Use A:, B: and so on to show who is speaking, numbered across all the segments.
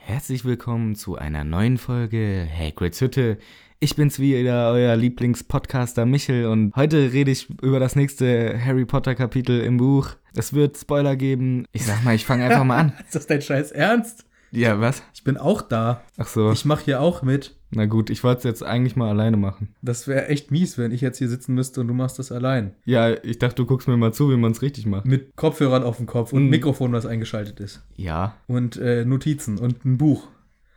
A: herzlich willkommen zu einer neuen Folge Hagrids Hütte. Ich bin's wieder, euer Lieblingspodcaster Michel und heute rede ich über das nächste Harry Potter Kapitel im Buch. Es wird Spoiler geben. Ich sag mal, ich fange einfach mal an.
B: Ist das dein Scheiß Ernst?
A: Ja, was?
B: Ich bin auch da.
A: Ach so.
B: Ich mache hier auch mit.
A: Na gut, ich wollte es jetzt eigentlich mal alleine machen.
B: Das wäre echt mies, wenn ich jetzt hier sitzen müsste und du machst das allein.
A: Ja, ich dachte, du guckst mir mal zu, wie man es richtig macht.
B: Mit Kopfhörern auf dem Kopf und
A: Mhm.
B: Mikrofon, was eingeschaltet ist.
A: Ja,
B: Und äh, Notizen und ein Buch.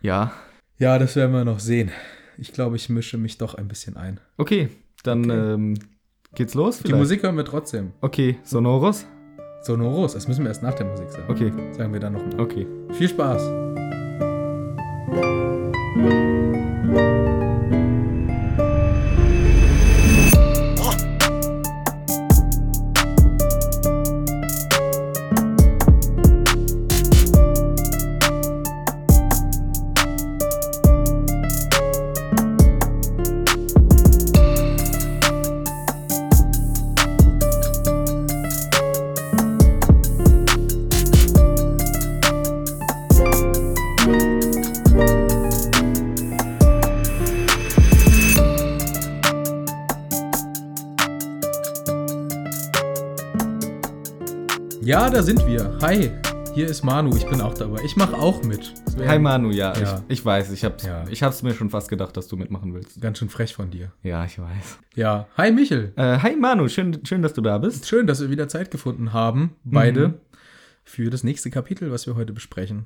A: ja.
B: Ja, das werden wir noch sehen. Ich glaube, ich mische mich doch ein bisschen ein.
A: Okay, dann
B: Okay.
A: Ähm, geht's los vielleicht.
B: Die Musik hören wir trotzdem.
A: Okay, Sonoros?
B: Sonoros, das müssen wir erst nach der Musik sagen.
A: Okay,
B: Sagen wir dann nochmal.
A: okay.
B: Viel Spaß. Ja, da sind wir. Hi, hier ist Manu. Ich bin auch dabei. Ich mache auch mit. Das wär
A: Hi Manu, ja,
B: Ja.
A: Ich, ich weiß, ich hab's,
B: Ja.
A: ich hab's mir schon fast gedacht, dass du mitmachen willst.
B: Ganz schön frech von dir.
A: Ja, ich weiß.
B: Ja. Hi, Michel.
A: Äh, hi Manu, schön, schön, dass du da bist.
B: Schön, dass wir wieder Zeit gefunden haben, beide,
A: Mhm.
B: für das nächste Kapitel, was wir heute besprechen.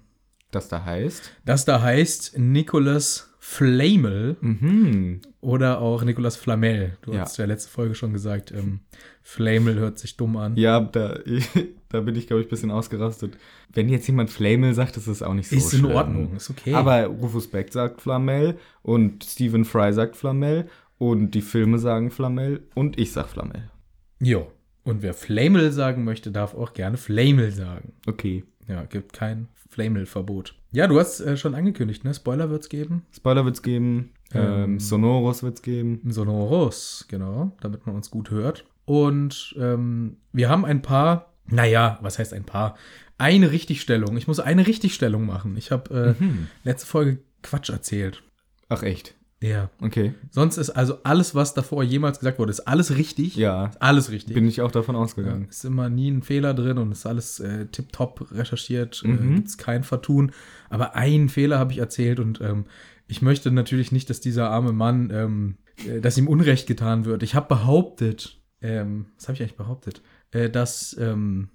A: Das da heißt.
B: Das da heißt Nicolas Flamel
A: Mhm.
B: oder auch Nicolas Flamel. Du
A: Ja.
B: hast ja letzte Folge schon gesagt, ähm, Flamel hört sich dumm an.
A: Ja, da, da bin ich, glaube ich, ein bisschen ausgerastet. Wenn jetzt jemand Flamel sagt, ist das auch nicht so
B: ist in
A: schlimm.
B: Ordnung, ist okay.
A: Aber Rufus Beck sagt Flamel und Stephen Fry sagt Flamel und die Filme sagen Flamel und ich sag Flamel.
B: jo. Und wer Flamel sagen möchte, darf auch gerne Flamel sagen.
A: Okay.
B: Ja, gibt kein Flamel-Verbot. Ja, du hast äh, schon angekündigt, ne? Spoiler wird's geben.
A: Spoiler wird's geben, ähm,
B: Ähm.
A: Sonoros wird's geben.
B: Sonoros, genau, damit man uns gut hört. Und ähm, wir haben ein paar, naja, was heißt ein paar? Eine Richtigstellung. Ich muss eine Richtigstellung machen. Ich habe äh,
A: Mhm.
B: letzte Folge Quatsch erzählt.
A: Ach echt?
B: Ja.
A: Okay.
B: Sonst ist also alles, was davor jemals gesagt wurde, ist alles richtig.
A: Ja,
B: Ist Alles richtig.
A: bin ich auch davon
B: ja,
A: ausgegangen.
B: Ähm, ist immer nie ein Fehler drin und ist alles äh, tipptopp recherchiert,
A: Mhm.
B: äh, gibt's kein Vertun. Aber einen Fehler habe ich erzählt und ähm, ich möchte natürlich nicht, dass dieser arme Mann, ähm, äh, dass ihm Unrecht getan wird. Ich habe behauptet, ähm, was habe ich eigentlich behauptet? Äh, dass, ähm,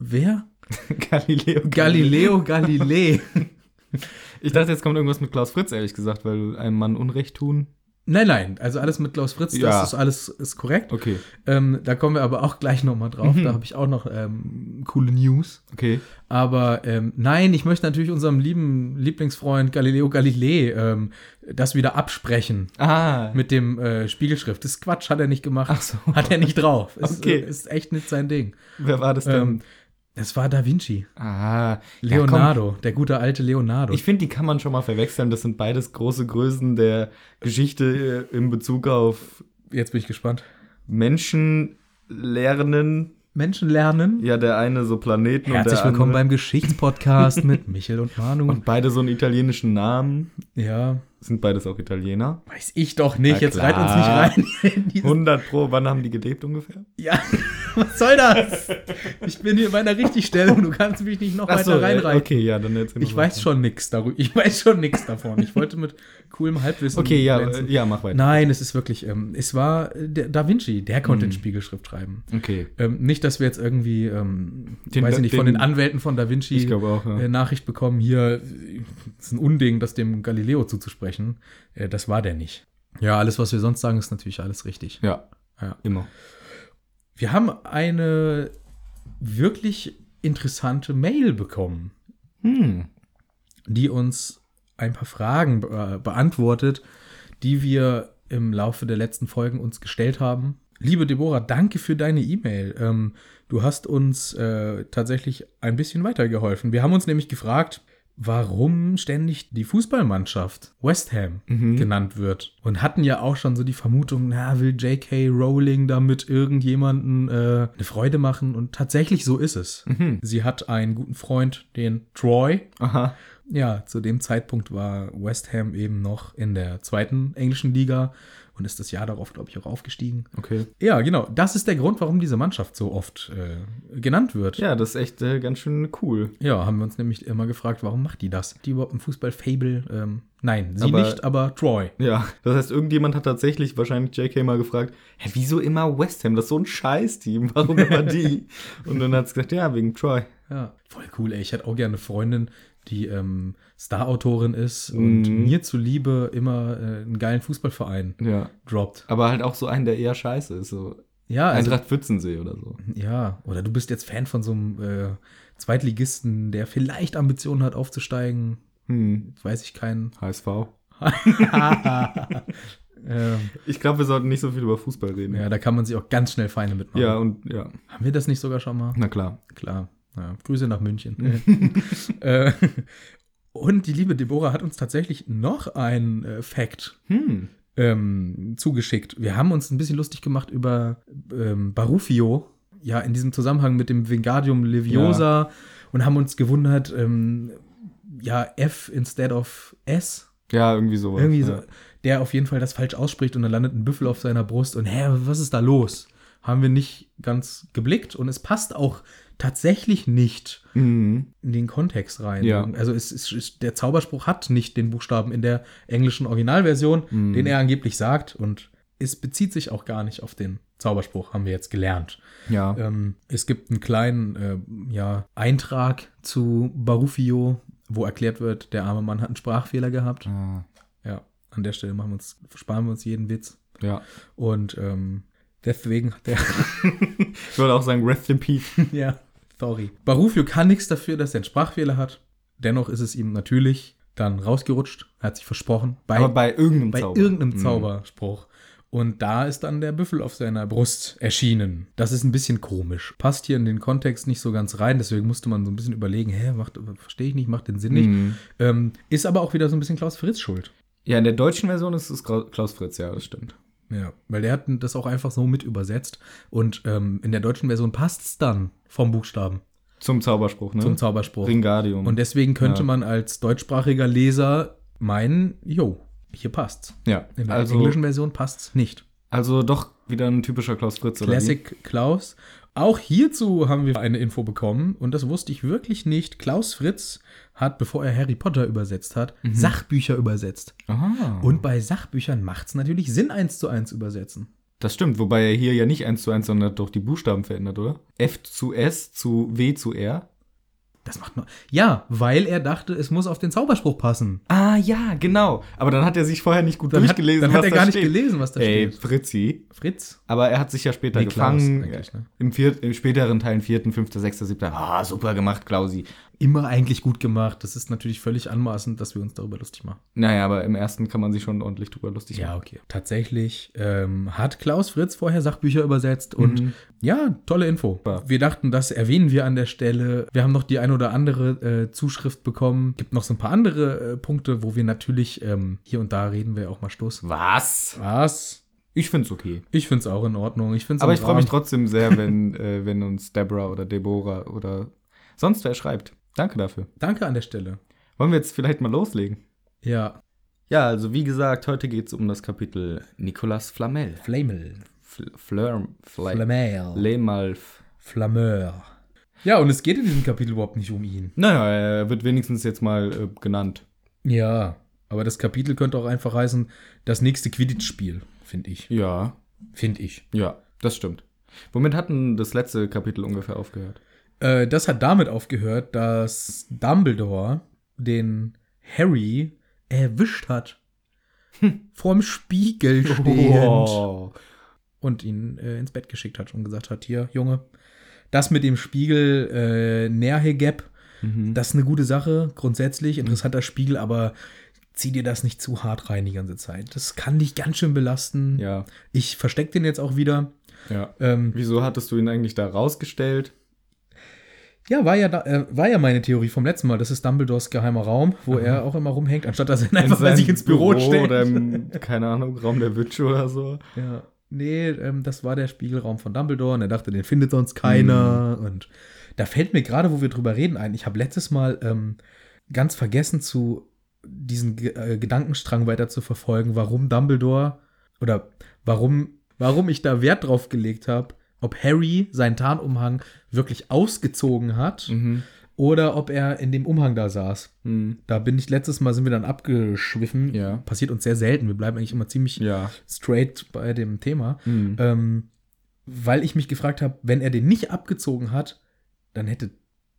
B: wer?
A: Galileo
B: Galileo Galilei.
A: Ich dachte, jetzt kommt irgendwas mit Klaus Fritz, ehrlich gesagt, weil einem Mann Unrecht tun.
B: nein, nein, also alles mit Klaus Fritz,
A: Ja.
B: das ist alles ist korrekt.
A: Okay,
B: Ähm, da kommen wir aber auch gleich nochmal drauf.
A: Mhm.
B: Da habe ich auch noch ähm, coole News.
A: okay.
B: Aber ähm, nein, ich möchte natürlich unserem lieben Lieblingsfreund Galileo Galilei ähm, das wieder absprechen
A: Ah,
B: mit dem äh, Spiegelschrift. Das ist Quatsch, hat er nicht gemacht.
A: Ach so.
B: Hat er nicht drauf. Ist,
A: Okay.
B: äh, ist echt nicht sein Ding.
A: wer war das denn?
B: Ähm, das war Da Vinci.
A: ah, Ja,
B: Leonardo, der gute alte Leonardo.
A: komm, ich finde, die kann man schon mal verwechseln. Das sind beides große Größen der Geschichte äh, in Bezug auf
B: jetzt bin ich gespannt.
A: Menschen lernen.
B: Menschen lernen.
A: Ja, der eine so Planeten
B: Herzlich
A: und der
B: willkommen
A: andere.
B: beim Geschichtspodcast mit Michel und Manu.
A: und beide so einen italienischen Namen.
B: ja,
A: Sind beides auch Italiener.
B: weiß ich doch nicht.
A: Na
B: jetzt reit uns nicht
A: klar.
B: rein in dieses
A: 100 pro. Wann haben die gelebt ungefähr?
B: Ja, was soll das? Ich bin hier bei einer Richtigstellung, du kannst mich nicht noch
A: Ach so,
B: weiter reinreißen.
A: äh, Okay, ja, dann erzähl
B: Ich weiß schon nichts darüber. Ich weiß schon nichts davon. Ich wollte mit coolem Halbwissen.
A: Okay, ja,
B: glänzen.
A: äh, ja, mach weiter.
B: Nein, es ist wirklich, ähm, es war äh, der Da Vinci, der konnte in Spiegelschrift schreiben.
A: Okay.
B: Ähm, nicht, dass wir jetzt irgendwie, ähm,
A: Den-
B: weiß ich nicht, von
A: den-
B: den Anwälten von Da Vinci
A: Ich glaube auch, ja.
B: äh, Nachricht bekommen, hier äh, ist ein Unding, das dem Galileo zuzusprechen. Äh, das war der nicht. Ja, alles, was wir sonst sagen, ist natürlich alles richtig.
A: Ja.
B: Ja.
A: Immer.
B: Wir haben eine wirklich interessante Mail bekommen,
A: Hm.
B: die uns ein paar Fragen be beantwortet, die wir im Laufe der letzten Folgen uns gestellt haben. Liebe Deborah, danke für deine E-Mail. Ähm, du hast uns äh, tatsächlich ein bisschen weitergeholfen. Wir haben uns nämlich gefragt, warum ständig die Fußballmannschaft West Ham
A: Mhm.
B: genannt wird. Und hatten ja auch schon so die Vermutung, na, will J.K. Rowling damit irgendjemanden äh, eine Freude machen? Und tatsächlich so ist es.
A: Mhm.
B: Sie hat einen guten Freund, den Troy,
A: Aha.
B: Ja, zu dem Zeitpunkt war West Ham eben noch in der zweiten englischen Liga und ist das Jahr darauf, glaube ich, auch aufgestiegen.
A: Okay.
B: Ja, genau. Das ist der Grund, warum diese Mannschaft so oft äh, genannt wird.
A: Ja, das ist echt äh, ganz schön cool.
B: Ja, haben wir uns nämlich immer gefragt, warum macht die das? Hat die überhaupt ein Fußball-Fable? Ähm, nein, sie
A: Aber-
B: nicht, aber Troy.
A: Ja, das heißt, irgendjemand hat tatsächlich wahrscheinlich JK mal gefragt, hä, wieso immer West Ham? Das ist so ein Scheiß-Team, warum immer die? Und dann hat's gesagt, ja, wegen Troy.
B: Ja. Voll cool, ey. Ich hätte auch gerne eine Freundin, die ähm, Star-Autorin ist und
A: Mhm.
B: mir zuliebe immer äh, einen geilen Fußballverein
A: Ja.
B: droppt.
A: Aber halt auch so einen, der eher scheiße ist, so
B: Ja, also,
A: Eintracht Pfützensee oder so.
B: ja. Oder du bist jetzt Fan von so einem äh, Zweitligisten, der vielleicht Ambitionen hat, aufzusteigen.
A: Hm,
B: Weiß ich keinen.
A: HSV.
B: ähm,
A: Ich glaube, wir sollten nicht so viel über Fußball reden.
B: ja, da kann man sich auch ganz schnell Feinde mitmachen.
A: ja und ja,
B: Haben wir das nicht sogar schon mal?
A: na klar.
B: Klar. Ja, Grüße nach München. äh, und die liebe Deborah hat uns tatsächlich noch ein äh, Fact
A: Hm.
B: ähm, zugeschickt. Wir haben uns ein bisschen lustig gemacht über ähm, Barufio, ja, in diesem Zusammenhang mit dem Vingardium Leviosa und haben uns gewundert, ähm, ja, F instead of S.
A: Ja, irgendwie sowas.
B: Irgendwie so,
A: Ja.
B: der auf jeden Fall das falsch ausspricht und dann landet ein Büffel auf seiner Brust und hä, was ist da los? Haben wir nicht ganz geblickt und es passt auch tatsächlich nicht
A: Mhm.
B: in den Kontext rein.
A: Ja.
B: Also es, ist- ist- der Zauberspruch hat nicht den Buchstaben in der englischen Originalversion,
A: Mhm.
B: den er angeblich sagt und es bezieht sich auch gar nicht auf den Zauberspruch, haben wir jetzt gelernt.
A: Ja.
B: Ähm, es gibt einen kleinen äh, ja, Eintrag zu Barufio, wo erklärt wird, der arme Mann hat einen Sprachfehler gehabt.
A: Ah,
B: Ja, an der Stelle machen wir uns, sparen wir uns jeden Witz.
A: ja.
B: Und ähm, deswegen hat der,
A: Ich würde auch sagen, Rest in Peace.
B: ja, sorry. Barufio kann nichts dafür, dass er einen Sprachfehler hat. Dennoch ist es ihm natürlich dann rausgerutscht. Er hat sich versprochen. Bei,
A: Aber bei irgendeinem
B: bei
A: Zauber.
B: irgendeinem
A: Mhm.
B: Zauberspruch. Und da ist dann der Büffel auf seiner Brust erschienen. Das ist ein bisschen komisch. Passt hier in den Kontext nicht so ganz rein. Deswegen musste man so ein bisschen überlegen, hä, macht, verstehe ich nicht, macht den Sinn nicht.
A: Mhm.
B: Ähm, ist aber auch wieder so ein bisschen Klaus Fritz schuld.
A: Ja, in der deutschen Version ist es Grau- Klaus Fritz, ja, das stimmt.
B: Ja, weil der hat das auch einfach so mit übersetzt. Und ähm, in der deutschen Version passt es dann vom Buchstaben
A: Zum Zauberspruch, ne?
B: zum Zauberspruch.
A: Ringardium.
B: Und deswegen könnte
A: Ja.
B: man als deutschsprachiger Leser meinen, jo, hier passt's.
A: ja,
B: In der
A: also,
B: englischen Version passt's nicht.
A: also doch wieder ein typischer Klaus Fritz. oder wie?
B: Classic Klaus. Auch hierzu haben wir eine Info bekommen und das wusste ich wirklich nicht. Klaus Fritz hat, bevor er Harry Potter übersetzt hat,
A: Mhm.
B: Sachbücher übersetzt.
A: Aha.
B: Und bei Sachbüchern macht's natürlich Sinn, eins zu eins übersetzen.
A: Das stimmt, wobei er hier ja nicht eins zu eins, sondern hat doch die Buchstaben verändert, oder? F zu S zu W zu R.
B: Das macht man. Ja, weil er dachte, es muss auf den Zauberspruch passen.
A: Ah ja, genau. Aber dann hat er sich vorher nicht gut
B: Dann hat,
A: durchgelesen,
B: dann hat er gar
A: da
B: nicht
A: steht.
B: gelesen, was da
A: Ey,
B: steht.
A: Fritzi.
B: Fritz.
A: Aber er hat sich ja später
B: Nee, Klaus
A: gefangen.
B: eigentlich, ne?
A: Im, viert, Im späteren Teil, vierten, fünfter, sechster, siebter. Ah, super gemacht, Klausi.
B: Immer eigentlich gut gemacht. Das ist natürlich völlig anmaßend, dass wir uns darüber lustig machen.
A: Naja, aber im ersten kann man sich schon ordentlich drüber lustig machen.
B: okay. Tatsächlich ähm, hat Klaus Fritz vorher Sachbücher übersetzt und ja, tolle Info.
A: Mhm. Super.
B: Wir dachten, das erwähnen wir an der Stelle. Wir haben noch die ein oder andere äh, Zuschrift bekommen. Gibt noch so ein paar andere äh, Punkte, wo wir natürlich ähm, hier und da reden wir auch mal Stoß.
A: Was?
B: Was?
A: Ich find's okay.
B: Ich find's auch in Ordnung. Ich find's
A: Aber
B: im
A: ich freue mich
B: Rahmen.
A: trotzdem sehr, wenn, äh, wenn uns Deborah oder Deborah oder sonst wer schreibt. Danke dafür.
B: Danke an der Stelle.
A: Wollen wir jetzt vielleicht mal loslegen?
B: Ja,
A: Ja, also wie gesagt, heute geht's um das Kapitel Nicolas Flamel.
B: Flamel.
A: Fl Flirm, Flamel.
B: Flamel.
A: Lemalf.
B: Flameur. Ja, und es geht in diesem Kapitel überhaupt nicht um ihn.
A: Naja, er wird wenigstens jetzt mal äh, genannt.
B: Ja, aber das Kapitel könnte auch einfach heißen, das nächste Quidditch-Spiel, finde ich.
A: Ja,
B: Finde ich.
A: ja, das stimmt. Womit hat denn das letzte Kapitel ungefähr aufgehört?
B: Äh, das hat damit aufgehört, dass Dumbledore den Harry erwischt hat. Vorm Spiegel stehend.
A: Hm. Wow.
B: Und ihn äh, ins Bett geschickt hat und gesagt hat, hier, Junge, das mit dem Spiegel, äh, Nährhegap,
A: Mhm.
B: Das ist eine gute Sache, grundsätzlich. Interessanter Spiegel, aber zieh dir das nicht zu hart rein die ganze Zeit. Das kann dich ganz schön belasten.
A: Ja,
B: Ich verstecke den jetzt auch wieder.
A: ja.
B: Ähm,
A: Wieso hattest du ihn eigentlich da rausgestellt?
B: ja, war ja, da, äh, war ja meine Theorie vom letzten Mal. Das ist Dumbledores geheimer Raum, wo er auch immer rumhängt, anstatt dass er ihn einfach bei
A: seinem
B: sich ins Büro, stellt.
A: Oder im, keine Ahnung, Raum der Wünsche oder so.
B: Ja. Nee, ähm, das war der Spiegelraum von Dumbledore und er dachte, den findet
A: Mhm.
B: sonst keiner. Und da fällt mir gerade, wo wir drüber reden, ein. Ich habe letztes Mal ähm, ganz vergessen zu diesen Ge- äh, Gedankenstrang weiter zu verfolgen, warum Dumbledore oder warum, warum ich da Wert drauf gelegt habe, ob Harry seinen Tarnumhang wirklich ausgezogen hat
A: Mhm.
B: oder ob er in dem Umhang da saß.
A: Mhm.
B: Da bin ich letztes Mal sind wir dann abgeschwiffen.
A: Ja.
B: Passiert uns sehr selten. Wir bleiben eigentlich immer ziemlich
A: Ja.
B: straight bei dem Thema.
A: Mhm.
B: Ähm, weil ich mich gefragt habe, wenn er den nicht abgezogen hat, dann hätte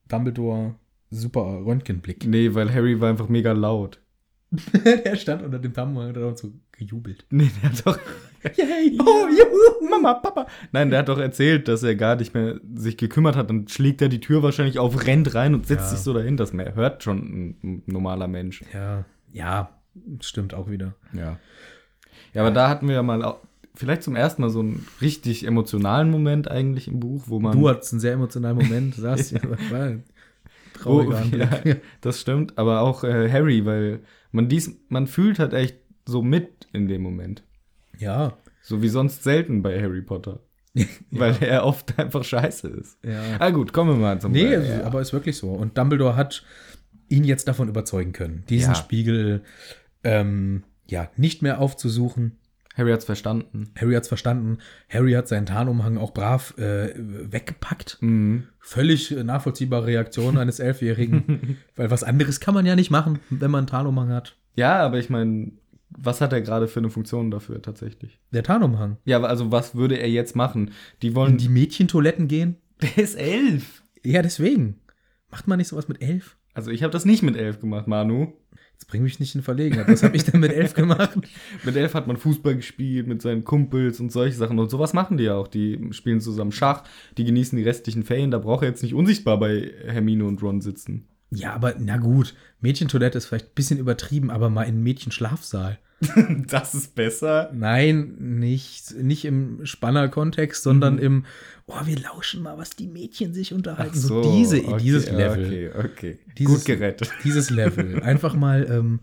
B: Dumbledore super Röntgenblick.
A: Äh, Nee, weil Harry war einfach mega laut.
B: der stand unter dem Damm und hat auch so gejubelt.
A: Nee, der hat doch.
B: Yay!
A: Oh, juhu, Mama, Papa. Nein, der hat doch erzählt, dass er gar nicht mehr sich gekümmert hat. Dann schlägt er die Tür wahrscheinlich auf, rennt rein und setzt
B: Ja.
A: sich so dahin. Das mer- hört schon ein- ein normaler Mensch.
B: Ja, ja, stimmt auch wieder.
A: Ja. Ja, aber da hatten wir ja mal auch, vielleicht zum ersten Mal so einen richtig emotionalen Moment eigentlich im Buch, wo man.
B: Du hattest einen sehr emotionalen Moment, saß war ein trauriger
A: Oh,
B: Anblick.
A: ja. Das stimmt, aber auch äh, Harry, weil man dies, man fühlt halt echt so mit in dem Moment.
B: Ja.
A: So wie sonst selten bei Harry Potter. Weil er oft einfach scheiße ist.
B: ja.
A: Ah gut, kommen wir mal zum
B: Nee, also-
A: äh,
B: aber ist wirklich so. Und Dumbledore hat ihn jetzt davon überzeugen können, diesen
A: Ja.
B: Spiegel ähm, ja, nicht mehr aufzusuchen.
A: Harry hat's verstanden.
B: Harry hat's verstanden. Harry hat seinen Tarnumhang auch brav äh, weggepackt.
A: Mhm.
B: Völlig äh, nachvollziehbare Reaktion eines Elfjährigen. Weil was anderes kann man ja nicht machen, wenn man einen Tarnumhang hat.
A: Ja, aber ich meine, was hat er gerade für eine Funktion dafür tatsächlich?
B: Der Tarnumhang.
A: Ja, aber also was würde er jetzt machen? Die wollen.
B: In die Mädchentoiletten gehen?
A: der ist elf.
B: Ja, deswegen. Macht man nicht sowas mit elf?
A: Also ich habe das nicht mit elf gemacht, Manu.
B: Jetzt bring mich nicht in Verlegenheit. Was habe ich denn mit elf gemacht?
A: Mit elf hat man Fußball gespielt mit seinen Kumpels und solche Sachen. Und sowas machen die ja auch. Die spielen zusammen Schach, die genießen die restlichen Ferien. Da braucht er jetzt nicht unsichtbar bei Hermine und Ron sitzen.
B: Ja, aber na gut, Mädchentoilette ist vielleicht ein bisschen übertrieben, aber mal in Mädchenschlafsaal.
A: Das ist besser.
B: Nein, nicht, nicht im Spanner-Kontext, sondern
A: Mhm.
B: im, oh, wir lauschen mal, was die Mädchen sich unterhalten. So, Also diese,
A: okay,
B: dieses
A: ja,
B: Level.
A: Okay, okay.
B: Dieses-
A: Gut gerettet.
B: Dieses Level. Einfach mal, ähm,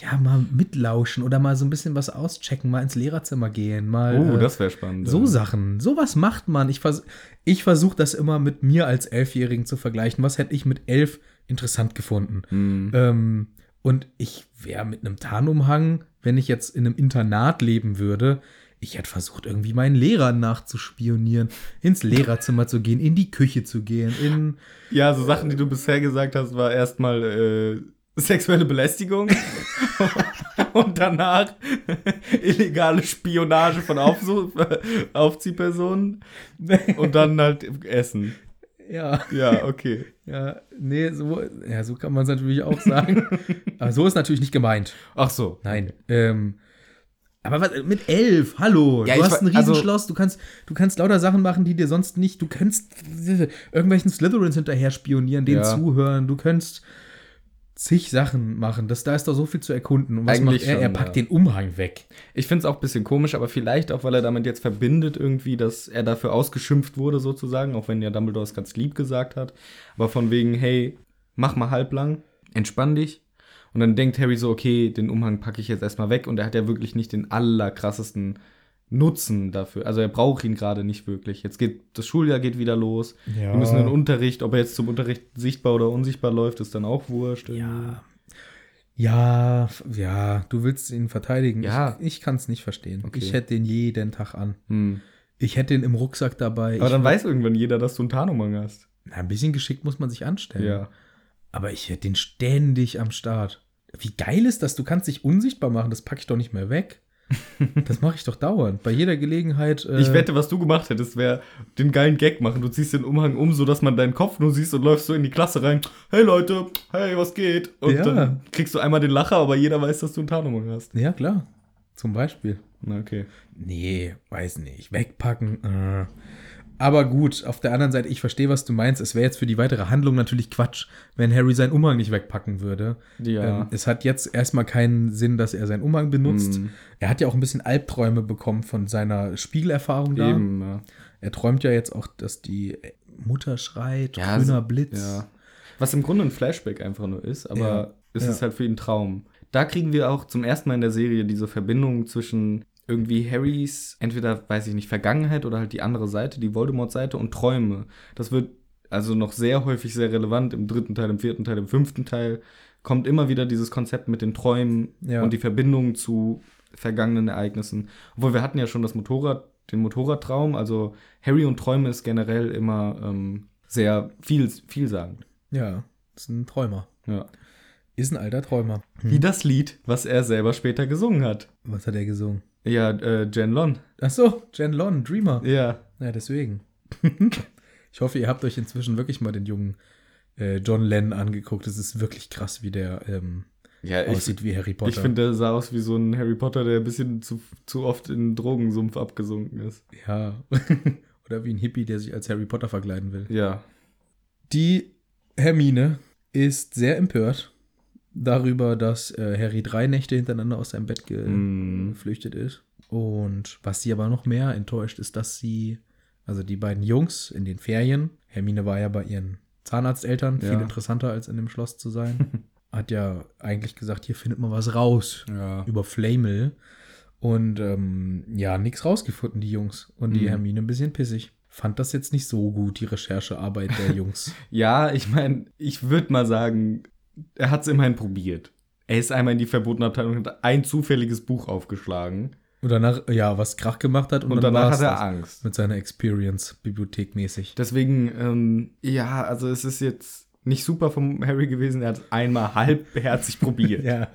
B: ja, mal mitlauschen oder mal so ein bisschen was auschecken, mal ins Lehrerzimmer gehen, mal.
A: Oh,
B: äh,
A: das wäre spannend.
B: So Sachen, sowas macht man. Ich, vers ich versuche das immer mit mir als Elfjährigen zu vergleichen. Was hätte ich mit elf interessant gefunden?
A: Mhm.
B: Ähm, und ich wäre mit einem Tarnumhang, wenn ich jetzt in einem Internat leben würde, ich hätte versucht, irgendwie meinen Lehrern nachzuspionieren, ins Lehrerzimmer zu gehen, in die Küche zu gehen, in.
A: Ja, so Sachen, die du bisher gesagt hast, war erstmal äh, sexuelle Belästigung und danach illegale Spionage von Aufsuch äh, Aufziehpersonen und dann halt Essen.
B: Ja,
A: Ja, okay.
B: ja, nee, so, ja, so kann man es natürlich auch sagen. aber so ist natürlich nicht gemeint.
A: Ach so.
B: Nein. Ähm, aber was, mit elf, hallo,
A: Ja,
B: du
A: ich
B: hast
A: wa-
B: ein
A: also-
B: Riesenschloss, du, kannst, du kannst lauter Sachen machen, die dir sonst nicht, du kannst irgendwelchen Slytherins hinterher spionieren, denen
A: Ja.
B: zuhören, du kannst zig Sachen machen, das, da ist doch so viel zu erkunden. Und was
A: Eigentlich
B: macht er?
A: schon,
B: er packt
A: ja.
B: den Umhang weg.
A: Ich finde es auch ein bisschen komisch, aber vielleicht auch, weil er damit jetzt verbindet irgendwie, dass er dafür ausgeschimpft wurde sozusagen, auch wenn ja Dumbledore es ganz lieb gesagt hat. Aber von wegen, hey, mach mal halblang, entspann dich. Und dann denkt Harry so, okay, den Umhang packe ich jetzt erstmal weg. Und er hat ja wirklich nicht den allerkrassesten Nutzen dafür. Also er braucht ihn gerade nicht wirklich. Jetzt geht, das Schuljahr geht wieder los.
B: Ja.
A: Wir müssen in den Unterricht, ob er jetzt zum Unterricht sichtbar oder unsichtbar läuft, ist dann auch wurscht.
B: Ja. Ja, f- ja, du willst ihn verteidigen.
A: Ja.
B: Ich, ich kann es nicht verstehen.
A: Okay.
B: Ich hätte den jeden Tag an.
A: Hm.
B: Ich hätte den im Rucksack dabei.
A: Aber
B: ich,
A: dann weiß irgendwann jeder, dass du einen Tarnumhang hast.
B: na, ein bisschen geschickt muss man sich anstellen. Aber ich hätte den ständig am Start. Wie geil ist das? Du kannst dich unsichtbar machen, das packe ich doch nicht mehr weg. Das mache ich doch dauernd. Bei jeder Gelegenheit. äh,
A: Ich wette, was du gemacht hättest, wäre den geilen Gag machen. Du ziehst den Umhang um, sodass man deinen Kopf nur siehst und läufst so in die Klasse rein. Hey Leute, hey, was geht? Und
B: Ja.
A: dann kriegst du einmal den Lacher, aber jeder weiß, dass du einen Tarnumhang hast.
B: Ja, klar. Zum Beispiel.
A: Na, okay.
B: Nee, weiß nicht. Wegpacken. Äh. Aber gut, auf der anderen Seite, ich verstehe, was du meinst. Es wäre jetzt für die weitere Handlung natürlich Quatsch, wenn Harry seinen Umhang nicht wegpacken würde.
A: Ja.
B: Ähm, es hat jetzt erstmal keinen Sinn, dass er seinen Umhang benutzt.
A: Mhm.
B: Er hat ja auch ein bisschen Albträume bekommen von seiner Spiegelerfahrung da.
A: Eben, ja.
B: Er träumt ja jetzt auch, dass die Mutter schreit,
A: Ja,
B: grüner
A: so-
B: Blitz.
A: ja. Was im Grunde ein Flashback einfach nur ist, aber
B: Ja.
A: es
B: Ja.
A: ist halt für ihn ein Traum. Da kriegen wir auch zum ersten Mal in der Serie diese Verbindung zwischen irgendwie Harrys, entweder, weiß ich nicht, Vergangenheit oder halt die andere Seite, die Voldemort-Seite und Träume. Das wird also noch sehr häufig sehr relevant im dritten Teil, im vierten Teil, im fünften Teil, kommt immer wieder dieses Konzept mit den Träumen
B: Ja.
A: und die Verbindung zu vergangenen Ereignissen. Obwohl wir hatten ja schon das Motorrad, den Motorradtraum. Also Harry und Träume ist generell immer ähm, sehr viel, vielsagend.
B: Ja, ist ein Träumer.
A: Ja.
B: Ist ein alter Träumer.
A: Wie das Lied, was er selber später gesungen hat.
B: Was hat er gesungen?
A: Ja, äh, Jen Lon.
B: Ach so, Jen Lon, Dreamer.
A: Ja.
B: Ja, deswegen. ich hoffe, ihr habt euch inzwischen wirklich mal den jungen äh, John Lennon angeguckt. Es ist wirklich krass, wie der ähm,
A: Ja,
B: aussieht wie Harry Potter.
A: Ich finde, der sah aus wie so ein Harry Potter, der ein bisschen zu, zu oft in den Drogensumpf abgesunken ist.
B: ja. Oder wie ein Hippie, der sich als Harry Potter verkleiden will.
A: Ja.
B: Die Hermine ist sehr empört darüber, dass äh, Harry drei Nächte hintereinander aus seinem Bett ge
A: Mm.
B: geflüchtet ist. Und was sie aber noch mehr enttäuscht, ist, dass sie, also die beiden Jungs in den Ferien, Hermine war ja bei ihren Zahnarzteltern,
A: Ja.
B: viel interessanter als in dem Schloss zu sein, hat ja eigentlich gesagt, hier findet man was raus
A: Ja.
B: über Flamel. Und ähm, ja, nichts rausgefunden, die Jungs. Und die
A: Mhm.
B: Hermine ein bisschen pissig. Fand das jetzt nicht so gut, die Recherchearbeit der Jungs.
A: Ja, ich meine, ich würde mal sagen, er hat es immerhin probiert. Er ist einmal in die verbotene Abteilung und hat ein zufälliges Buch aufgeschlagen.
B: Und danach, ja, was Krach gemacht hat. Und,
A: Und,
B: dann
A: danach
B: war's
A: hat er
B: das.
A: Angst.
B: Mit seiner Experience, bibliothekmäßig.
A: Deswegen, ähm, ja, also es ist jetzt nicht super vom Harry gewesen. Er hat es einmal halbherzig probiert.
B: Ja,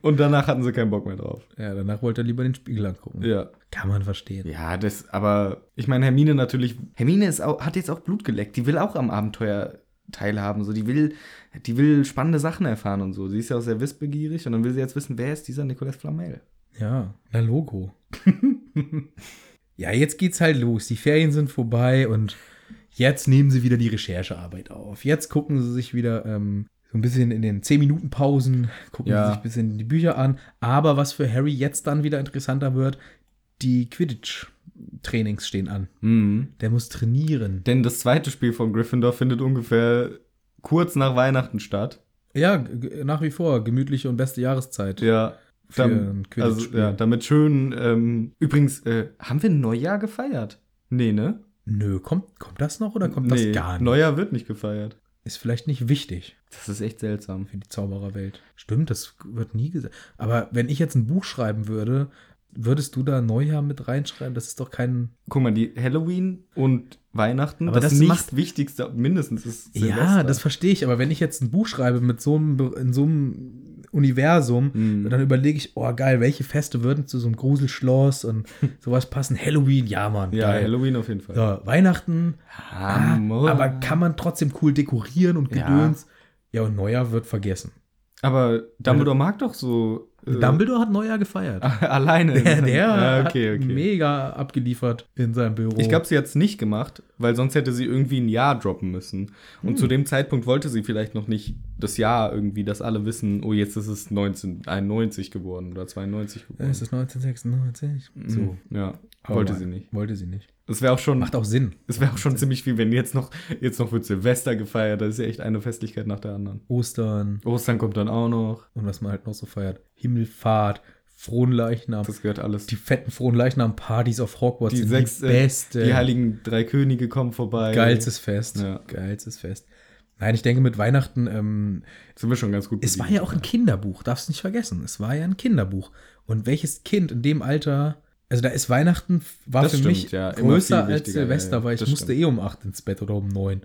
A: Und danach hatten sie keinen Bock mehr drauf.
B: ja, danach wollte er lieber den Spiegel angucken.
A: Ja.
B: Kann man verstehen.
A: Ja, das, aber ich meine, Hermine natürlich. Hermine ist auch, hat jetzt auch Blut geleckt. Die will auch am Abenteuer teilhaben. So, die will, die will spannende Sachen erfahren und so. Sie ist ja auch sehr wissbegierig und dann will sie jetzt wissen, wer ist dieser Nicolas Flamel?
B: Ja, na Logo. ja, jetzt geht's halt los. Die Ferien sind vorbei und jetzt nehmen sie wieder die Recherchearbeit auf. Jetzt gucken sie sich wieder ähm, so ein bisschen in den 10-Minuten-Pausen, gucken
A: Ja.
B: sie sich ein bisschen die Bücher an. Aber was für Harry jetzt dann wieder interessanter wird, die Quidditch-Trainings stehen an.
A: Mhm.
B: Der muss trainieren.
A: Denn das zweite Spiel von Gryffindor findet ungefähr kurz nach Weihnachten statt.
B: Ja, g- nach wie vor gemütliche und beste Jahreszeit
A: Ja.
B: für
A: Dann,
B: ein
A: also,
B: Quidditch-Spiel.
A: ja, damit schön. Ähm, übrigens, äh, haben wir Neujahr gefeiert? Nee, ne?
B: Nö, kommt, kommt das noch oder kommt das gar nicht?
A: Neujahr wird nicht gefeiert.
B: Ist vielleicht nicht wichtig.
A: Das ist echt seltsam.
B: für die Zaubererwelt. Stimmt, das wird nie gesagt. Aber wenn ich jetzt ein Buch schreiben würde, würdest du da Neujahr mit reinschreiben? Das ist doch kein.
A: Guck mal, die Halloween und Weihnachten,
B: Aber das
A: nicht
B: macht-
A: wichtigste mindestens ist
B: Ja, das verstehe ich. Aber wenn ich jetzt ein Buch schreibe mit so einem, Be- in so einem Universum,
A: Mhm.
B: dann überlege ich, oh geil, welche Feste würden zu so einem Gruselschloss und sowas passen? Halloween, ja, Mann.
A: ja,
B: geil.
A: Halloween auf jeden Fall.
B: So, Weihnachten, ah,
A: Hammer.
B: aber kann man trotzdem cool dekorieren und
A: Ja.
B: Gedöns. Ja, und Neujahr wird vergessen.
A: Aber Dumbledore mag doch so äh,
B: Dumbledore hat Neujahr gefeiert.
A: alleine.
B: Der, der
A: ja, okay,
B: hat
A: okay.
B: mega abgeliefert in seinem Büro.
A: Ich glaube, sie hat es nicht gemacht, weil sonst hätte sie irgendwie ein Jahr droppen müssen. Und
B: Hm.
A: zu dem Zeitpunkt wollte sie vielleicht noch nicht das Jahr irgendwie, dass alle wissen, oh, jetzt ist es 1991 geworden oder 92 geworden.
B: es Äh, ist Oh 1996.
A: Mhm. Ja,
B: Aber
A: wollte
B: nein,
A: sie nicht.
B: Wollte sie nicht.
A: Es wäre auch schon
B: Macht auch Sinn.
A: Es wäre auch schon ziemlich viel, wenn jetzt noch, jetzt noch wird Silvester gefeiert. Das ist ja echt eine Festlichkeit nach der anderen.
B: Ostern
A: Ostern kommt dann auch noch.
B: und was man halt noch so feiert. Himmelfahrt, Frohnleichnam.
A: Das gehört alles.
B: Die fetten Frohnleichnam-Partys auf Hogwarts
A: Die sechs,
B: die
A: äh,
B: beste.
A: Die heiligen drei Könige kommen vorbei.
B: Geilstes Fest.
A: Ja.
B: Geilstes Fest. Nein, ich denke mit Weihnachten, ähm,
A: Sind wir schon ganz gut.
B: es war ja
A: bedient.
B: auch ein Kinderbuch, darfst nicht vergessen. Es war ja ein Kinderbuch. Und welches Kind in dem Alter, also da ist Weihnachten, f- war
A: Das
B: für
A: stimmt,
B: mich
A: ja, immer
B: größer
A: viel
B: als
A: wichtiger,
B: Silvester,
A: ja, ja,
B: weil ich
A: das
B: musste
A: stimmt.
B: eh um acht ins Bett oder um neun.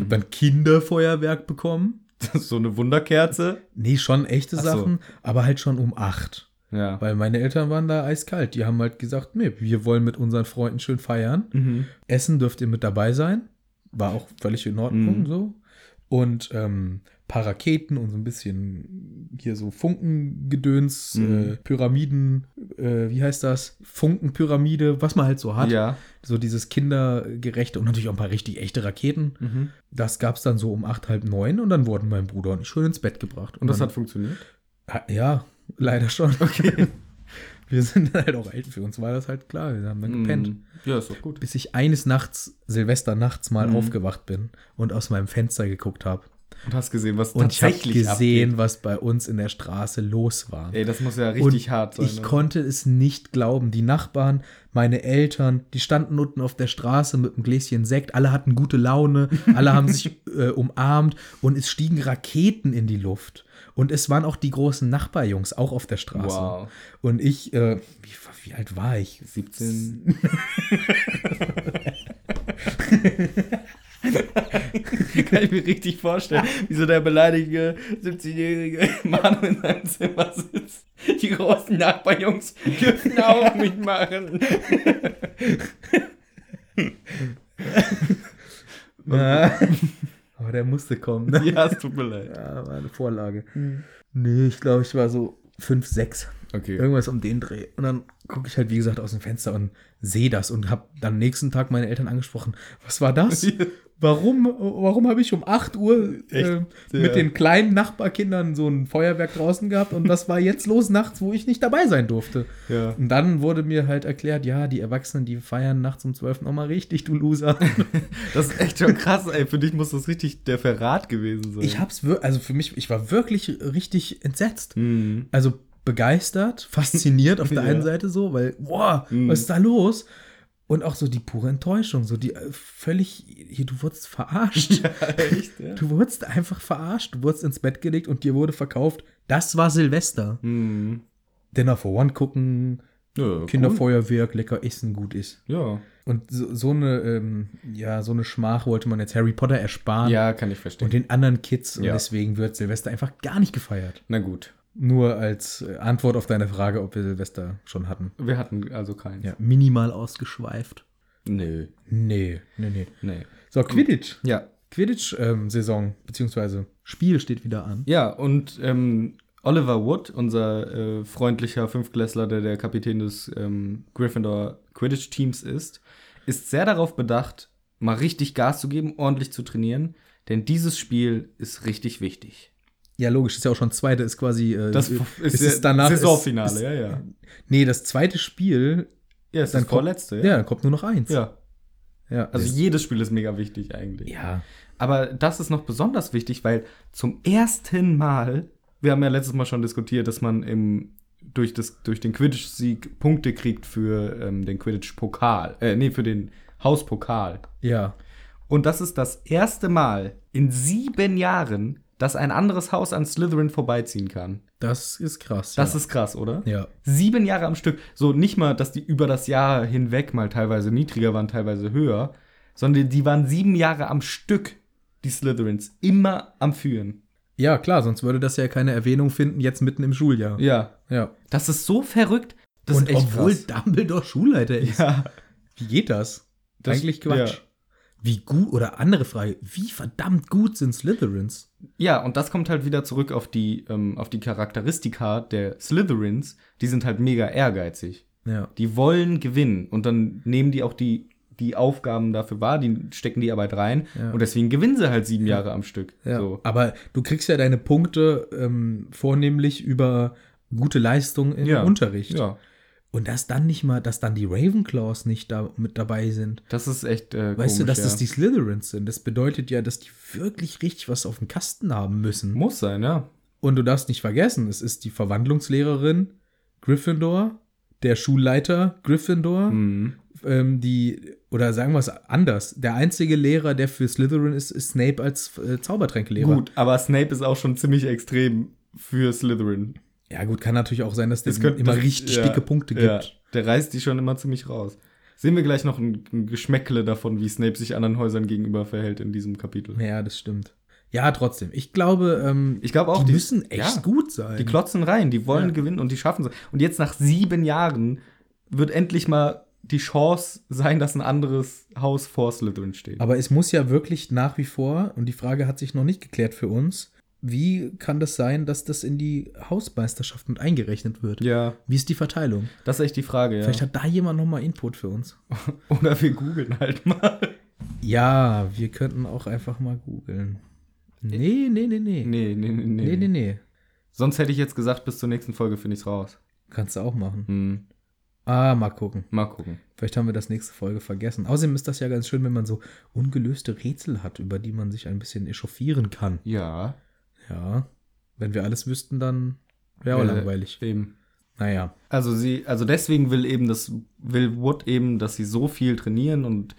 B: habe dann Kinderfeuerwerk bekommen.
A: so eine Wunderkerze.
B: Nee, schon echte
A: Ach so.
B: Sachen, aber halt schon um acht.
A: Ja.
B: Weil meine Eltern waren da eiskalt. Die haben halt gesagt, nee, wir wollen mit unseren Freunden schön feiern.
A: Mhm.
B: Essen dürft ihr mit dabei sein. War auch völlig in Ordnung
A: Mhm.
B: so. Und ähm, paar Raketen und so ein bisschen hier so Funkengedöns,
A: Mhm.
B: äh, Pyramiden, äh, wie heißt das? Funkenpyramide, was man halt so hat.
A: Ja.
B: So dieses kindergerechte und natürlich auch ein paar richtig echte Raketen.
A: Mhm.
B: Das gab es dann so um acht, halb neun und dann wurden mein Bruder und ich schön ins Bett gebracht.
A: Und das
B: dann,
A: hat funktioniert.
B: Ah, Ja, leider schon.
A: Okay.
B: Wir sind dann halt auch alt. Für uns war das halt klar. Wir haben dann gepennt.
A: Mhm. Ja, ist doch gut.
B: Bis ich eines Nachts, Silvesternachts mal
A: Mhm.
B: aufgewacht bin und aus meinem Fenster geguckt habe.
A: Und hast gesehen, was
B: Und ich habe
A: tatsächlich
B: gesehen,
A: abgeht.
B: was bei uns in der Straße los war.
A: Ey, das muss ja richtig
B: und
A: hart sein.
B: ich
A: ne?
B: konnte es nicht glauben. Die Nachbarn, meine Eltern, die standen unten auf der Straße mit einem Gläschen Sekt. Alle hatten gute Laune, alle haben sich äh, umarmt und es stiegen Raketen in die Luft. Und es waren auch die großen Nachbarjungs auch auf der Straße.
A: Wow.
B: Und ich, äh, wie, wie alt war ich?
A: 17. Kann ich mir richtig vorstellen, wie so der beleidigte 17-jährige Mann in seinem Zimmer sitzt. Die großen Nachbarjungs dürfen auch mitmachen.
B: Ja. Aber der musste kommen. Ne?
A: Ja, es tut mir leid.
B: Ja, war eine Vorlage. Nee, ich glaube, ich war so fünf, sechs.
A: Okay.
B: Irgendwas um den Dreh. Und dann gucke ich halt, wie gesagt, aus dem Fenster und sehe das und habe dann nächsten Tag meine Eltern angesprochen. Was war das? Warum, warum habe ich um 8 Uhr äh,
A: Echt? Ja.
B: mit den kleinen Nachbarkindern so ein Feuerwerk draußen gehabt und was war jetzt los nachts, wo ich nicht dabei sein durfte?
A: Ja.
B: Und dann wurde mir halt erklärt, ja, die Erwachsenen, die feiern nachts um 12 nochmal richtig, du Loser.
A: Das ist echt schon krass, ey. Für dich muss das richtig der Verrat gewesen sein.
B: Ich hab's wirklich, also für mich, ich war wirklich richtig entsetzt.
A: Mhm.
B: Also begeistert, fasziniert auf der
A: Ja.
B: einen Seite so, weil, boah,
A: Mhm.
B: was ist da los? Und auch so die pure Enttäuschung, so die äh, völlig, hier, du wurdest verarscht.
A: Echt, ja?
B: Du wurdest einfach verarscht, du wurdest ins Bett gelegt und dir wurde verkauft, das war Silvester.
A: Mhm.
B: Dinner for One gucken,
A: Ja, Oh, cool.
B: Kinderfeuerwerk, lecker essen, gut ist.
A: Ja.
B: Und so, so eine, ähm, ja, so eine Schmach wollte man jetzt Harry Potter ersparen
A: ja, kann ich verstehen.
B: und den anderen Kids. Und
A: Ja.
B: deswegen wird Silvester einfach gar nicht gefeiert.
A: Na gut.
B: Nur als äh, Antwort auf deine Frage, ob wir Silvester schon hatten.
A: Wir hatten also keins.
B: Ja, minimal ausgeschweift.
A: Nö.
B: Nee, nee, nee.
A: Nee.
B: So, Quidditch.
A: Ja.
B: Quidditch-Saison, beziehungsweise Spiel steht wieder an.
A: Ja, und ähm, Oliver Wood, unser äh, freundlicher Fünftklässler, der der Kapitän des ähm, Gryffindor Quidditch-Teams ist, ist sehr darauf bedacht, mal richtig Gas zu geben, ordentlich zu trainieren, denn dieses Spiel ist richtig wichtig.
B: Ja, logisch, ist ja auch schon zweite, ist quasi. Äh,
A: Das
B: ist,
A: ist
B: ist
A: ja
B: es danach.
A: Saisonfinale,
B: ist, ist,
A: ja, ja.
B: Nee, das zweite Spiel,
A: Ja, es
B: Dann
A: ist vorletzte,
B: ja, dann kommt nur noch eins.
A: Ja.
B: ja.
A: Also
B: das-
A: jedes Spiel ist mega wichtig eigentlich.
B: ja.
A: Aber das ist noch besonders wichtig, weil zum ersten Mal, wir haben ja letztes Mal schon diskutiert, dass man im, durch, das, durch den Quidditch-Sieg Punkte kriegt für ähm, den Quidditch-Pokal. Äh, nee, für den Hauspokal.
B: Ja.
A: Und das ist das erste Mal in sieben Jahren, dass ein anderes Haus an Slytherin vorbeiziehen kann.
B: Das ist krass.
A: Das
B: ja.
A: ist krass, oder?
B: Ja.
A: Sieben Jahre am Stück. So nicht mal, dass die über das Jahr hinweg mal teilweise niedriger waren, teilweise höher, sondern die waren sieben Jahre am Stück, die Slytherins, immer am Führen.
B: ja, klar, sonst würde das ja keine Erwähnung finden, jetzt mitten im Schuljahr.
A: Ja.
B: Ja.
A: Das ist so verrückt. Das
B: Und
A: ist echt
B: obwohl
A: krass.
B: Dumbledore Schulleiter ist.
A: Ja,
B: Wie geht das?
A: Das-
B: Eigentlich Quatsch.
A: ja.
B: Wie gut, oder andere Frage, wie verdammt gut sind Slytherins?
A: ja, und das kommt halt wieder zurück auf die, ähm, auf die Charakteristika der Slytherins. Die sind halt mega ehrgeizig.
B: Ja.
A: Die wollen gewinnen und dann nehmen die auch die, die Aufgaben dafür wahr, die stecken die Arbeit rein
B: Ja.
A: und deswegen gewinnen sie halt sieben Jahre am Stück.
B: ja.
A: So.
B: Aber du kriegst ja deine Punkte ähm, vornehmlich über gute Leistung im
A: Ja.
B: Unterricht.
A: ja.
B: Und dass dann nicht mal, dass dann die Ravenclaws nicht da mit dabei sind.
A: Das ist echt. Äh,
B: Weißt du,
A: komisch,
B: dass
A: ja.
B: das die Slytherins sind? Das bedeutet ja, dass die wirklich richtig was auf dem Kasten haben müssen.
A: Muss sein, ja.
B: Und du darfst nicht vergessen, es ist die Verwandlungslehrerin Gryffindor, der Schulleiter Gryffindor,
A: Mhm.
B: ähm, die, oder sagen wir es anders, der einzige Lehrer, der für Slytherin ist, ist Snape als äh, Zaubertränkelehrer.
A: Gut, aber Snape ist auch schon ziemlich extrem für Slytherin.
B: Ja, gut, kann natürlich auch sein, dass der
A: Das könnte-
B: immer
A: das-
B: richtig
A: ja,
B: dicke Punkte gibt.
A: Ja, der reißt die schon immer ziemlich raus. Sehen wir gleich noch ein, ein Geschmäckle davon, wie Snape sich anderen Häusern gegenüber verhält in diesem Kapitel.
B: Ja, das stimmt. Ja, trotzdem. Ich glaube, ähm,
A: Ich glaube auch,
B: die,
A: die-
B: müssen echt
A: ja.
B: gut sein.
A: Die klotzen rein, die wollen
B: Ja.
A: gewinnen und die schaffen es. Und jetzt nach sieben Jahren wird endlich mal die Chance sein, dass ein anderes Haus vor Slytherin steht.
B: Aber es muss ja wirklich nach wie vor, und die Frage hat sich noch nicht geklärt für uns, wie kann das sein, dass das in die Hausmeisterschaft mit eingerechnet wird?
A: ja,
B: Wie ist die Verteilung?
A: das ist echt die Frage, ja.
B: Vielleicht hat da jemand nochmal Input für uns.
A: Oder wir googeln halt mal.
B: Ja, wir könnten auch einfach mal googeln. Nee, nee, nee, nee.
A: Nee,
B: Nee,
A: nee, nee, nee.
B: nee, nee.
A: Sonst hätte ich jetzt gesagt, bis zur nächsten Folge finde ich's raus.
B: Kannst du auch machen.
A: Hm,
B: Ah, mal gucken.
A: mal gucken.
B: Vielleicht haben wir das nächste Folge vergessen. Außerdem ist das ja ganz schön, wenn man so ungelöste Rätsel hat, über die man sich ein bisschen echauffieren kann.
A: Ja.
B: Ja. Wenn wir alles wüssten, dann wäre auch
A: Äh,
B: langweilig.
A: Eben.
B: Naja.
A: Also sie, also deswegen will eben das, will Wood eben, dass sie so viel trainieren und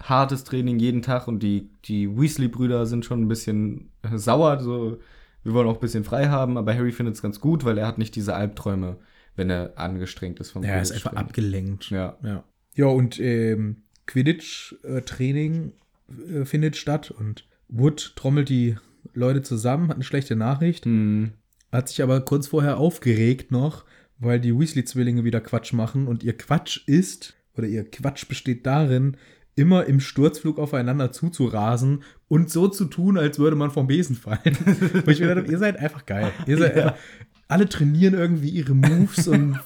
A: hartes Training jeden Tag und die, die Weasley-Brüder sind schon ein bisschen äh, sauer, so, Wir wollen auch ein bisschen frei haben, aber Harry findet es ganz gut, weil er hat nicht diese Albträume, wenn er angestrengt ist vom
B: Ja, er ist einfach
A: Quidditch-Spielen.
B: abgelenkt.
A: Ja.
B: Ja, ja und ähm, Quidditch-Training äh, findet statt und Wood trommelt die Leute zusammen, hat eine schlechte Nachricht,
A: Hm.
B: hat sich aber kurz vorher aufgeregt noch, weil die Weasley-Zwillinge wieder Quatsch machen und ihr Quatsch ist, oder ihr Quatsch besteht darin, immer im Sturzflug aufeinander zuzurasen und so zu tun, als würde man vom Besen fallen. Wo ich mir gedacht hab, ihr seid einfach geil. Ihr seid einfach, alle trainieren irgendwie ihre Moves und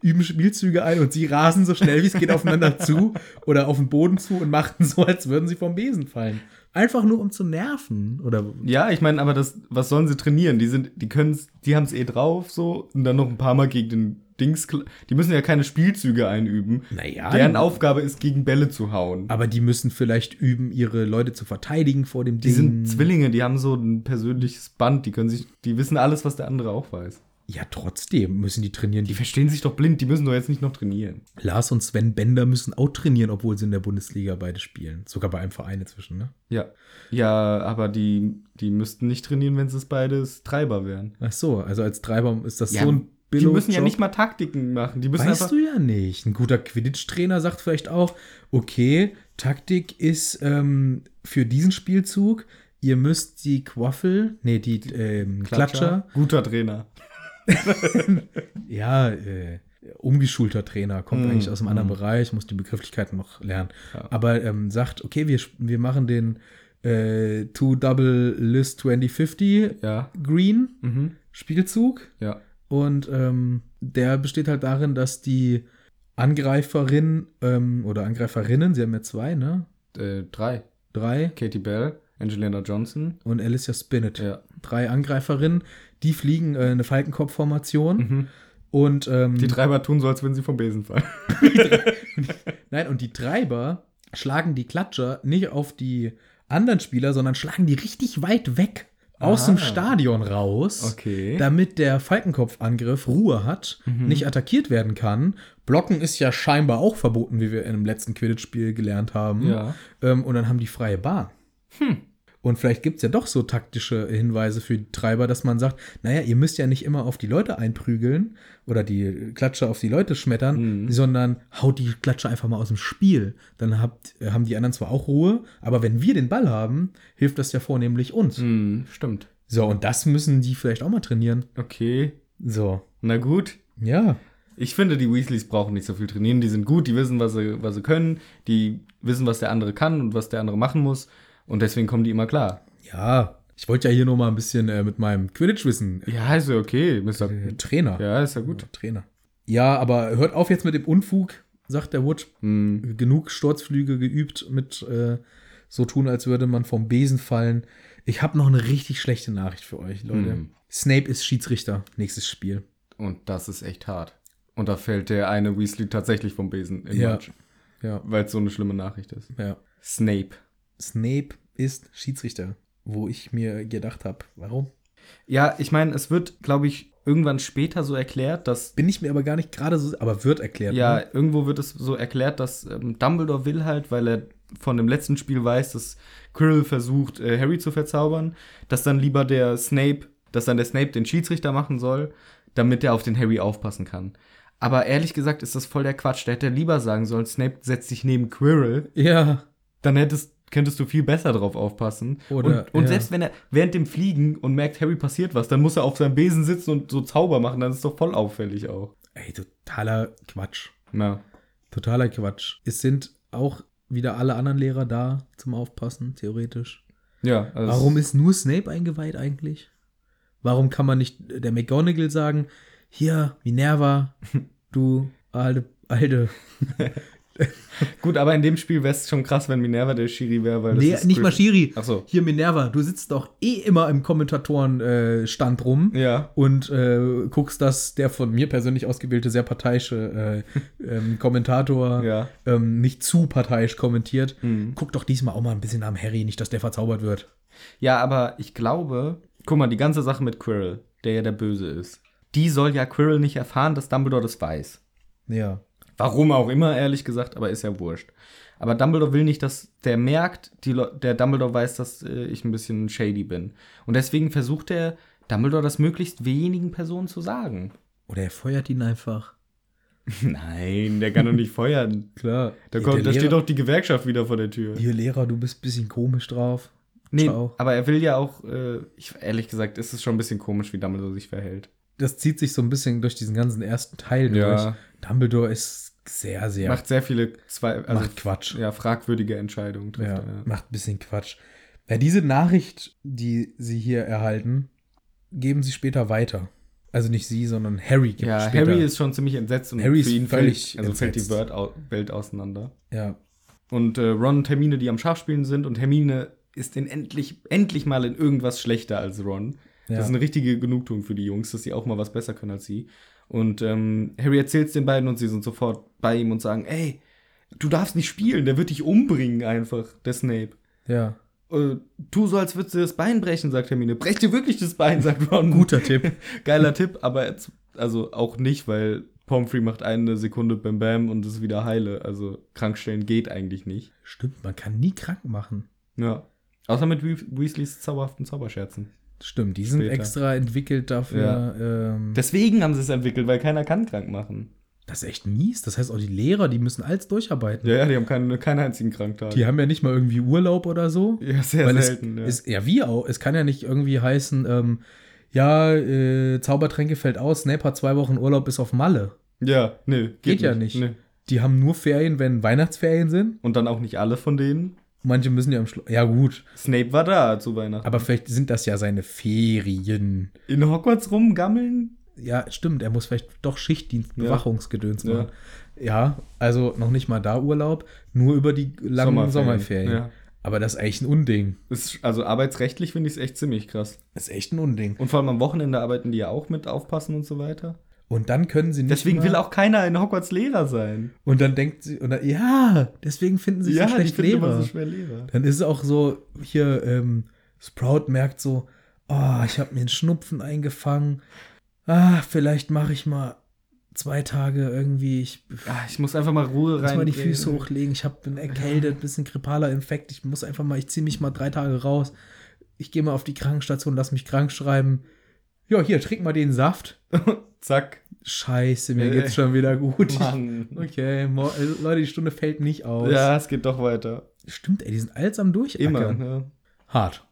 B: üben Spielzüge ein und sie rasen so schnell wie es geht aufeinander zu oder auf den Boden zu und machten so, als würden sie vom Besen fallen. Einfach nur um zu nerven oder
A: Ja, ich meine, aber das, was sollen sie trainieren? Die sind, die können's, die haben's eh drauf, so, und dann noch ein paar Mal gegen den Dings. kl- Die müssen ja keine Spielzüge einüben.
B: Naja.
A: Deren Aufgabe ist, gegen Bälle zu hauen.
B: Aber die müssen vielleicht üben, ihre Leute zu verteidigen vor dem
A: Die sind
B: Ding.
A: Zwillinge, die haben so ein persönliches Band, die können sich, die wissen alles, was der andere auch weiß.
B: Ja, trotzdem müssen die trainieren.
A: Die
B: Die
A: verstehen sich doch blind, die müssen doch jetzt nicht noch trainieren.
B: Lars und Sven Bender müssen auch trainieren, obwohl sie in der Bundesliga beide spielen. Sogar bei einem Verein inzwischen, ne?
A: Ja. Ja, aber die, die müssten nicht trainieren, wenn sie es beides Treiber wären.
B: Ach so, also als Treiber ist das
A: Ja,
B: so ein
A: Die müssen ja
B: Billo-Job.
A: nicht mal Taktiken machen, die müssen
B: Weißt
A: einfach.
B: du ja nicht. Ein guter Quidditch-Trainer sagt vielleicht auch, okay, Taktik ist ähm, für diesen Spielzug, ihr müsst die Quaffel, nee, die ähm, Klatscher,
A: Guter Trainer.
B: ja, äh, umgeschulter Trainer, kommt
A: Mm,
B: eigentlich aus einem anderen
A: mm.
B: Bereich, muss die Begrifflichkeiten noch lernen.
A: Ja.
B: Aber ähm, sagt, okay, wir, sp- wir machen den äh, Two Double List 2050
A: Ja.
B: Green
A: Mhm.
B: Spielzug
A: Ja.
B: und ähm, der besteht halt darin, dass die Angreiferin ähm, oder Angreiferinnen, sie haben ja zwei, ne?
A: Äh, drei.
B: Drei
A: Katie Bell, Angelina Johnson.
B: und Alicia Spinnet.
A: Ja.
B: Drei Angreiferinnen, die fliegen äh, eine Falkenkopfformation und ähm,
A: Mhm. Die Treiber tun so, als würden sie vom Besen fallen.
B: Nein, und die Treiber schlagen die Klatscher nicht auf die anderen Spieler, sondern schlagen die richtig weit weg aus
A: Ah.
B: dem Stadion raus,
A: Okay. Mhm.
B: damit der Falkenkopfangriff Ruhe hat, nicht attackiert werden kann. Blocken ist ja scheinbar auch verboten, wie wir in dem letzten Quidditch-Spiel gelernt haben.
A: Ja. Hm.
B: Ähm, und dann haben die freie Bahn. Und vielleicht gibt es ja doch so taktische Hinweise für die Treiber, dass man sagt, naja, ihr müsst ja nicht immer auf die Leute einprügeln oder die Klatsche auf die Leute schmettern,
A: Mhm.
B: sondern haut die Klatsche einfach mal aus dem Spiel. Dann habt, äh, haben die anderen zwar auch Ruhe, aber wenn wir den Ball haben, hilft das ja vornehmlich uns.
A: Hm, stimmt.
B: So, und das müssen die vielleicht auch mal trainieren.
A: Okay.
B: So,
A: Na gut.
B: ja.
A: Ich finde, die Weasleys brauchen nicht so viel trainieren. Die sind gut, die wissen, was sie, was sie können. Die wissen, was der andere kann und was der andere machen muss. Und deswegen kommen die immer klar.
B: Ja, ich wollte ja hier nur mal ein bisschen äh, mit meinem Quidditch-Wissen.
A: Ja, ist ja okay, Mr.
B: Äh, Trainer.
A: Ja, ist ja gut.
B: Guter Trainer. Ja, aber hört auf jetzt mit dem Unfug, sagt der Wood.
A: Hm.
B: genug Sturzflüge geübt mit äh, so tun, als würde man vom Besen fallen. Ich habe noch eine richtig schlechte Nachricht für euch, Leute.
A: Hm.
B: Snape ist Schiedsrichter. Nächstes Spiel.
A: Und das ist echt hart. Und da fällt der eine Weasley tatsächlich vom Besen im
B: Ja.
A: Matsch.
B: Ja,
A: Weil es so eine schlimme Nachricht ist.
B: ja.
A: Snape.
B: Snape ist Schiedsrichter. Wo ich mir gedacht habe, warum?
A: Ja, ich meine, es wird, glaube ich, irgendwann später so erklärt, dass.
B: Bin ich mir aber gar nicht gerade so. Aber wird erklärt.
A: Ja,
B: Ne?
A: irgendwo wird es so erklärt, dass ähm, Dumbledore will halt, weil er von dem letzten Spiel weiß, dass Quirrell versucht, äh, Harry zu verzaubern, dass dann lieber der Snape, dass dann der Snape den Schiedsrichter machen soll, damit er auf den Harry aufpassen kann. Aber ehrlich gesagt ist das voll der Quatsch. Der hätte lieber sagen sollen, Snape setzt sich neben Quirrell
B: ne? Ja.
A: dann hättest, könntest du viel besser drauf aufpassen.
B: Oder-
A: und und
B: ja.
A: selbst wenn er während dem Fliegen und merkt, Harry passiert was, dann muss er auf seinem Besen sitzen und so Zauber machen, dann ist es doch voll auffällig auch.
B: Ey, totaler Quatsch.
A: Na.
B: Totaler Quatsch. Es sind auch wieder alle anderen Lehrer da zum Aufpassen, theoretisch.
A: Ja, also
B: Warum ist nur Snape eingeweiht eigentlich? Warum kann man nicht der McGonagall sagen, hier, Minerva, du alte, alte.
A: gut, aber in dem Spiel wäre es schon krass, wenn Minerva der Schiri wäre, weil das
B: Nee,
A: ist
B: nicht mal
A: Gryff-
B: Shiri.
A: Ach so.
B: Hier, Minerva, du sitzt doch eh immer im Kommentatorenstand äh, Stand rum
A: Ja.
B: und äh, guckst, dass der von mir persönlich ausgewählte, sehr parteiische äh, ähm, Kommentator
A: Ja.
B: ähm, nicht zu parteiisch kommentiert.
A: Mhm.
B: Guck doch diesmal auch mal ein bisschen am Harry, nicht, dass der verzaubert wird.
A: Ja, aber ich glaube, guck mal, die ganze Sache mit Quirrell, der ja der Böse ist. Die soll ja Quirrell nicht erfahren, dass Dumbledore das weiß.
B: Ja.
A: Warum auch immer, ehrlich gesagt, aber ist ja wurscht. Aber Dumbledore will nicht, dass der merkt, die Le der Dumbledore weiß, dass äh, ich ein bisschen shady bin. Und deswegen versucht er, Dumbledore das möglichst wenigen Personen zu sagen.
B: Oder er feuert ihn einfach.
A: Nein, der kann doch nicht feuern.
B: Klar.
A: Da,
B: Ihr,
A: kommt,
B: der
A: da steht
B: Lehrer-
A: doch die Gewerkschaft wieder vor der Tür.
B: Ihr Lehrer, du bist ein bisschen komisch drauf.
A: Nee,
B: Ciao.
A: aber er will ja auch, äh, ich, ehrlich gesagt, ist es schon ein bisschen komisch, wie Dumbledore sich verhält.
B: Das zieht sich so ein bisschen durch diesen ganzen ersten Teil durch.
A: Ja.
B: Dumbledore ist sehr, sehr.
A: Macht sehr viele zwei, also,
B: macht Quatsch.
A: ja, fragwürdige Entscheidungen. Trifft,
B: Ja,
A: er, ja.
B: macht ein bisschen Quatsch. Ja, diese Nachricht, die sie hier erhalten, geben sie später weiter. Also nicht sie, sondern Harry gibt
A: Ja,
B: später.
A: Harry ist schon ziemlich entsetzt und
B: Harry ist
A: für ihn
B: völlig
A: fällt, also fällt die
B: entsetzt.
A: Welt, au Welt auseinander.
B: ja,
A: Und äh, Ron und Hermine, die am Schachspielen sind und Hermine ist in endlich, endlich mal in irgendwas schlechter als Ron.
B: ja.
A: Das ist eine richtige Genugtuung für die Jungs, dass sie auch mal was besser können als sie. Und ähm, Harry erzählt es den beiden und sie sind sofort bei ihm und sagen, ey, du darfst nicht spielen, der wird dich umbringen einfach, der Snape.
B: ja.
A: Äh, tu so, als würdest du das Bein brechen, sagt Hermine. Brech dir wirklich das Bein, sagt Ron.
B: Guter Tipp.
A: Geiler Tipp, aber jetzt, also auch nicht, weil Pomfrey macht eine Sekunde Bam Bam und ist wieder heile. Also Krankstellen geht eigentlich nicht.
B: Stimmt, man kann nie krank machen.
A: Ja. Außer mit Wee- Weasleys zauberhaften Zauberscherzen.
B: Stimmt, die sind
A: Später.
B: extra entwickelt dafür. Ähm,
A: Deswegen haben sie es entwickelt, weil keiner kann krank machen.
B: das ist echt mies. Das heißt, auch die Lehrer, die müssen alles durcharbeiten.
A: Ja, ja, die haben keine, keinen einzigen Kranktag.
B: Die haben ja nicht mal irgendwie Urlaub oder so.
A: ja, sehr
B: Weil
A: selten.
B: es,
A: ja.
B: Ist, ja, wie auch. Es kann ja nicht irgendwie heißen, ähm, ja, äh, Zaubertränke fällt aus, Snape hat zwei Wochen Urlaub, ist auf Malle.
A: ja, nee, geht,
B: Geht
A: nicht.
B: ja nicht. Die haben nur Ferien, wenn Weihnachtsferien sind.
A: Und dann auch nicht alle von denen.
B: Manche müssen ja im Schloss. Ja, gut.
A: Snape war da zu Weihnachten.
B: Aber vielleicht sind das ja seine Ferien.
A: In Hogwarts rumgammeln?
B: Ja, stimmt. Er muss vielleicht doch Schichtdienst,
A: Ja.
B: Bewachungsgedöns
A: Ja.
B: machen. Ja. also noch nicht mal da Urlaub, nur über die langen Sommerferien.
A: Ja.
B: Aber das ist echt ein Unding.
A: Ist, also arbeitsrechtlich finde ich es echt ziemlich krass.
B: Das ist echt ein Unding.
A: Und vor allem am Wochenende arbeiten die ja auch mit aufpassen und so weiter.
B: Und dann können sie nicht.
A: Deswegen
B: mal-
A: will auch keiner in Hogwarts Lehrer sein.
B: Und dann denkt sie, und dann, ja, deswegen finden sie so schlecht
A: findet
B: Lehrer.
A: so schwer Lehrer.
B: Dann ist es auch so, hier, ähm, Sprout merkt so, oh, ich habe mir einen Schnupfen eingefangen. Ah, vielleicht mache ich mal zwei Tage irgendwie, ich
A: Ah, ich muss einfach mal Ruhe
B: muss
A: rein.
B: mal die Füße hochlegen, ich hab, bin erkältet, bisschen grippaler Infekt, ich muss einfach mal, ich ziehe mich mal drei Tage raus. Ich gehe mal auf die Krankenstation, lass mich krank schreiben. Ja, hier, trink mal den Saft.
A: Zack.
B: Scheiße, mir
A: Äh,
B: geht's schon wieder gut.
A: Mann.
B: Okay, mo- äh, Leute, die Stunde fällt nicht aus.
A: Ja, es geht doch weiter.
B: Stimmt, ey, die sind alles am Durchackern.
A: Immer. Ja.
B: Hart.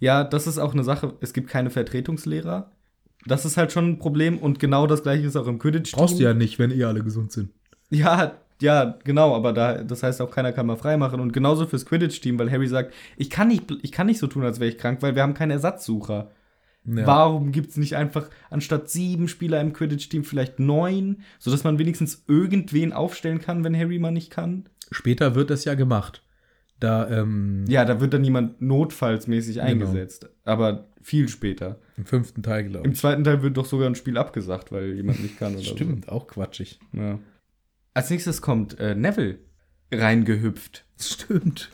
A: ja, das ist auch eine Sache. Es gibt keine Vertretungslehrer. Das ist halt schon ein Problem. Und genau das gleiche ist auch im Quidditch.
B: Brauchst du ja nicht, wenn eh alle gesund sind.
A: Ja, ja, genau, aber da, das heißt auch, keiner kann mal freimachen. Und genauso fürs Quidditch-Team, weil Harry sagt, ich kann nicht, ich kann nicht so tun, als wäre ich krank, weil wir haben keinen Ersatzsucher.
B: Ja.
A: Warum gibt es nicht einfach anstatt sieben Spieler im Quidditch-Team vielleicht neun, sodass man wenigstens irgendwen aufstellen kann, wenn Harry mal nicht kann?
B: Später wird das ja gemacht. Da, ähm,
A: Ja, da wird dann jemand
B: Genau.
A: notfallsmäßig eingesetzt, aber viel später.
B: im fünften Teil, glaube
A: Im zweiten Teil wird doch sogar ein Spiel abgesagt, weil jemand nicht kann oder
B: ich. Stimmt, auch quatschig.
A: so. Ja. Als nächstes kommt äh, Neville reingehüpft.
B: Stimmt.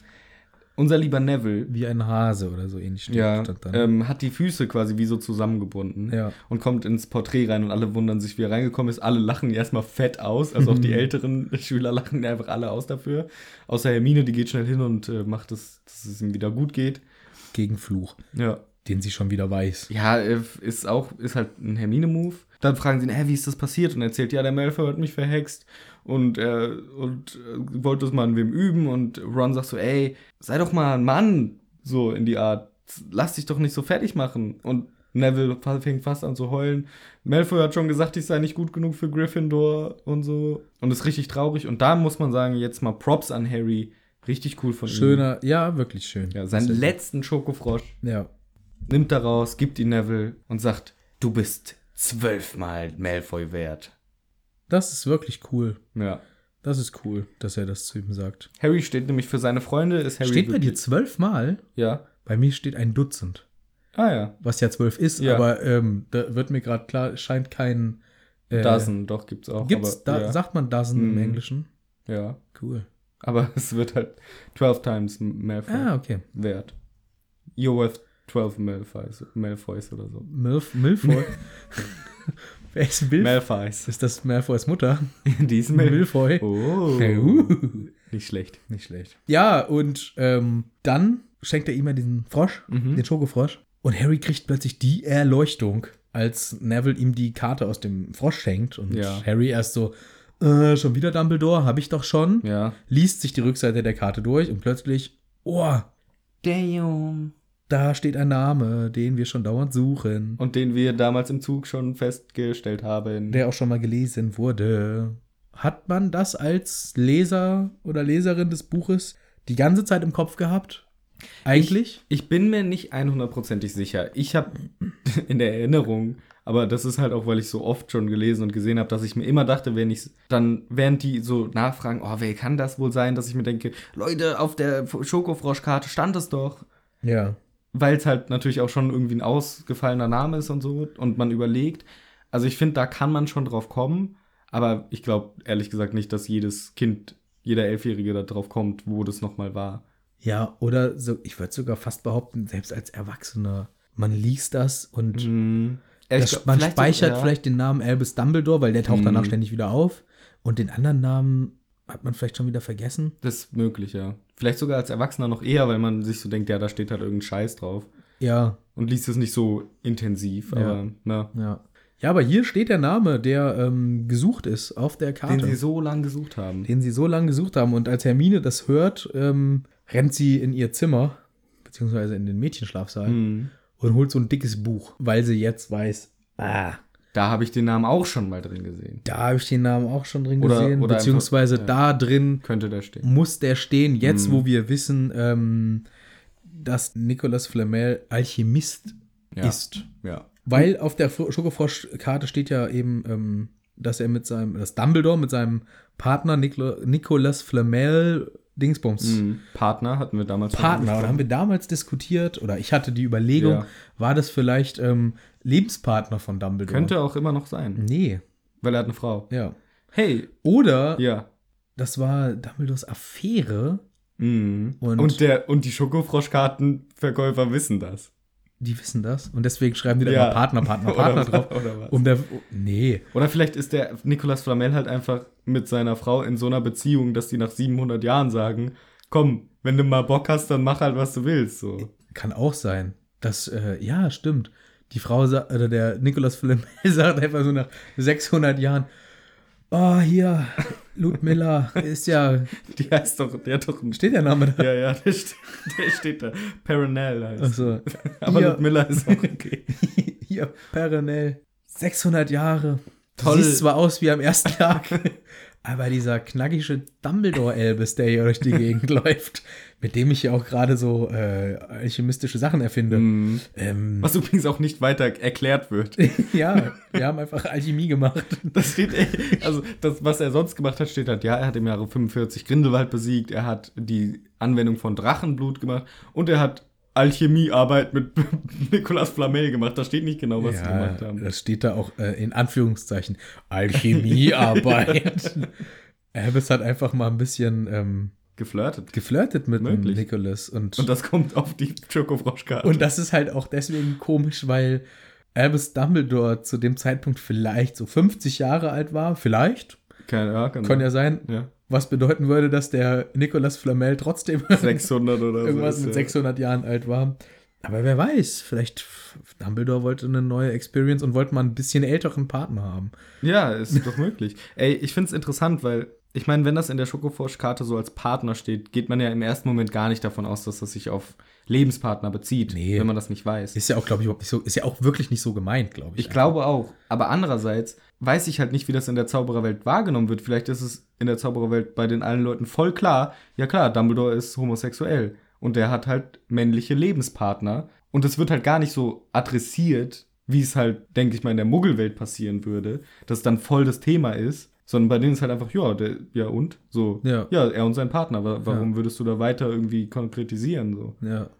A: Unser lieber Neville
B: Wie ein Hase oder so ähnlich. steht-
A: Ja,
B: stand dann.
A: ähm, hat die Füße quasi wie so zusammengebunden
B: Ja.
A: und kommt ins Porträt rein und alle wundern sich, wie er reingekommen ist. Alle lachen erstmal fett aus, also auch die älteren Schüler lachen einfach alle aus dafür. Außer Hermine, die geht schnell hin und äh, macht es, dass es ihm wieder gut geht.
B: Gegen Fluch,
A: Ja,
B: den sie schon wieder weiß.
A: ja äh, ist auch, ist halt ein Hermine-Move. Dann fragen sie ihn, hä, wie ist das passiert? Und er erzählt, ja, der Malfoy hat mich verhext und, äh, und äh, wollte es mal an wem üben. Und Ron sagt so, ey, sei doch mal ein Mann, so in die Art. Lass dich doch nicht so fertig machen. Und Neville fa- fing fast an zu heulen. Malfoy hat schon gesagt, ich sei nicht gut genug für Gryffindor und so. Und ist richtig traurig. Und da muss man sagen, jetzt mal Props an Harry. Richtig cool von ihm.
B: Schöner, ja, wirklich schön.
A: Ja, seinen
B: Sehr-
A: letzten Schokofrosch
B: Ja.
A: nimmt daraus, gibt ihn Neville und sagt, du bist zwölfmal Malfoy wert.
B: Das ist wirklich cool.
A: Ja.
B: Das ist cool, dass er das zu ihm sagt.
A: Harry steht nämlich für seine Freunde, ist Harry.
B: steht bei dir
A: wirklich-
B: zwölfmal?
A: Ja.
B: Bei mir steht ein Dutzend.
A: Ah ja.
B: Was ja zwölf ist,
A: Ja.
B: aber ähm, da wird mir gerade klar, scheint kein. äh,
A: Dozen, doch, gibt's auch.
B: Gibt's, da,
A: aber, ja.
B: sagt man Dozen im
A: Mhm.
B: Englischen?
A: ja.
B: Cool.
A: Aber es wird halt 12 times Malfoy
B: Ah, okay.
A: wert. You're worth 12 Malfoys, Malfoys oder so.
B: Milf, Milfoy. Wer ist Milf?
A: Malfoys.
B: ist das Malfoys Mutter?
A: Die ist Mal
B: Milfoy.
A: Oh.
B: Hey, uh.
A: Nicht schlecht. Mhm.
B: Nicht schlecht. Ja, und ähm, dann schenkt er ihm ja diesen Frosch, den Schokofrosch. Und Harry kriegt plötzlich die Erleuchtung, als Neville ihm die Karte aus dem Frosch schenkt und
A: Ja.
B: Harry erst so, äh, schon wieder Dumbledore, habe ich doch schon.
A: Ja.
B: Liest sich die Rückseite der Karte durch und plötzlich, oh,
A: Damn.
B: da steht ein Name, den wir schon dauernd suchen,
A: Und den wir damals im Zug schon festgestellt haben.
B: der auch schon mal gelesen wurde. Hat man das als Leser oder Leserin des Buches die ganze Zeit im Kopf gehabt? Eigentlich?
A: Ich bin mir nicht 100%ig sicher. Ich habe in der Erinnerung, aber das ist halt auch, weil ich so oft schon gelesen und gesehen habe, dass ich mir immer dachte, wenn ich dann, während die so nachfragen, oh, wer kann das wohl sein, dass ich mir denke, Leute, auf der Schokofroschkarte stand es doch.
B: ja.
A: Weil es halt natürlich auch schon irgendwie ein ausgefallener Name ist und so und man überlegt. Also ich finde, da kann man schon drauf kommen, aber ich glaube ehrlich gesagt nicht, dass jedes Kind, jeder Elfjährige da drauf kommt, wo das nochmal war.
B: Ja, oder so, ich würde sogar fast behaupten, selbst als Erwachsener, man liest das und
A: Ja, Mhm. ich
B: Mhm. das,
A: glaub,
B: man
A: vielleicht so-
B: speichert
A: ja.
B: vielleicht den Namen Albus Dumbledore, weil der taucht
A: Mhm.
B: danach ständig wieder auf. Und den anderen Namen hat man vielleicht schon wieder vergessen.
A: Das ist möglich, ja. Vielleicht sogar als Erwachsener noch eher, weil man sich so denkt, ja, da steht halt irgendein Scheiß drauf.
B: Ja,
A: Und liest es nicht so intensiv,
B: Ja.
A: aber na.
B: ja. Ja, aber hier steht der Name, der ähm, gesucht ist auf der Karte.
A: Den sie so lange gesucht haben.
B: den sie so lange gesucht haben. Und als Hermine das hört, ähm, rennt sie in ihr Zimmer, beziehungsweise in den Mädchenschlafsaal
A: Hm.
B: und holt so ein dickes Buch, weil sie jetzt weiß, ah,
A: Da habe ich den Namen auch schon mal drin gesehen.
B: da habe ich den Namen auch schon drin
A: Oder-
B: gesehen,
A: oder
B: beziehungsweise
A: einfach-
B: da drin
A: Könnte da stehen.
B: muss der stehen, jetzt
A: Mhm.
B: wo wir wissen, ähm, dass Nicolas Flamel Alchemist
A: Ja.
B: ist.
A: Ja.
B: Weil auf der Fr- Schokofrosch-Karte steht ja eben, ähm, dass er mit seinem, dass Dumbledore mit seinem Partner Nicolo, Nicolas Flamel Dingsbums
A: Hm. Partner hatten wir damals. schon
B: Partner, oder
A: angesprochen.
B: haben wir damals diskutiert, oder ich hatte die Überlegung,
A: Ja.
B: war das vielleicht ähm, Lebenspartner von Dumbledore?
A: Könnte auch immer noch sein,
B: Nee,
A: weil er hat eine Frau.
B: ja.
A: Hey,
B: Oder
A: ja.
B: das war Dumbledores Affäre,
A: Mhm.
B: Und-
A: Und, der, und die Schokofroschkartenverkäufer wissen das.
B: die wissen das und deswegen schreiben die da
A: Ja.
B: immer Partner, Partner, Partner
A: oder,
B: drauf.
A: Oder was?
B: Um der, nee,
A: Oder vielleicht ist der Nicolas Flamel halt einfach mit seiner Frau in so einer Beziehung, dass die nach 700 Jahren sagen, komm, wenn du mal Bock hast, dann mach halt, was du willst. So.
B: kann auch sein. Das, äh, ja, stimmt. Die Frau sa- oder der Nicolas Flamel sagt einfach so nach 600 Jahren, oh, hier, Ludmilla, ist ja,
A: Die heißt doch, der hat doch ein
B: steht der Name da?
A: Ja, ja, der steht, der steht da. Perenelle heißt.
B: Also,
A: Aber
B: hier-
A: Ludmilla ist auch okay.
B: Hier, Perenel. 600 Jahre.
A: Toll.
B: Toll. Sieht zwar aus wie am ersten Tag, aber dieser knackige Dumbledore-Elbis, der hier durch die Gegend läuft, mit dem ich ja auch gerade so äh, alchemistische Sachen erfinde.
A: Mhm.
B: Ähm,
A: Was übrigens auch nicht weiter erklärt wird.
B: ja, wir haben einfach Alchemie gemacht.
A: Das steht echt, also das, was er sonst gemacht hat, steht halt, ja, er hat im Jahre 45 Grindelwald besiegt, er hat die Anwendung von Drachenblut gemacht und er hat Alchemiearbeit mit Nicolas Flamel gemacht. Da steht nicht genau, was sie
B: Ja,
A: gemacht haben.
B: das steht da auch äh, in Anführungszeichen Alchemiearbeit. Elvis hat einfach mal ein bisschen ähm,
A: Geflirtet.
B: geflirtet mit dem
A: Möglich.
B: Nicholas und
A: Und das kommt auf die Schokofroschkarte.
B: Und das ist halt auch deswegen komisch, weil Albus Dumbledore zu dem Zeitpunkt vielleicht so 50 Jahre alt war. Vielleicht.
A: Keine, ja, genau.
B: Kann ja sein.
A: ja.
B: Was bedeuten würde, dass der Nicolas Flamel trotzdem
A: 600 oder so.
B: irgendwas
A: ist,
B: mit
A: ja.
B: 600 Jahren alt war. Aber wer weiß, vielleicht f- Dumbledore wollte eine neue Experience und wollte mal ein bisschen älteren Partner haben.
A: Ja, ist doch möglich. Ey, ich find's interessant, weil ich meine, wenn das in der Schokoforsch-Karte so als Partner steht, geht man ja im ersten Moment gar nicht davon aus, dass das sich auf Lebenspartner bezieht,
B: Nee.
A: wenn man das nicht weiß.
B: Ist ja auch, glaube ich, überhaupt nicht so, ist ja auch wirklich nicht so gemeint, glaube ich.
A: Ich glaube auch. Aber andererseits weiß ich halt nicht, wie das in der Zaubererwelt wahrgenommen wird. Vielleicht ist es in der Zaubererwelt bei den allen Leuten voll klar. Ja klar, Dumbledore ist homosexuell und der hat halt männliche Lebenspartner. Und es wird halt gar nicht so adressiert, wie es halt, denke ich mal, in der Muggelwelt passieren würde, dass dann voll das Thema ist. Sondern bei denen ist halt einfach, ja, der, ja und? So.
B: Ja.
A: ja, er und sein Partner. Wa- Warum
B: Ja.
A: würdest du da weiter irgendwie konkretisieren? So?
B: Ja.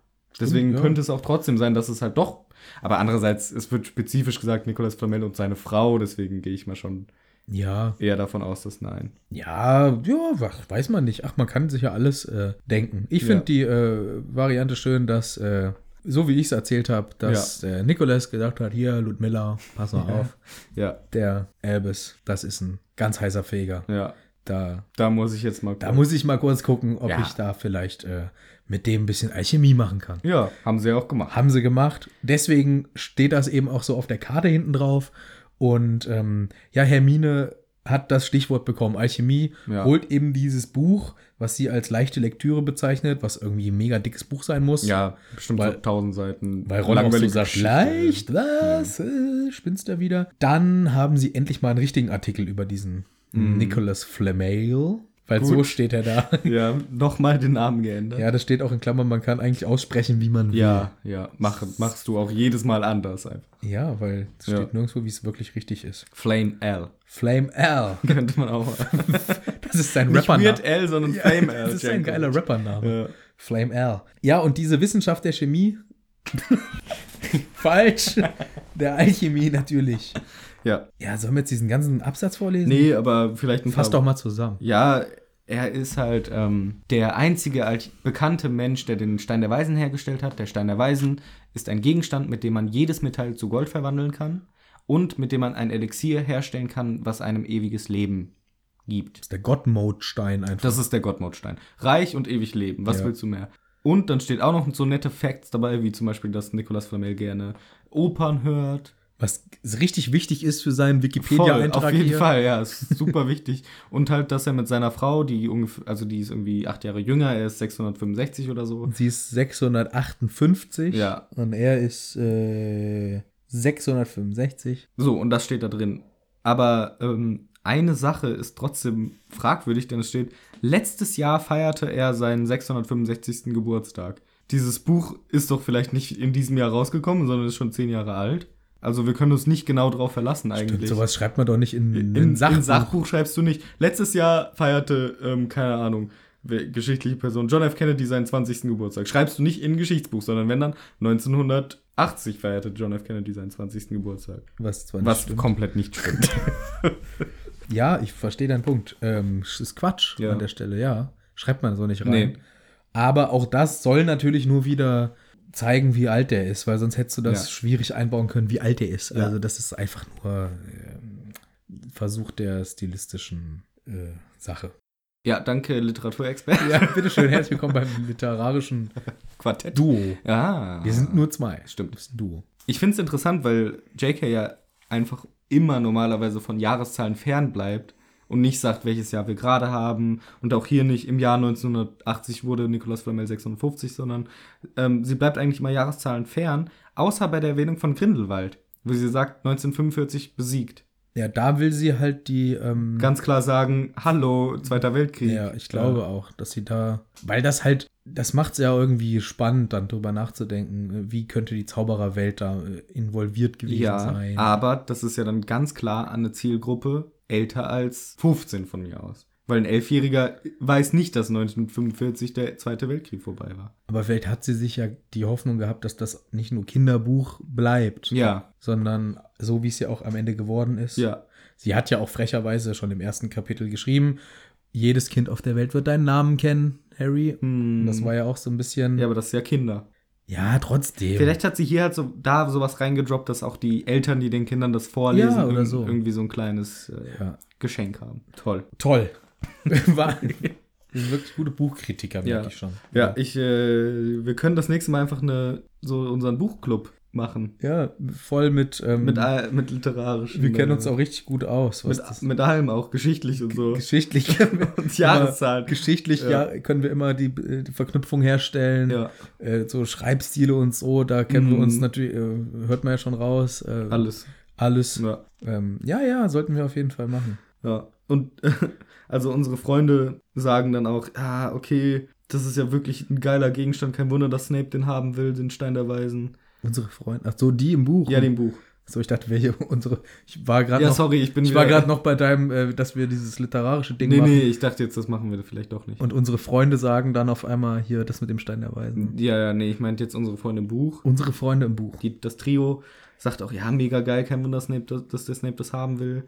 A: Deswegen
B: Stimmt, ja.
A: könnte es auch trotzdem sein, dass es halt doch. Aber andererseits, es wird spezifisch gesagt, Nicolas Flamel und seine Frau. Deswegen gehe ich mal schon
B: Ja.
A: eher davon aus, dass nein.
B: Ja, ja, ach, weiß man nicht. Ach, man kann sich ja alles äh, denken. Ich finde
A: Ja.
B: die äh, Variante schön, dass, äh, so wie ich es erzählt habe, dass äh, Nicolas gedacht hat, hier, Ludmilla, pass mal auf.
A: Ja,
B: Der Elbis, das ist ein ganz heißer Feger.
A: ja.
B: Da,
A: Da muss ich jetzt mal
B: da muss ich mal kurz gucken, ob
A: Ja.
B: ich da vielleicht äh, mit dem ein bisschen Alchemie machen kann.
A: Ja, haben sie ja auch gemacht.
B: Haben sie gemacht. Deswegen steht das eben auch so auf der Karte hinten drauf. Und ähm, ja, Hermine hat das Stichwort bekommen, Alchemie,
A: Ja.
B: holt eben dieses Buch, was sie als leichte Lektüre bezeichnet, was irgendwie ein mega dickes Buch sein muss.
A: Ja, bestimmt
B: Weil-
A: so 1000 Seiten.
B: Weil Ron auch so
A: langweilige
B: sagt,
A: Geschichte. Mhm.
B: leicht, was? Äh, spinnst du wieder? Dann haben sie endlich mal einen richtigen Artikel über diesen Nicholas Flamel, weil so
A: Mhm. Gut.
B: steht er da.
A: Ja, nochmal den Namen geändert.
B: ja, das steht auch in Klammern, man kann eigentlich aussprechen, wie man will.
A: ja, ja. Mach, machst du auch jedes Mal anders einfach.
B: Ja, weil es
A: Ja.
B: steht nirgendwo, wie es wirklich richtig ist.
A: Flame L.
B: Flame L.
A: Könnte man auch mal.
B: Das ist sein
A: Nicht
B: Rappername.
A: Weird L, sondern Flame L.
B: ne? Das ist ein geiler Rappername.
A: Ja.
B: Flame L. Ja, und diese Wissenschaft der Chemie. Falsch. Der Alchemie natürlich.
A: ja.
B: Ja, sollen wir jetzt diesen ganzen Absatz vorlesen?
A: Nee, aber vielleicht ein
B: Fass
A: paar.
B: doch mal zusammen.
A: Ja, er ist halt ähm, der einzige alt bekannte Mensch, der den Stein der Weisen hergestellt hat. Der Stein der Weisen ist ein Gegenstand, mit dem man jedes Metall zu Gold verwandeln kann und mit dem man ein Elixier herstellen kann, was einem ewiges Leben gibt.
B: ist der Gottmode-Stein einfach.
A: Das ist der Gottmordstein. Reich und ewig leben. Was
B: Ja.
A: willst du mehr? Und dann steht auch noch so nette Facts dabei, wie zum Beispiel, dass Nicolas Flamel gerne Opern hört.
B: Was richtig wichtig ist für seinen
A: Voll,
B: Wikipedia-Eintrag
A: auf jeden
B: hier.
A: Fall, ja, ist super wichtig. Und halt, dass er mit seiner Frau, die ungefähr, also die ist irgendwie acht Jahre jünger, er ist 665 oder so.
B: Sie ist 658
A: Ja.
B: und er ist äh, 665.
A: So, und das steht da drin. Aber ähm, eine Sache ist trotzdem fragwürdig, denn es steht, letztes Jahr feierte er seinen 665. Geburtstag. Dieses Buch ist doch vielleicht nicht in diesem Jahr rausgekommen, sondern ist schon zehn Jahre alt. Also wir können uns nicht genau drauf verlassen eigentlich.
B: Sowas schreibt man doch nicht in,
A: In,
B: in,
A: in,
B: Sachbuch.
A: Sachbuch schreibst du nicht. Letztes Jahr feierte, ähm, keine Ahnung, wer- geschichtliche Person, John F. Kennedy seinen 20. Geburtstag. Schreibst du nicht in Geschichtsbuch, sondern wenn dann 1980 feierte John F. Kennedy seinen 20. Geburtstag.
B: Was zwar nicht
A: Was
B: stimmt.
A: komplett nicht stimmt.
B: Ja, ich verstehe deinen Punkt. Ähm, sch- ist Quatsch
A: Ja.
B: an der Stelle, ja. Schreibt man so nicht rein.
A: Nee.
B: Aber auch das soll natürlich nur wieder zeigen, wie alt der ist, weil sonst hättest du das
A: Ja.
B: schwierig einbauen können, wie alt der ist.
A: Ja.
B: Also das ist einfach nur ähm, Versuch der stilistischen äh, Sache.
A: ja, danke, Literaturexperte.
B: Ja, bitteschön, herzlich willkommen beim literarischen
A: Quartett.
B: Duo.
A: Ah.
B: Wir sind nur zwei.
A: Stimmt.
B: Das ist ein Duo.
A: Ich finde es interessant, weil JK ja einfach immer normalerweise von Jahreszahlen fernbleibt und nicht sagt, welches Jahr wir gerade haben. Und auch hier nicht im Jahr 1980 wurde Nikolaus Flamel 56, sondern ähm, sie bleibt eigentlich immer Jahreszahlen fern, außer bei der Erwähnung von Grindelwald, wo sie sagt, 1945 besiegt.
B: Ja, da will sie halt die. Ähm,
A: Ganz klar sagen, hallo, Zweiter Weltkrieg.
B: ja, ich glaube auch, dass sie da. Weil das halt. Das macht es ja irgendwie spannend, dann drüber nachzudenken, äh, wie könnte die Zaubererwelt da äh, involviert gewesen
A: Ja, ah.
B: sein.
A: aber das ist ja dann ganz klar an eine Zielgruppe älter als 15 von mir aus. Weil ein Elfjähriger weiß nicht, dass 1945 der Zweite Weltkrieg vorbei war.
B: Aber vielleicht hat sie sich ja die Hoffnung gehabt, dass das nicht nur Kinderbuch bleibt,
A: Ja,
B: sondern so wie es ja auch am Ende geworden ist.
A: ja,
B: Sie hat ja auch frecherweise schon im ersten Kapitel geschrieben, jedes Kind auf der Welt wird deinen Namen kennen, Harry.
A: Hm.
B: Das war ja auch so ein bisschen.
A: ja, aber das ist ja Kinder.
B: Ja, trotzdem.
A: Vielleicht hat sie hier halt so da sowas reingedroppt, dass auch die Eltern, die den Kindern das vorlesen,
B: Ja, oder
A: irg-
B: so.
A: irgendwie so ein kleines äh,
B: Ja.
A: Geschenk haben. Toll.
B: Toll. War wirklich gute Buchkritiker, merke
A: Ja.
B: ich schon.
A: Ja, ich, äh, wir können das nächste Mal einfach eine, so unseren Buchclub machen.
B: Ja, voll mit. Ähm,
A: Mit, all- mit literarischen.
B: wir kennen uns
A: äh,
B: auch richtig gut aus, was das
A: Mit, mit allem auch, geschichtlich und so.
B: geschichtlich.
A: Und Jahreszahlen.
B: Geschichtlich ja.
A: Ja.
B: können wir immer die, äh, die Verknüpfung herstellen,
A: Ja,
B: äh, so Schreibstile und so, da kennen wir
A: Mhm.
B: uns natürlich, äh, hört man ja schon raus. Äh,
A: alles.
B: Alles.
A: Ja.
B: Ähm, ja, ja, sollten wir auf jeden Fall machen.
A: ja. Und also unsere Freunde sagen dann auch, ah, okay, das ist ja wirklich ein geiler Gegenstand. Kein Wunder, dass Snape den haben will, den Stein der Weisen.
B: Unsere Freunde, ach so, die im Buch.
A: Ja, den Buch.
B: So, ich dachte, welche unsere, ich war gerade
A: Ja,
B: noch,
A: sorry, ich bin
B: ich war
A: wieder-
B: gerade noch bei deinem, äh, dass wir dieses literarische Ding
A: Nee,
B: machen.
A: nee, ich dachte jetzt, das machen wir vielleicht doch nicht.
B: Und unsere Freunde sagen dann auf einmal hier das mit dem Stein der Weisen.
A: ja, ja, nee, ich meinte jetzt unsere Freunde im Buch.
B: Unsere Freunde im Buch.
A: Die, das Trio sagt auch, ja, mega geil, kein Wunder, Snape, dass, dass der Snape das haben will.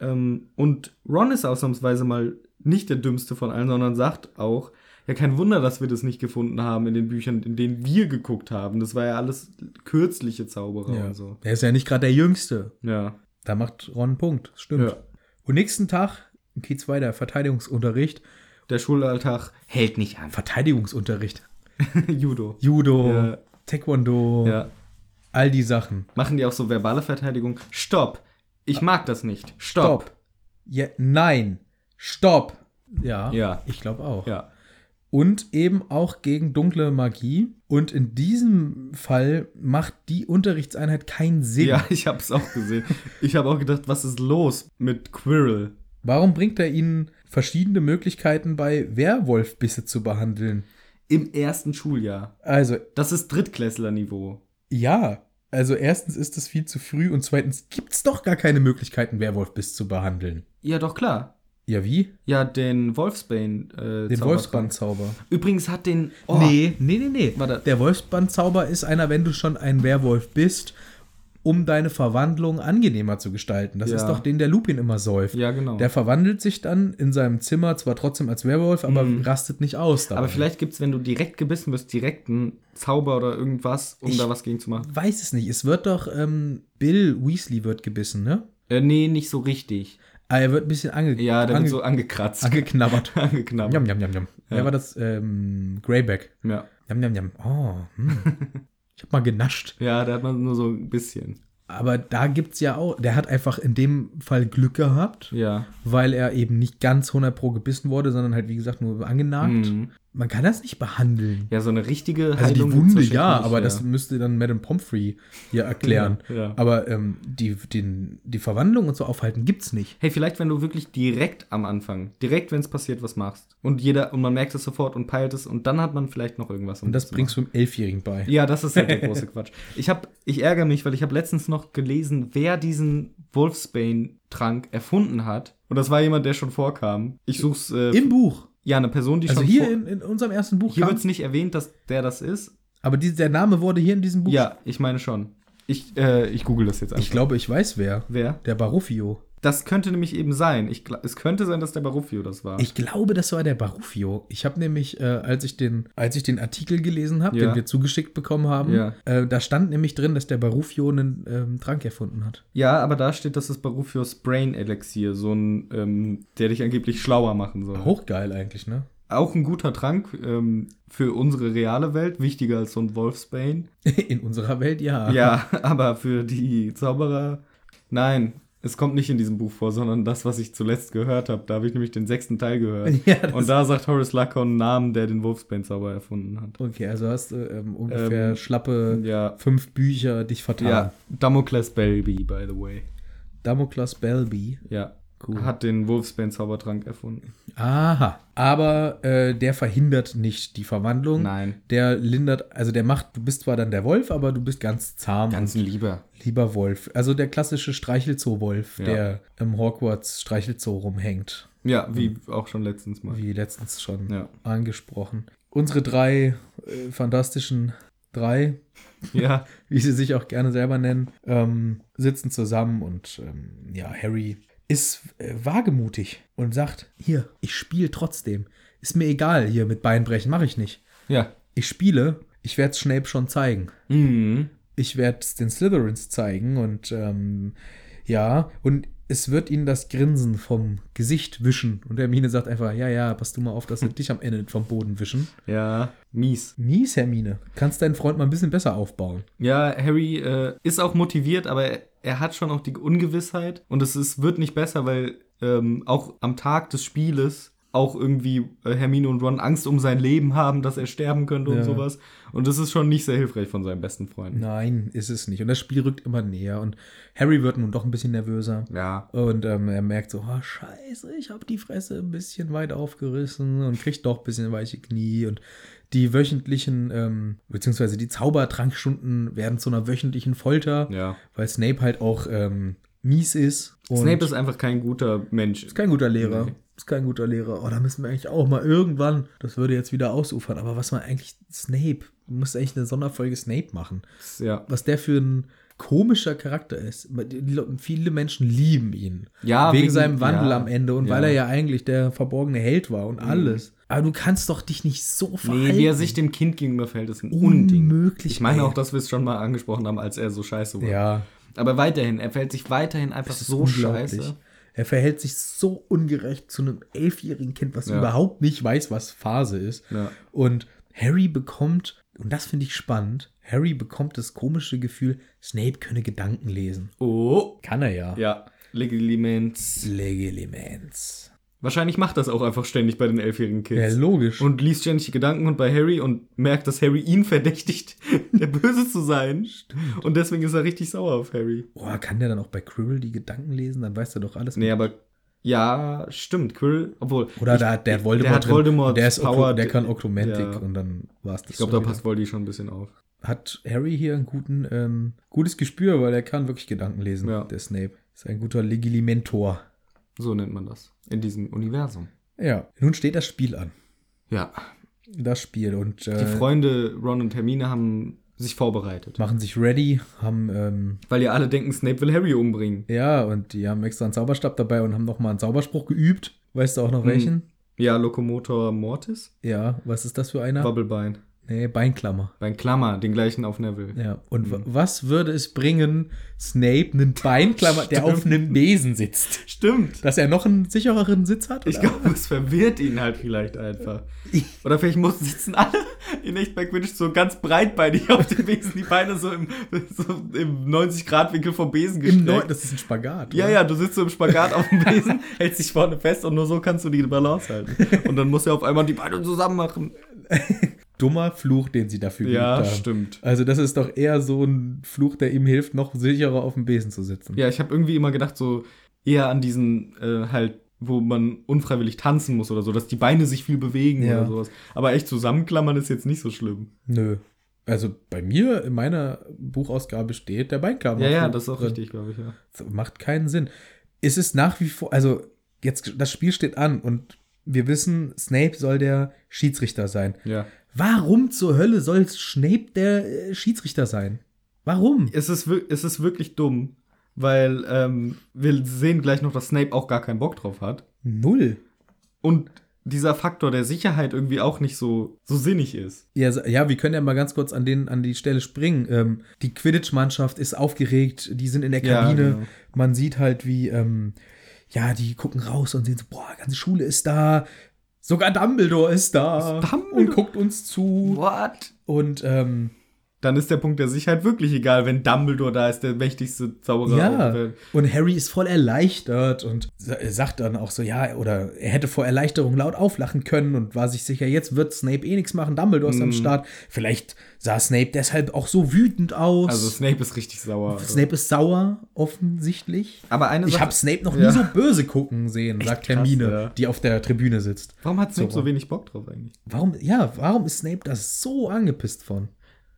A: Ähm, und Ron ist ausnahmsweise mal nicht der dümmste von allen, sondern sagt auch, ja, kein Wunder, dass wir das nicht gefunden haben in den Büchern, in denen wir geguckt haben. Das war ja alles kürzliche Zauberer
B: Ja.
A: und Genau, so.
B: Er ist ja nicht gerade der Jüngste.
A: Ja.
B: Da macht Ron einen Punkt. Stimmt.
A: Ja.
B: Und nächsten Tag in Kiez weiter, Verteidigungsunterricht.
A: Der Schulalltag hält nicht an.
B: Verteidigungsunterricht.
A: Judo.
B: Judo,
A: Ja.
B: Taekwondo,
A: Ja.
B: all die Sachen.
A: Machen die auch so verbale Verteidigung? Stopp! Ich mag das nicht. Stopp!
B: Stopp. Ja, nein. Stopp. Ja,
A: Ja.
B: ich glaube auch.
A: Ja.
B: Und eben auch gegen dunkle Magie. Und in diesem Fall macht die Unterrichtseinheit keinen Sinn.
A: Ja, ich hab's auch gesehen. Ich habe auch gedacht, was ist los mit Quirrell?
B: Warum bringt er ihnen verschiedene Möglichkeiten bei, Werwolfbisse zu behandeln?
A: Im ersten Schuljahr.
B: Also,
A: Das ist Drittklässlerniveau.
B: ja. Also, erstens ist es viel zu früh und zweitens gibt es doch gar keine Möglichkeiten, Werwolfbiss zu behandeln.
A: Ja, doch klar.
B: Ja, wie?
A: Ja, den Wolfsbane. Äh,
B: Den
A: Zaubertrank.
B: Wolfsbandzauber.
A: Übrigens hat den. oh,
B: Nee, nee, nee, nee.
A: Warte.
B: Der Wolfsbandzauber ist einer, wenn du schon ein Werwolf bist, um deine Verwandlung angenehmer zu gestalten. Das
A: Ja.
B: ist doch den, der Lupin immer säuft.
A: Ja, genau.
B: Der verwandelt sich dann in seinem Zimmer zwar trotzdem als Werwolf, aber rastet nicht aus. dabei.
A: Mhm. Aber vielleicht gibt's, wenn du direkt gebissen wirst, direkt einen Zauber oder irgendwas, um
B: Ich-
A: da was gegen zu machen.
B: weiß es nicht. Es wird doch ähm, Bill Weasley wird gebissen, ne?
A: Äh, nee, nicht so richtig.
B: Ah, er wird ein bisschen ange
A: Ja, der
B: ange
A: wird so angekratzt.
B: angeknabbert.
A: Angeknabbert.
B: Jam, jam, jam, jam. Wer war das? Ähm, Greyback.
A: Ja.
B: Jam, jam, jam. Oh, hm. ich hab mal genascht.
A: ja, da hat man nur so ein bisschen.
B: Aber da gibt's ja auch, der hat einfach in dem Fall Glück gehabt,
A: Ja.
B: weil er eben nicht ganz 100 pro gebissen wurde, sondern halt, wie gesagt, nur angenagt.
A: Mhm.
B: Man kann das nicht behandeln.
A: Ja, so eine richtige
B: Also die
A: Heilung
B: Wunde
A: gibt's
B: ja,
A: wahrscheinlich
B: aber
A: nicht,
B: das müsste dann Madame Pomfrey hier erklären.
A: Ja, ja.
B: Aber ähm, die, den, die Verwandlung und so aufhalten gibt's nicht.
A: Hey, vielleicht, wenn du wirklich direkt am Anfang, direkt, wenn es passiert, was machst. Und jeder, und man merkt es sofort und peilt es und dann hat man vielleicht noch irgendwas. um
B: Und das
A: zu
B: bringst du dem Elfjährigen bei.
A: Ja, das ist halt der große Quatsch. Ich hab, ich ärgere mich, weil ich habe letztens noch gelesen, wer diesen Wolfsbane-Trank erfunden hat. Und das war jemand, der schon vorkam. Ich such's. Äh,
B: Im Buch.
A: ja, eine Person, die
B: Also
A: schon
B: hier
A: vor-
B: in, in unserem ersten Buch.
A: hier
B: kam-
A: wird's nicht erwähnt, dass der das ist.
B: aber die, der Name wurde hier in diesem Buch.
A: Ja, ich meine schon. Ich, äh, ich google das jetzt einfach.
B: Ich glaube, ich weiß wer.
A: wer?
B: Der Baruffio.
A: Das könnte nämlich eben sein. Ich, gla- es könnte sein, dass der Baruffio das war.
B: Ich glaube, das war der Baruffio. Ich habe nämlich, äh, als, ich den, als ich den Artikel gelesen habe,
A: Ja.
B: den wir zugeschickt bekommen haben,
A: Ja.
B: äh, da stand nämlich drin, dass der Baruffio einen ähm, Trank erfunden hat.
A: ja, aber da steht, das ist Baruffios Brain Elixier, so ein, ähm, der dich angeblich schlauer machen soll.
B: Hochgeil eigentlich, ne?
A: Auch ein guter Trank ähm, für unsere reale Welt, wichtiger als so ein Wolfsbane.
B: In unserer Welt, ja.
A: Ja, aber für die Zauberer, nein, es kommt nicht in diesem Buch vor, sondern das, was ich zuletzt gehört habe. Da habe ich nämlich den sechsten Teil gehört.
B: Ja, das-
A: Und da sagt Horace Luckhorn einen Namen, der den Wolfsbane-Zauber erfunden hat.
B: Okay, also hast du ähm, ungefähr
A: Ähm,
B: schlappe
A: Ja,
B: fünf Bücher dich vertan.
A: ja, Damocles Baby, by the way.
B: Damocles Belby.
A: Ja,
B: Cool.
A: hat den Wolfsbane-Zaubertrank erfunden.
B: Aha. Aber äh, der verhindert nicht die Verwandlung.
A: Nein,
B: Der lindert, also der macht, du bist zwar dann der Wolf, aber du bist ganz zahm.
A: ganz ein Lieber.
B: und lieber Wolf. Also der klassische Streichelzoo-Wolf,
A: Ja.
B: der im Hogwarts Streichelzoo rumhängt.
A: Ja, wie auch schon letztens mal.
B: Ähm. Wie letztens schon
A: Ja.
B: angesprochen. Unsere drei äh, fantastischen drei
A: Ja,
B: wie sie sich auch gerne selber nennen, ähm, sitzen zusammen und ähm, ja, Harry ist äh, wagemutig und sagt, hier, ich spiele trotzdem. Ist mir egal, hier mit Beinbrechen mache ich nicht.
A: ja.
B: Ich spiele, ich werde es Snape schon zeigen.
A: Mhm.
B: Ich werde es den Slytherins zeigen und ähm, ja, und es wird ihnen das Grinsen vom Gesicht wischen. Und Hermine sagt einfach, ja, ja, pass du mal auf, dass sie dich am Ende nicht vom Boden wischen.
A: Ja, mies.
B: Mies, Hermine. Kannst deinen Freund mal ein bisschen besser aufbauen.
A: Ja, Harry äh, ist auch motiviert, aber er, er hat schon auch die Ungewissheit und es ist, wird nicht besser, weil ähm, auch am Tag des Spieles auch irgendwie äh, Hermine und Ron Angst um sein Leben haben, dass er sterben könnte
B: Ja.
A: und sowas. Und das ist schon nicht sehr hilfreich von seinen besten Freunden.
B: Nein, ist es nicht. Und das Spiel rückt immer näher. Und Harry wird nun doch ein bisschen nervöser.
A: Ja.
B: Und ähm, er merkt so, oh, scheiße, ich habe die Fresse ein bisschen weit aufgerissen und kriegt doch ein bisschen weiche Knie. Und die wöchentlichen, ähm, beziehungsweise die Zaubertrankstunden werden zu einer wöchentlichen Folter,
A: Ja.
B: weil Snape halt auch ähm, mies ist. Und
A: Snape ist einfach kein guter Mensch.
B: ist kein guter Lehrer.
A: Nee.
B: Ist kein guter Lehrer. Oh, da müssen wir eigentlich auch mal irgendwann, das würde jetzt wieder ausufern. Aber was man eigentlich, Snape, du musst eigentlich eine Sonderfolge Snape machen
A: Ja.
B: was der für ein komischer Charakter ist. Die Leute- Viele Menschen lieben ihn.
A: Ja,
B: wegen,
A: wegen-
B: seinem Wandel
A: ja,
B: am Ende und
A: ja. Mhm.
B: weil er ja eigentlich der verborgene Held war und alles. Aber du kannst doch dich nicht so verhalten.
A: Nee, wie er sich dem Kind gegenüber verhält, ist ein Unding.
B: Unmöglich.
A: Ich meine
B: ey.
A: auch, dass wir es schon mal angesprochen haben, als er so scheiße war.
B: Ja,
A: Aber weiterhin, er verhält sich weiterhin einfach
B: das ist
A: so
B: unglaublich.
A: scheiße.
B: Er verhält sich so ungerecht zu einem elfjährigen Kind, was
A: Ja.
B: überhaupt nicht weiß, was Phase ist.
A: Ja.
B: Und Harry bekommt, und das finde ich spannend, Harry bekommt das komische Gefühl, Snape könne Gedanken lesen.
A: Oh.
B: Kann er ja.
A: Ja, Legilimens.
B: Legilimens.
A: Wahrscheinlich macht das auch einfach ständig bei den elfjährigen
B: Ja,
A: Kids.
B: logisch.
A: und liest ständig die Gedanken und bei Harry und merkt, dass Harry ihn verdächtigt, der Böse zu sein. Und deswegen ist er richtig sauer auf Harry.
B: Boah, kann der dann auch bei Quirrell die Gedanken lesen? Dann weiß er doch alles.
A: Nee, aber ja, stimmt. Quirrell, obwohl.
B: Oder da hat der Voldemort,
A: der hat
B: drin,
A: Voldemort
B: der ist Oklu,
A: Power,
B: der kann Oklumentik
A: ja.
B: und dann war es das.
A: Ich glaube, da
B: schon wieder.
A: passt Voldy schon ein bisschen auf.
B: Hat Harry hier ein guten, ähm, gutes Gespür, weil er kann wirklich Gedanken lesen,
A: Ja.
B: der Snape. Ist ein guter Legilimentor.
A: So nennt man das. In diesem Universum.
B: Ja, nun steht das Spiel an.
A: Ja.
B: Das Spiel und
A: Die
B: äh,
A: Freunde Ron und Hermine haben sich vorbereitet.
B: machen sich ready, haben ähm,
A: Weil ja alle denken, Snape will Harry umbringen.
B: Ja, und die haben extra einen Zauberstab dabei und haben nochmal einen Zauberspruch geübt. Weißt du auch noch
A: Hm.
B: welchen?
A: Ja, Lokomotor Mortis?
B: Ja, was ist das für einer?
A: Bubblebein.
B: nee, Beinklammer.
A: Beim Klammer, den gleichen auf Neville.
B: Ja, und
A: Hm.
B: wa- was würde es bringen, Snape einen Beinklammer, der auf einem Besen sitzt?
A: Stimmt.
B: Dass er noch einen sichereren Sitz hat?
A: Ich
B: oder?
A: glaube, es verwirrt ihn halt vielleicht einfach. Oder vielleicht muss, sitzen alle in echt bei Quidditch so ganz breitbeinig auf dem Besen, die Beine so im, so im 90-Grad-Winkel vom Besen
B: Im Neu
A: gestreckt.
B: das ist ein Spagat.
A: ja,
B: oder?
A: ja, du sitzt so im Spagat auf dem Besen, hältst dich vorne fest und nur so kannst du die Balance halten. Und dann musst du ja auf einmal die Beine zusammen machen.
B: Dummer Fluch, den sie dafür
A: Ja,
B: geübt haben.
A: stimmt.
B: Also das ist doch eher so ein Fluch, der ihm hilft, noch sicherer auf dem Besen zu sitzen.
A: Ja, ich habe irgendwie immer gedacht, so eher an diesen äh, halt, wo man unfreiwillig tanzen muss oder so, dass die Beine sich viel bewegen
B: Ja.
A: oder sowas. Aber echt zusammenklammern ist jetzt nicht so schlimm.
B: Nö. Also bei mir in meiner Buchausgabe steht der Beinklammer.
A: Ja, ja, das ist auch
B: drin.
A: richtig, glaube ich, ja.
B: Das macht keinen Sinn. Es ist nach wie vor, also jetzt das Spiel steht an und wir wissen, Snape soll der Schiedsrichter sein.
A: ja.
B: Warum zur Hölle soll Snape der äh, Schiedsrichter sein? Warum?
A: Es, ist, wir- es ist wirklich dumm, weil ähm, wir sehen gleich noch, dass Snape auch gar keinen Bock drauf hat.
B: Null.
A: Und dieser Faktor der Sicherheit irgendwie auch nicht so, so sinnig ist.
B: Ja, sa- ja, wir können ja mal ganz kurz an, den, an die Stelle springen. Ähm, die Quidditch-Mannschaft ist aufgeregt, die sind in der
A: Ja,
B: Kabine.
A: genau.
B: Man sieht halt, wie, ähm, ja, die gucken raus und sehen so, boah, ganze Schule ist da. Sogar Dumbledore ist da
A: Ist Dumbledore-
B: und guckt uns zu.
A: What?
B: Und ähm,
A: Dann ist der Punkt der Sicherheit wirklich egal, wenn Dumbledore da ist, der mächtigste Zauberer. auf
B: Ja,
A: der-
B: und Harry ist voll erleichtert und sa- sagt dann auch so, ja, oder er hätte vor Erleichterung laut auflachen können und war sich sicher, jetzt wird Snape eh nichts machen, Dumbledore ist
A: Mhm.
B: am Start. Vielleicht sah Snape deshalb auch so wütend aus.
A: Also Snape ist richtig sauer.
B: Snape ist sauer, offensichtlich.
A: Aber eine
B: Ich
A: Sache-
B: habe Snape noch
A: Ja.
B: nie so böse gucken sehen, sagt
A: krass,
B: Hermine,
A: ja.
B: die auf der Tribüne sitzt.
A: Warum hat Snape
B: So.
A: so wenig Bock drauf eigentlich?
B: Warum, ja, warum ist Snape da so angepisst von?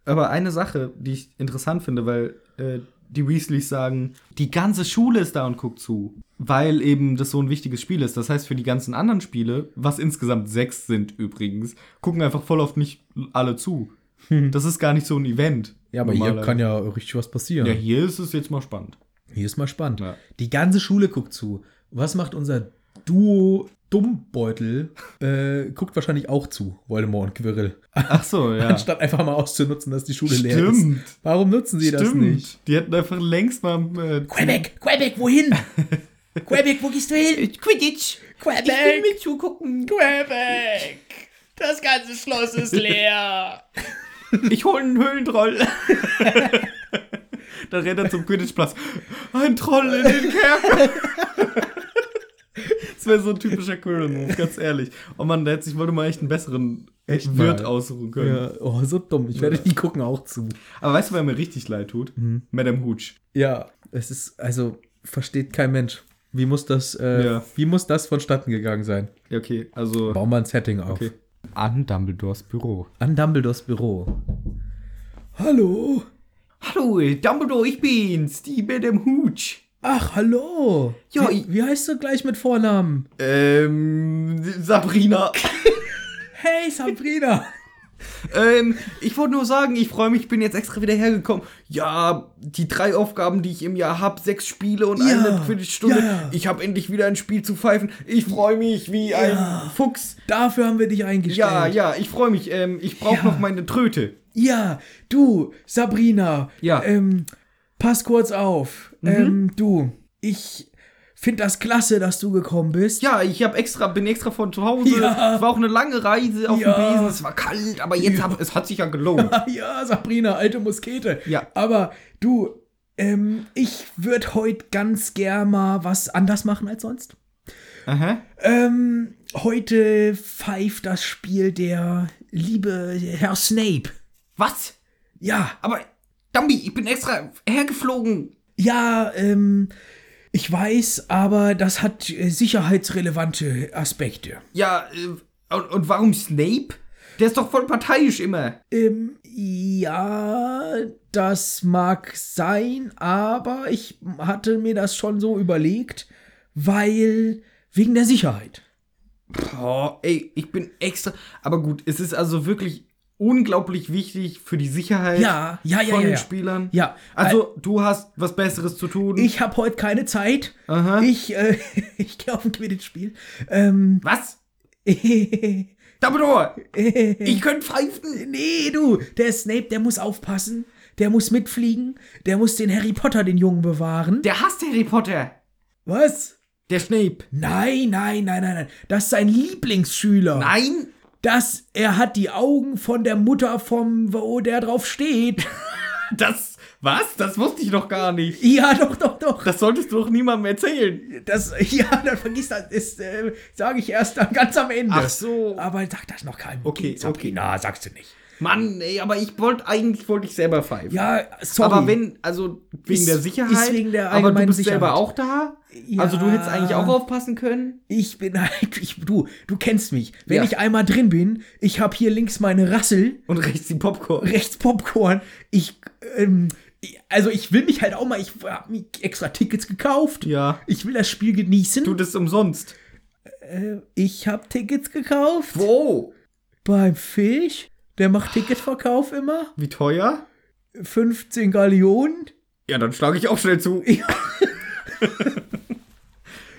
A: Aber eine Sache, die ich interessant finde, weil äh, die Weasleys sagen, die ganze Schule ist da und guckt zu. Weil eben das so ein wichtiges Spiel ist. Das heißt, für die ganzen anderen Spiele, was insgesamt sechs sind übrigens, gucken einfach voll oft nicht alle zu. Das ist gar nicht so ein Event.
B: Hm. Ja, aber hier
A: normalerweise.
B: kann ja richtig was passieren.
A: Ja, hier ist es jetzt mal spannend.
B: Hier ist mal spannend.
A: Ja.
B: Die ganze Schule guckt zu. Was macht unser Duo Dummbeutel? Äh, guckt wahrscheinlich auch zu, Voldemort und Quirrell.
A: Ach so, ja.
B: Anstatt einfach mal auszunutzen, dass die Schule leer ist.
A: Stimmt.
B: Warum nutzen sie das nicht?
A: Die hätten einfach längst mal. Äh,
B: Quebec, Quebec, wohin? Quebec, wo gehst du hin?
A: Quidditch!
B: Quebec,
A: mir zugucken!
B: Quebec.
C: Das ganze Schloss ist leer.
A: Ich hole einen Höhlentroll. Dann rennt er zum Quidditchplatz. Ein Troll in den Kerker. Das wäre so ein typischer Quirrell-Move, ganz ehrlich. Oh Mann, da hätte sich Voldemort echt einen besseren
B: Echt
A: Wirt
B: mal.
A: aussuchen können.
B: Ja, oh, so dumm. Ich werde, die gucken auch zu.
A: Aber weißt du, wer mir richtig leid tut? Madame Hooch.
B: Ja, es ist, also, versteht kein Mensch. Wie muss das, äh,
A: Ja.
B: wie muss das vonstatten gegangen sein?
A: Ja, okay, also.
B: Bau mal ein Setting auf.
A: Okay. An Dumbledores Büro.
B: An Dumbledores Büro. Hallo.
A: Hallo, Dumbledore, ich bin's, die Madame Hooch.
B: Ach, hallo.
A: Ja,
B: wie,
A: ich-
B: wie heißt du gleich mit Vornamen?
A: Ähm, Sabrina.
B: Hey, Sabrina.
A: Ähm, ich wollte nur sagen, ich freue mich, ich bin jetzt extra wieder hergekommen. Ja, die drei Aufgaben, die ich im Jahr habe, sechs Spiele und
B: Ja,
A: eine Viertelstunde.
B: ja, ja.
A: Ich habe endlich wieder ein Spiel zu pfeifen. Ich freue mich wie ein Fuchs.
B: Dafür haben wir dich eingestellt.
A: Ja, ja, ich freue mich. Ähm, ich brauche
B: Ja.
A: noch meine Tröte.
B: Ja, du, Sabrina.
A: Ja. Mhm.
B: Ähm, pass kurz auf. Ähm, du, ich Find das klasse, dass du gekommen bist.
A: Ja, ich hab extra, bin extra von zu Hause.
B: Ja.
A: Es war auch eine lange Reise auf
B: Ja.
A: dem Besen. Es war kalt, aber jetzt hab, es hat sich ja gelohnt.
B: ja, Sabrina, alte Muskete.
A: Ja.
B: Aber du, ähm, ich würde heute ganz gern mal was anders machen als sonst.
A: Aha.
B: Ähm, heute pfeift das Spiel der liebe Herr Snape.
A: Was?
B: Ja,
A: Aber, Dambi, ich bin extra hergeflogen.
B: ja, ähm, ich weiß, aber das hat äh, sicherheitsrelevante Aspekte.
A: Ja, äh, und, und warum Snape? Der ist doch voll parteiisch immer.
B: Ähm, ja, das mag sein, aber ich hatte mir das schon so überlegt, weil wegen der Sicherheit.
A: Boah, ey, ich bin extra. Aber gut, es ist also wirklich unglaublich wichtig für die Sicherheit
B: Ja, ja, ja,
A: Äh, von
B: ja.
A: den
B: ja.
A: Spielern.
B: Ja, äh,
A: Also, du hast was Besseres zu tun.
B: Ich habe heute keine Zeit.
A: Aha.
B: Ich, äh, ich gehe auf ein Quidditch-Spiel. Ähm,
A: was? Dumbledore, ich könnte pfeifen.
B: nee, du, der Snape, der muss aufpassen. Der muss mitfliegen. Der muss den Harry Potter, den Jungen, bewahren.
A: Der hasst Harry Potter.
B: Was?
A: Der Snape.
B: Nein, nein, nein, nein, nein. Das ist sein Lieblingsschüler.
A: Nein?
B: Das, er hat die Augen von der Mutter vom, wo der drauf steht.
A: Das. Was? Das wusste ich noch gar nicht.
B: ja, doch, doch, doch.
A: Das solltest du doch niemandem erzählen.
B: Das, ja, dann vergiss das, ist, äh, sage ich erst dann ganz am Ende.
A: Ach so.
B: Aber sag das noch keinem.
A: Okay,
B: Sabrina, sagst du nicht.
A: Mann, ey, aber ich wollte eigentlich wollte ich selber pfeifen.
B: Ja, sorry.
A: Aber wenn, also wegen
B: Ist-
A: der Sicherheit,
B: ist wegen der
A: aber du
B: allgemeinen
A: bist
B: Sicherheit.
A: selber auch da. Also du hättest
B: Ja.
A: eigentlich auch aufpassen können.
B: Ich bin halt, ich, du, du kennst mich. Wenn
A: Ja.
B: ich einmal drin bin, ich habe hier links meine Rassel,
A: Und rechts die Popcorn.
B: rechts Popcorn. Ich, ähm, ich- also ich will mich halt auch mal, ich habe mir extra Tickets gekauft.
A: Ja.
B: Ich will das Spiel genießen.
A: Du das umsonst.
B: Äh, ich habe Tickets gekauft.
A: Wow.
B: Beim Fisch. Der macht Ticketverkauf immer.
A: Wie teuer?
B: 15 Gallionen.
A: Ja, dann schlage ich auch schnell zu.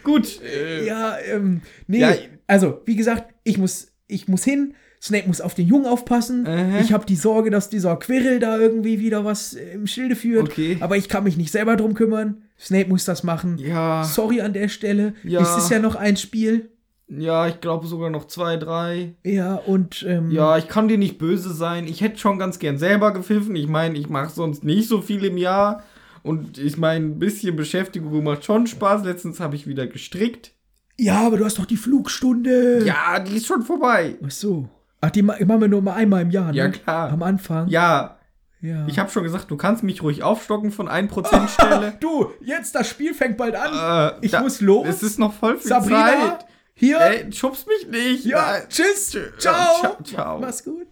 A: Gut. Äh,
B: Ja, ähm, nee.
A: Ja.
B: Also, wie gesagt, ich muss, ich muss hin. Snape muss auf den Jungen aufpassen.
A: Aha.
B: Ich habe die Sorge, dass dieser Quirrell da irgendwie wieder was äh, im Schilde führt.
A: Okay.
B: Aber ich kann mich nicht selber drum kümmern. Snape muss das machen.
A: Ja.
B: Sorry an der Stelle.
A: Ja.
B: Es ist ja noch ein Spiel.
A: Ja, ich glaube sogar noch zwei, drei.
B: Ja, und ähm,
A: Ja, ich kann dir nicht böse sein. Ich hätte schon ganz gern selber gepfiffen. Ich meine, ich mache sonst nicht so viel im Jahr. Und ich meine, ein bisschen Beschäftigung macht schon Spaß. Letztens habe ich wieder gestrickt.
B: ja, aber du hast doch die Flugstunde.
A: Ja, die ist schon vorbei.
B: Ach so. Ach, die ma- machen wir nur mal einmal im Jahr, ne?
A: Ja, klar.
B: Am Anfang.
A: Ja,
B: ja.
A: ich habe schon gesagt, du kannst mich ruhig aufstocken von 1% Stelle.
B: du, jetzt das Spiel fängt bald an.
A: Äh,
B: ich
A: da-
B: muss los.
A: Es ist noch voll viel
B: Sabrina,
A: Zeit.
B: hier.
A: Ey, schubst mich nicht. Äh,
B: Ja,
A: Nein.
B: tschüss.
A: Tschö.
B: Ciao.
A: Ciao, ciao.
B: Mach's gut.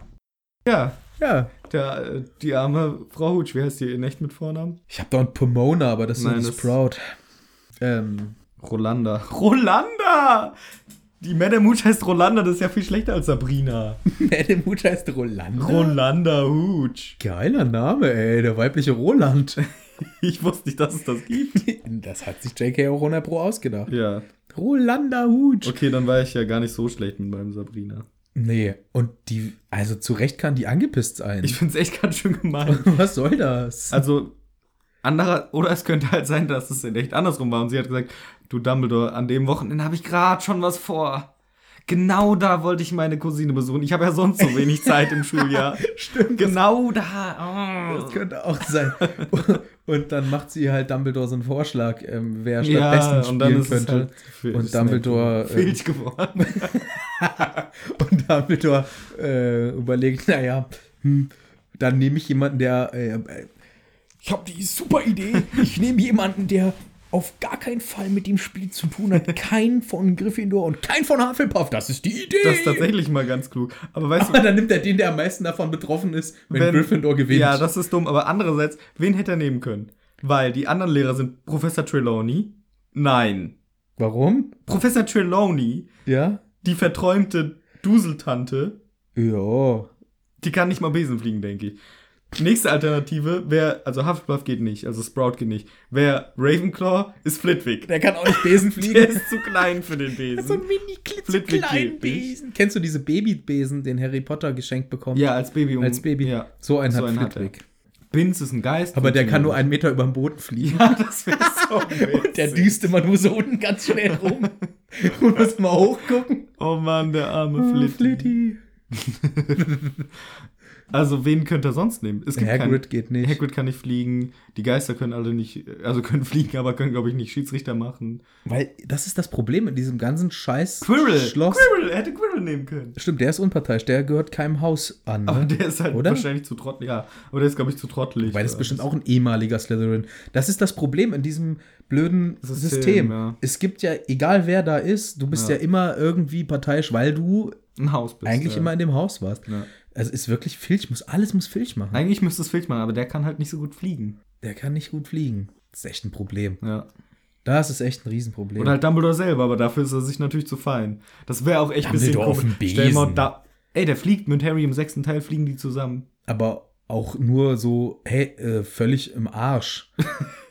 A: Ja,
B: Ja.
A: der, äh, die arme Frau Hutsch, wie heißt die in echt mit Vornamen?
B: Ich hab da einen Pomona, aber das ist
A: Nein,
B: ein
A: das-
B: Sprout. Ähm,
A: Rolanda. Rolanda! Die Madame Hutsch heißt Rolanda, das ist ja viel schlechter als Sabrina.
B: meine Mutter heißt Roland.
A: Rolanda Hutsch.
B: Geiler Name, ey, der weibliche Roland.
A: Ich wusste nicht, dass es das gibt.
B: Das hat sich JK auch 100 Pro ausgedacht.
A: Ja.
B: Rolanda Hutsch.
A: Okay, dann war ich ja gar nicht so schlecht mit meinem Sabrina.
B: Nee, und die, also zu Recht kann die angepisst sein.
A: Ich find's echt ganz schön gemein.
B: Was soll das?
A: Also, anderer, oder es könnte halt sein, dass es in echt andersrum war und sie hat gesagt, du Dumbledore, an dem Wochenende habe ich gerade schon was vor. Genau da wollte ich meine Cousine besuchen. Ich habe ja sonst so wenig Zeit im Schuljahr.
B: Stimmt.
A: Genau da. Oh.
B: Das könnte auch sein. Und dann macht sie halt Dumbledore so einen Vorschlag, ähm, wer
A: Ja,
B: stattdessen
A: und dann
B: spielen
A: ist es
B: könnte.
A: halt für
B: und Dumbledore, äh,
A: Snape wild geworden.
B: Und Dumbledore äh, überlegt, naja, hm, dann nehme ich jemanden, der. Äh, äh, ich habe die super Idee. Ich nehme jemanden, der auf gar keinen Fall mit dem Spiel zu tun hat. Kein von Gryffindor und kein von Hufflepuff. Das ist die Idee.
A: Das ist tatsächlich mal ganz klug. Aber weißt du,
B: Aber dann nimmt er den, der am meisten davon betroffen ist, wenn, Gryffindor gewinnt.
A: Ja, das ist dumm. Aber andererseits, wen hätte er nehmen können? Weil die anderen Lehrer sind Professor Trelawney. Nein.
B: Warum?
A: Professor Trelawney,
B: Ja?
A: die verträumte Duseltante,
B: Ja.
A: die kann nicht mal Besen fliegen, denke ich. Nächste Alternative wäre, also Hufflepuff geht nicht, also Sprout geht nicht. Wer Ravenclaw ist Flitwick.
B: Der kann auch nicht Besen
A: Der
B: fliegen.
A: ist zu klein für den
B: so ein
A: Besen.
B: mini
A: Flitwick
B: klitzekleinen Besen. Kennst du diese Babybesen, den Harry Potter geschenkt bekommt?
A: Ja, als Baby. um-
B: Als Baby.
A: Ja.
B: So ein
A: So
B: hat
A: einen hat
B: Flitwick.
A: Binz ist ein Geist.
B: Aber der kann nur einen Meter über dem Boden fliegen.
A: Ja, das wäre so
C: Und der
A: witzig.
C: düst immer nur so unten ganz schnell rum.
B: Und muss mal hochgucken.
A: Oh Mann, der arme
B: Oh,
A: Flitti.
B: Flitti.
A: Also wen könnte er sonst nehmen? Es gibt
B: Hagrid geht
A: keinen,
B: nicht.
A: Hagrid kann nicht fliegen. Die Geister können alle nicht, also können fliegen, aber können glaube ich nicht Schiedsrichter machen.
B: Weil das ist das Problem mit diesem ganzen Scheiß
A: Quirrell,
B: Schloss.
A: Quirrell, er hätte Quirrell nehmen können.
B: Stimmt, der ist unparteiisch, der gehört keinem Haus an.
A: Aber
B: Ne?
A: der ist halt
B: Oder?
A: wahrscheinlich zu trottelig. Ja, aber der ist glaube ich zu trottelig. äh,
B: Weil das ist
A: Ja.
B: bestimmt auch ein ehemaliger Slytherin. Das ist das Problem in diesem blöden
A: System,
B: System.
A: ja.
B: Es gibt ja, egal wer da ist, du bist
A: Ja.
B: ja, immer irgendwie parteiisch, weil du
A: ein Haus bist,
B: eigentlich
A: ja.
B: immer in dem Haus warst.
A: Ja.
B: Also ist wirklich Filch, muss, alles muss Filch machen.
A: Eigentlich müsste es Filchmann, aber der kann halt nicht so gut fliegen.
B: Der kann nicht gut fliegen. Das ist echt ein Problem.
A: Ja.
B: Das ist echt ein Riesenproblem.
A: Oder halt Dumbledore selber, aber dafür ist er sich natürlich zu fein. Das wäre auch echt ein bisschen
B: Dumbledore auf
A: komisch.
B: dem
A: Stell mal
B: Besen.
A: da. Ey, der fliegt mit Harry im sechsten Teil, fliegen die zusammen.
B: Aber auch nur so, hey, äh, völlig im Arsch.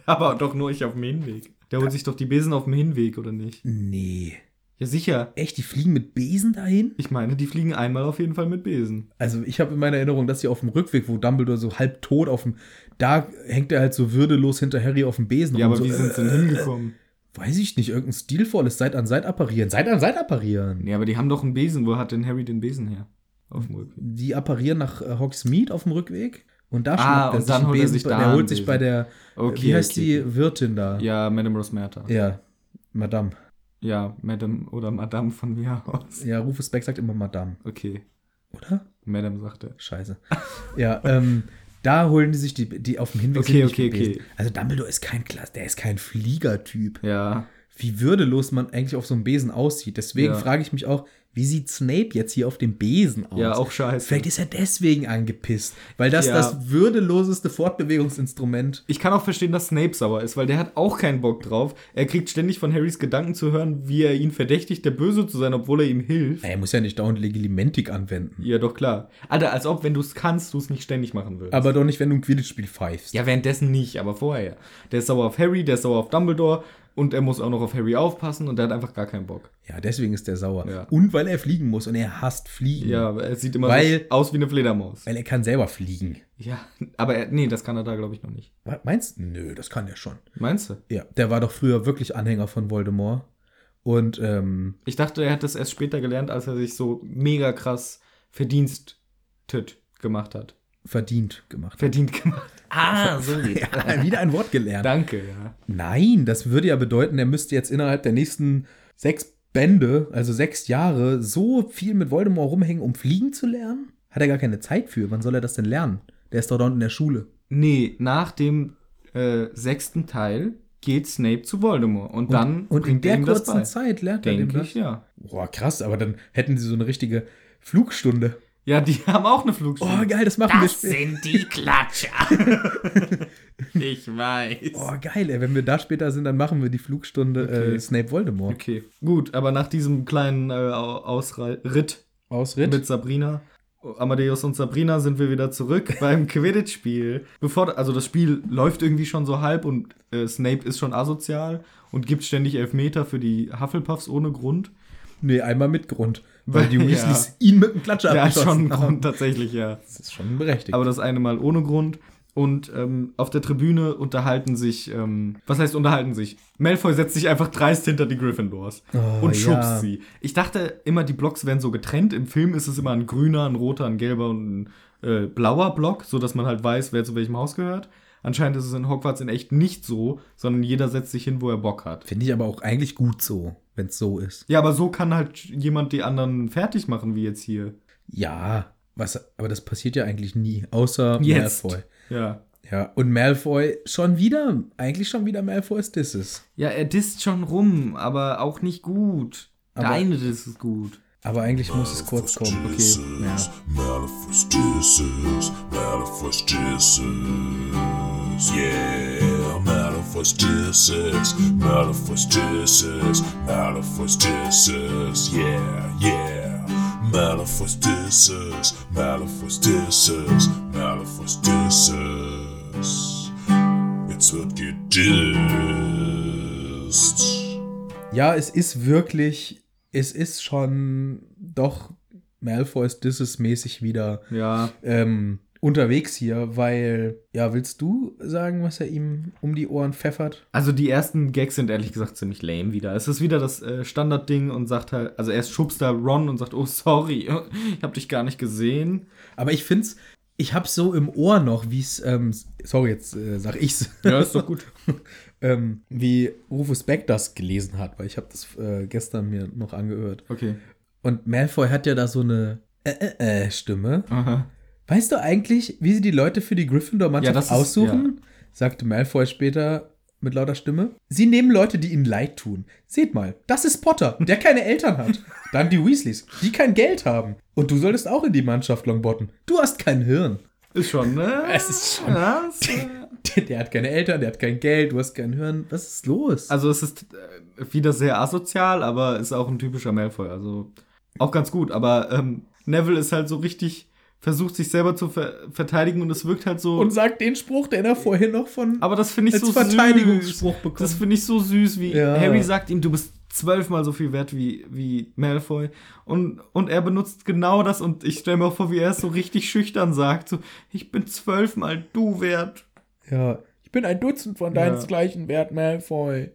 A: Aber doch nur ich auf dem Hinweg. Der holt sich doch die Besen auf dem Hinweg, oder nicht?
B: Nee.
A: Ja, sicher.
B: Echt, die fliegen mit Besen dahin?
A: Ich meine, die fliegen einmal auf jeden Fall mit Besen.
B: Also ich habe in meiner Erinnerung, dass sie auf dem Rückweg, wo Dumbledore so halb tot auf dem, da hängt er halt so würdelos hinter Harry auf dem Besen.
A: Ja,
B: rum,
A: aber
B: so, äh,
A: wie sind sie denn hingekommen?
B: Weiß ich nicht, irgendein stilvolles Seit an Seit apparieren. Seit an Seit apparieren.
A: Nee, aber die haben doch einen Besen. Wo hat denn Harry den Besen her? Auf dem Rückweg.
B: Die apparieren nach äh, Hogsmeade auf dem Rückweg und da
A: Ah,
B: schnappt
A: und dann
B: einen
A: holt er sich
B: bei-
A: da
B: der
A: einen
B: holt sich bei
A: Besen.
B: der,
A: Okay.
B: wie heißt
A: okay,
B: die
A: okay.
B: Wirtin da?
A: Ja, Madame Rosmerta. Ja.
B: Ja, Madame.
A: Madame oder Madame von mir aus.
B: Ja, Rufus Beck sagt immer Madame,
A: Okay.
B: oder?
A: Madame sagte.
B: Scheiße. ja, ähm, da holen die sich die, die auf dem Hinweg.
A: Okay,
B: sind nicht
A: okay,
B: gewesen.
A: okay.
B: Also Dumbledore ist kein Klass, der ist kein Fliegertyp.
A: Ja.
B: Wie würdelos man eigentlich auf so einem Besen aussieht. Deswegen
A: Ja.
B: frage ich mich auch, wie sieht Snape jetzt hier auf dem Besen aus?
A: Ja, auch scheiße.
B: Vielleicht ist er deswegen angepisst, weil das
A: Ja.
B: das würdeloseste Fortbewegungsinstrument.
A: Ich kann auch verstehen, dass Snape sauer ist, weil der hat auch keinen Bock drauf. Er kriegt ständig von Harrys Gedanken zu hören, wie er ihn verdächtigt, der Böse zu sein, obwohl er ihm hilft.
B: Er muss ja nicht dauernd Legilimentik anwenden.
A: Ja, doch klar. Alter, als ob, wenn du es kannst, du es nicht ständig machen würdest.
B: Aber doch nicht, wenn du ein Quidditch-Spiel pfeifst.
A: ja, währenddessen nicht, aber vorher. Der ist sauer auf Harry, der ist sauer auf Dumbledore und er muss auch noch auf Harry aufpassen und der hat einfach gar keinen Bock.
B: Ja, deswegen ist der sauer.
A: Ja.
B: Und weil er fliegen muss und er hasst Fliegen.
A: Ja, er sieht immer
B: Weil-
A: so aus wie eine Fledermaus.
B: Weil er kann selber fliegen.
A: Ja, aber er, nee, das kann er da, glaube ich, noch nicht.
B: Wa- Meinst du? Nö, das kann der schon.
A: Meinst du?
B: Ja, der war doch früher wirklich Anhänger von Voldemort. Und ähm,
A: Ich dachte, er hat das erst später gelernt, als er sich so mega krass verdienstet gemacht hat.
B: verdient gemacht.
A: Verdient gemacht. Ah, so geht's.
B: ja, wieder ein Wort gelernt.
A: Danke, ja.
B: Nein, das würde ja bedeuten, er müsste jetzt innerhalb der nächsten sechs Bände, also sechs Jahre, so viel mit Voldemort rumhängen, um fliegen zu lernen? Hat er gar keine Zeit für. Wann soll er das denn lernen? Der ist doch da unten in der Schule.
A: Nee, nach dem äh, sechsten Teil geht Snape zu Voldemort und, dann
B: und in
A: bringt er
B: der
A: ihm das bei.
B: kurzen Zeit lernt er dem
A: Denke ich,
B: das.
A: ja.
B: Boah, krass, aber dann hätten sie so eine richtige Flugstunde.
A: Ja, die haben auch eine
B: Oh,
A: Flugstunde.
B: geil, das machen wir
C: Das
B: später.
C: sind die Klatscher. ich weiß.
B: Oh, geil, ey. wenn wir da später sind, dann machen wir die Flugstunde
A: Okay.
B: äh, Snape Voldemort.
A: okay, gut, aber nach diesem kleinen äh, Ausritt
B: Ausritt.
A: mit Sabrina, Amadeus und Sabrina sind wir wieder zurück beim Quidditch-Spiel. Bevor, also das Spiel läuft irgendwie schon so halb und äh, Snape ist schon asozial und gibt ständig Elfmeter für die Hufflepuffs ohne Grund.
B: nee, einmal mit Grund. Weil
A: Weil-
B: die
A: ja.
B: Weasleys ihn mit dem Klatscher
A: Ja, schon ein
B: haben.
A: Grund tatsächlich, ja.
B: Das ist schon berechtigt.
A: Aber das eine Mal ohne Grund. Und ähm, auf der Tribüne unterhalten sich, ähm, was heißt unterhalten sich? Malfoy setzt sich einfach dreist hinter die Gryffindors
B: Oh,
A: und schubst
B: ja.
A: sie. Ich dachte immer, die Blocks wären so getrennt. Im Film ist es immer ein grüner, ein roter, ein gelber und ein äh, blauer Block, sodass man halt weiß, wer zu welchem Haus gehört. Anscheinend ist es in Hogwarts in echt nicht so, sondern jeder setzt sich hin, wo er Bock hat.
B: Finde ich aber auch eigentlich gut so, wenn es so ist.
A: Ja, aber so kann halt jemand die anderen fertig machen, wie jetzt hier.
B: Ja, was, aber das passiert ja eigentlich nie, außer
A: Jetzt.
B: Malfoy.
A: Ja.
B: Ja, und Malfoy schon wieder, eigentlich schon wieder Malfoys Disses.
A: Ja, er disst schon rum, aber auch nicht gut. Der
B: Aber-
A: eine disst ist gut.
B: Aber eigentlich muss es kurz kommen.
A: Okay,
B: ja.
D: Malifus Jesus, Malifus Jesus, yeah, Malifus Jesus, Malifus Jesus, Malifus Jesus, yeah, yeah, Malifus Jesus, Malifus Jesus, Malifus Jesus. Jetzt wird gedisst.
B: Ja, es ist wirklich, es ist schon doch Malfoys Disses mäßig wieder.
A: Ja,
B: Ähm, unterwegs hier, weil, ja, willst du sagen, was er ihm um die Ohren pfeffert?
A: Also die ersten Gags sind ehrlich gesagt ziemlich lame wieder. Es ist wieder das äh, Standardding und sagt halt, also erst schubst da Ron und sagt, oh sorry, ich hab dich gar nicht gesehen.
B: Aber ich find's, ich hab's so im Ohr noch, wie's, ähm, sorry, jetzt äh, sag ich's.
A: Ja, ist doch gut.
B: ähm, wie Rufus Beck das gelesen hat, weil ich habe das äh, gestern mir noch angehört.
A: Okay.
B: Und Malfoy hat ja da so eine äh, äh, äh Stimme.
A: Aha.
B: Weißt du eigentlich, wie sie die Leute für die
A: Ja,
B: Gryffindor-Mannschaft
A: das ist-
B: aussuchen? sagte Malfoy später mit lauter Stimme. Sie nehmen Leute, die ihnen leid tun. Seht mal, das ist Potter, der keine Eltern hat. Dann die Weasleys, die kein Geld haben. Und du solltest auch in die Mannschaft Longbottom. Du hast kein Hirn.
A: Ist schon, ne?
B: Es ist schon-
A: Ja, ist, äh,
B: Der, der hat keine Eltern, der hat kein Geld, du hast kein Hirn. Was ist los?
A: also es ist äh, wieder sehr asozial, aber ist auch ein typischer Malfoy. Also auch ganz gut. Aber ähm, Neville ist halt so richtig, versucht sich selber zu ver verteidigen und es wirkt halt so.
B: und sagt den Spruch, den er vorhin noch von
A: aber das finde ich
B: als
A: so süß.
B: Verteidigungsspruch bekommen.
A: Das finde ich so süß, wie
B: Ja.
A: Harry sagt ihm, du bist zwölfmal so viel wert wie, wie Malfoy. Und, und er benutzt genau das und ich stelle mir auch vor, wie er es so richtig schüchtern sagt. So, ich bin zwölfmal du wert.
B: ja, ich bin ein Dutzend von
A: Ja.
B: deinesgleichen wert, Malfoy.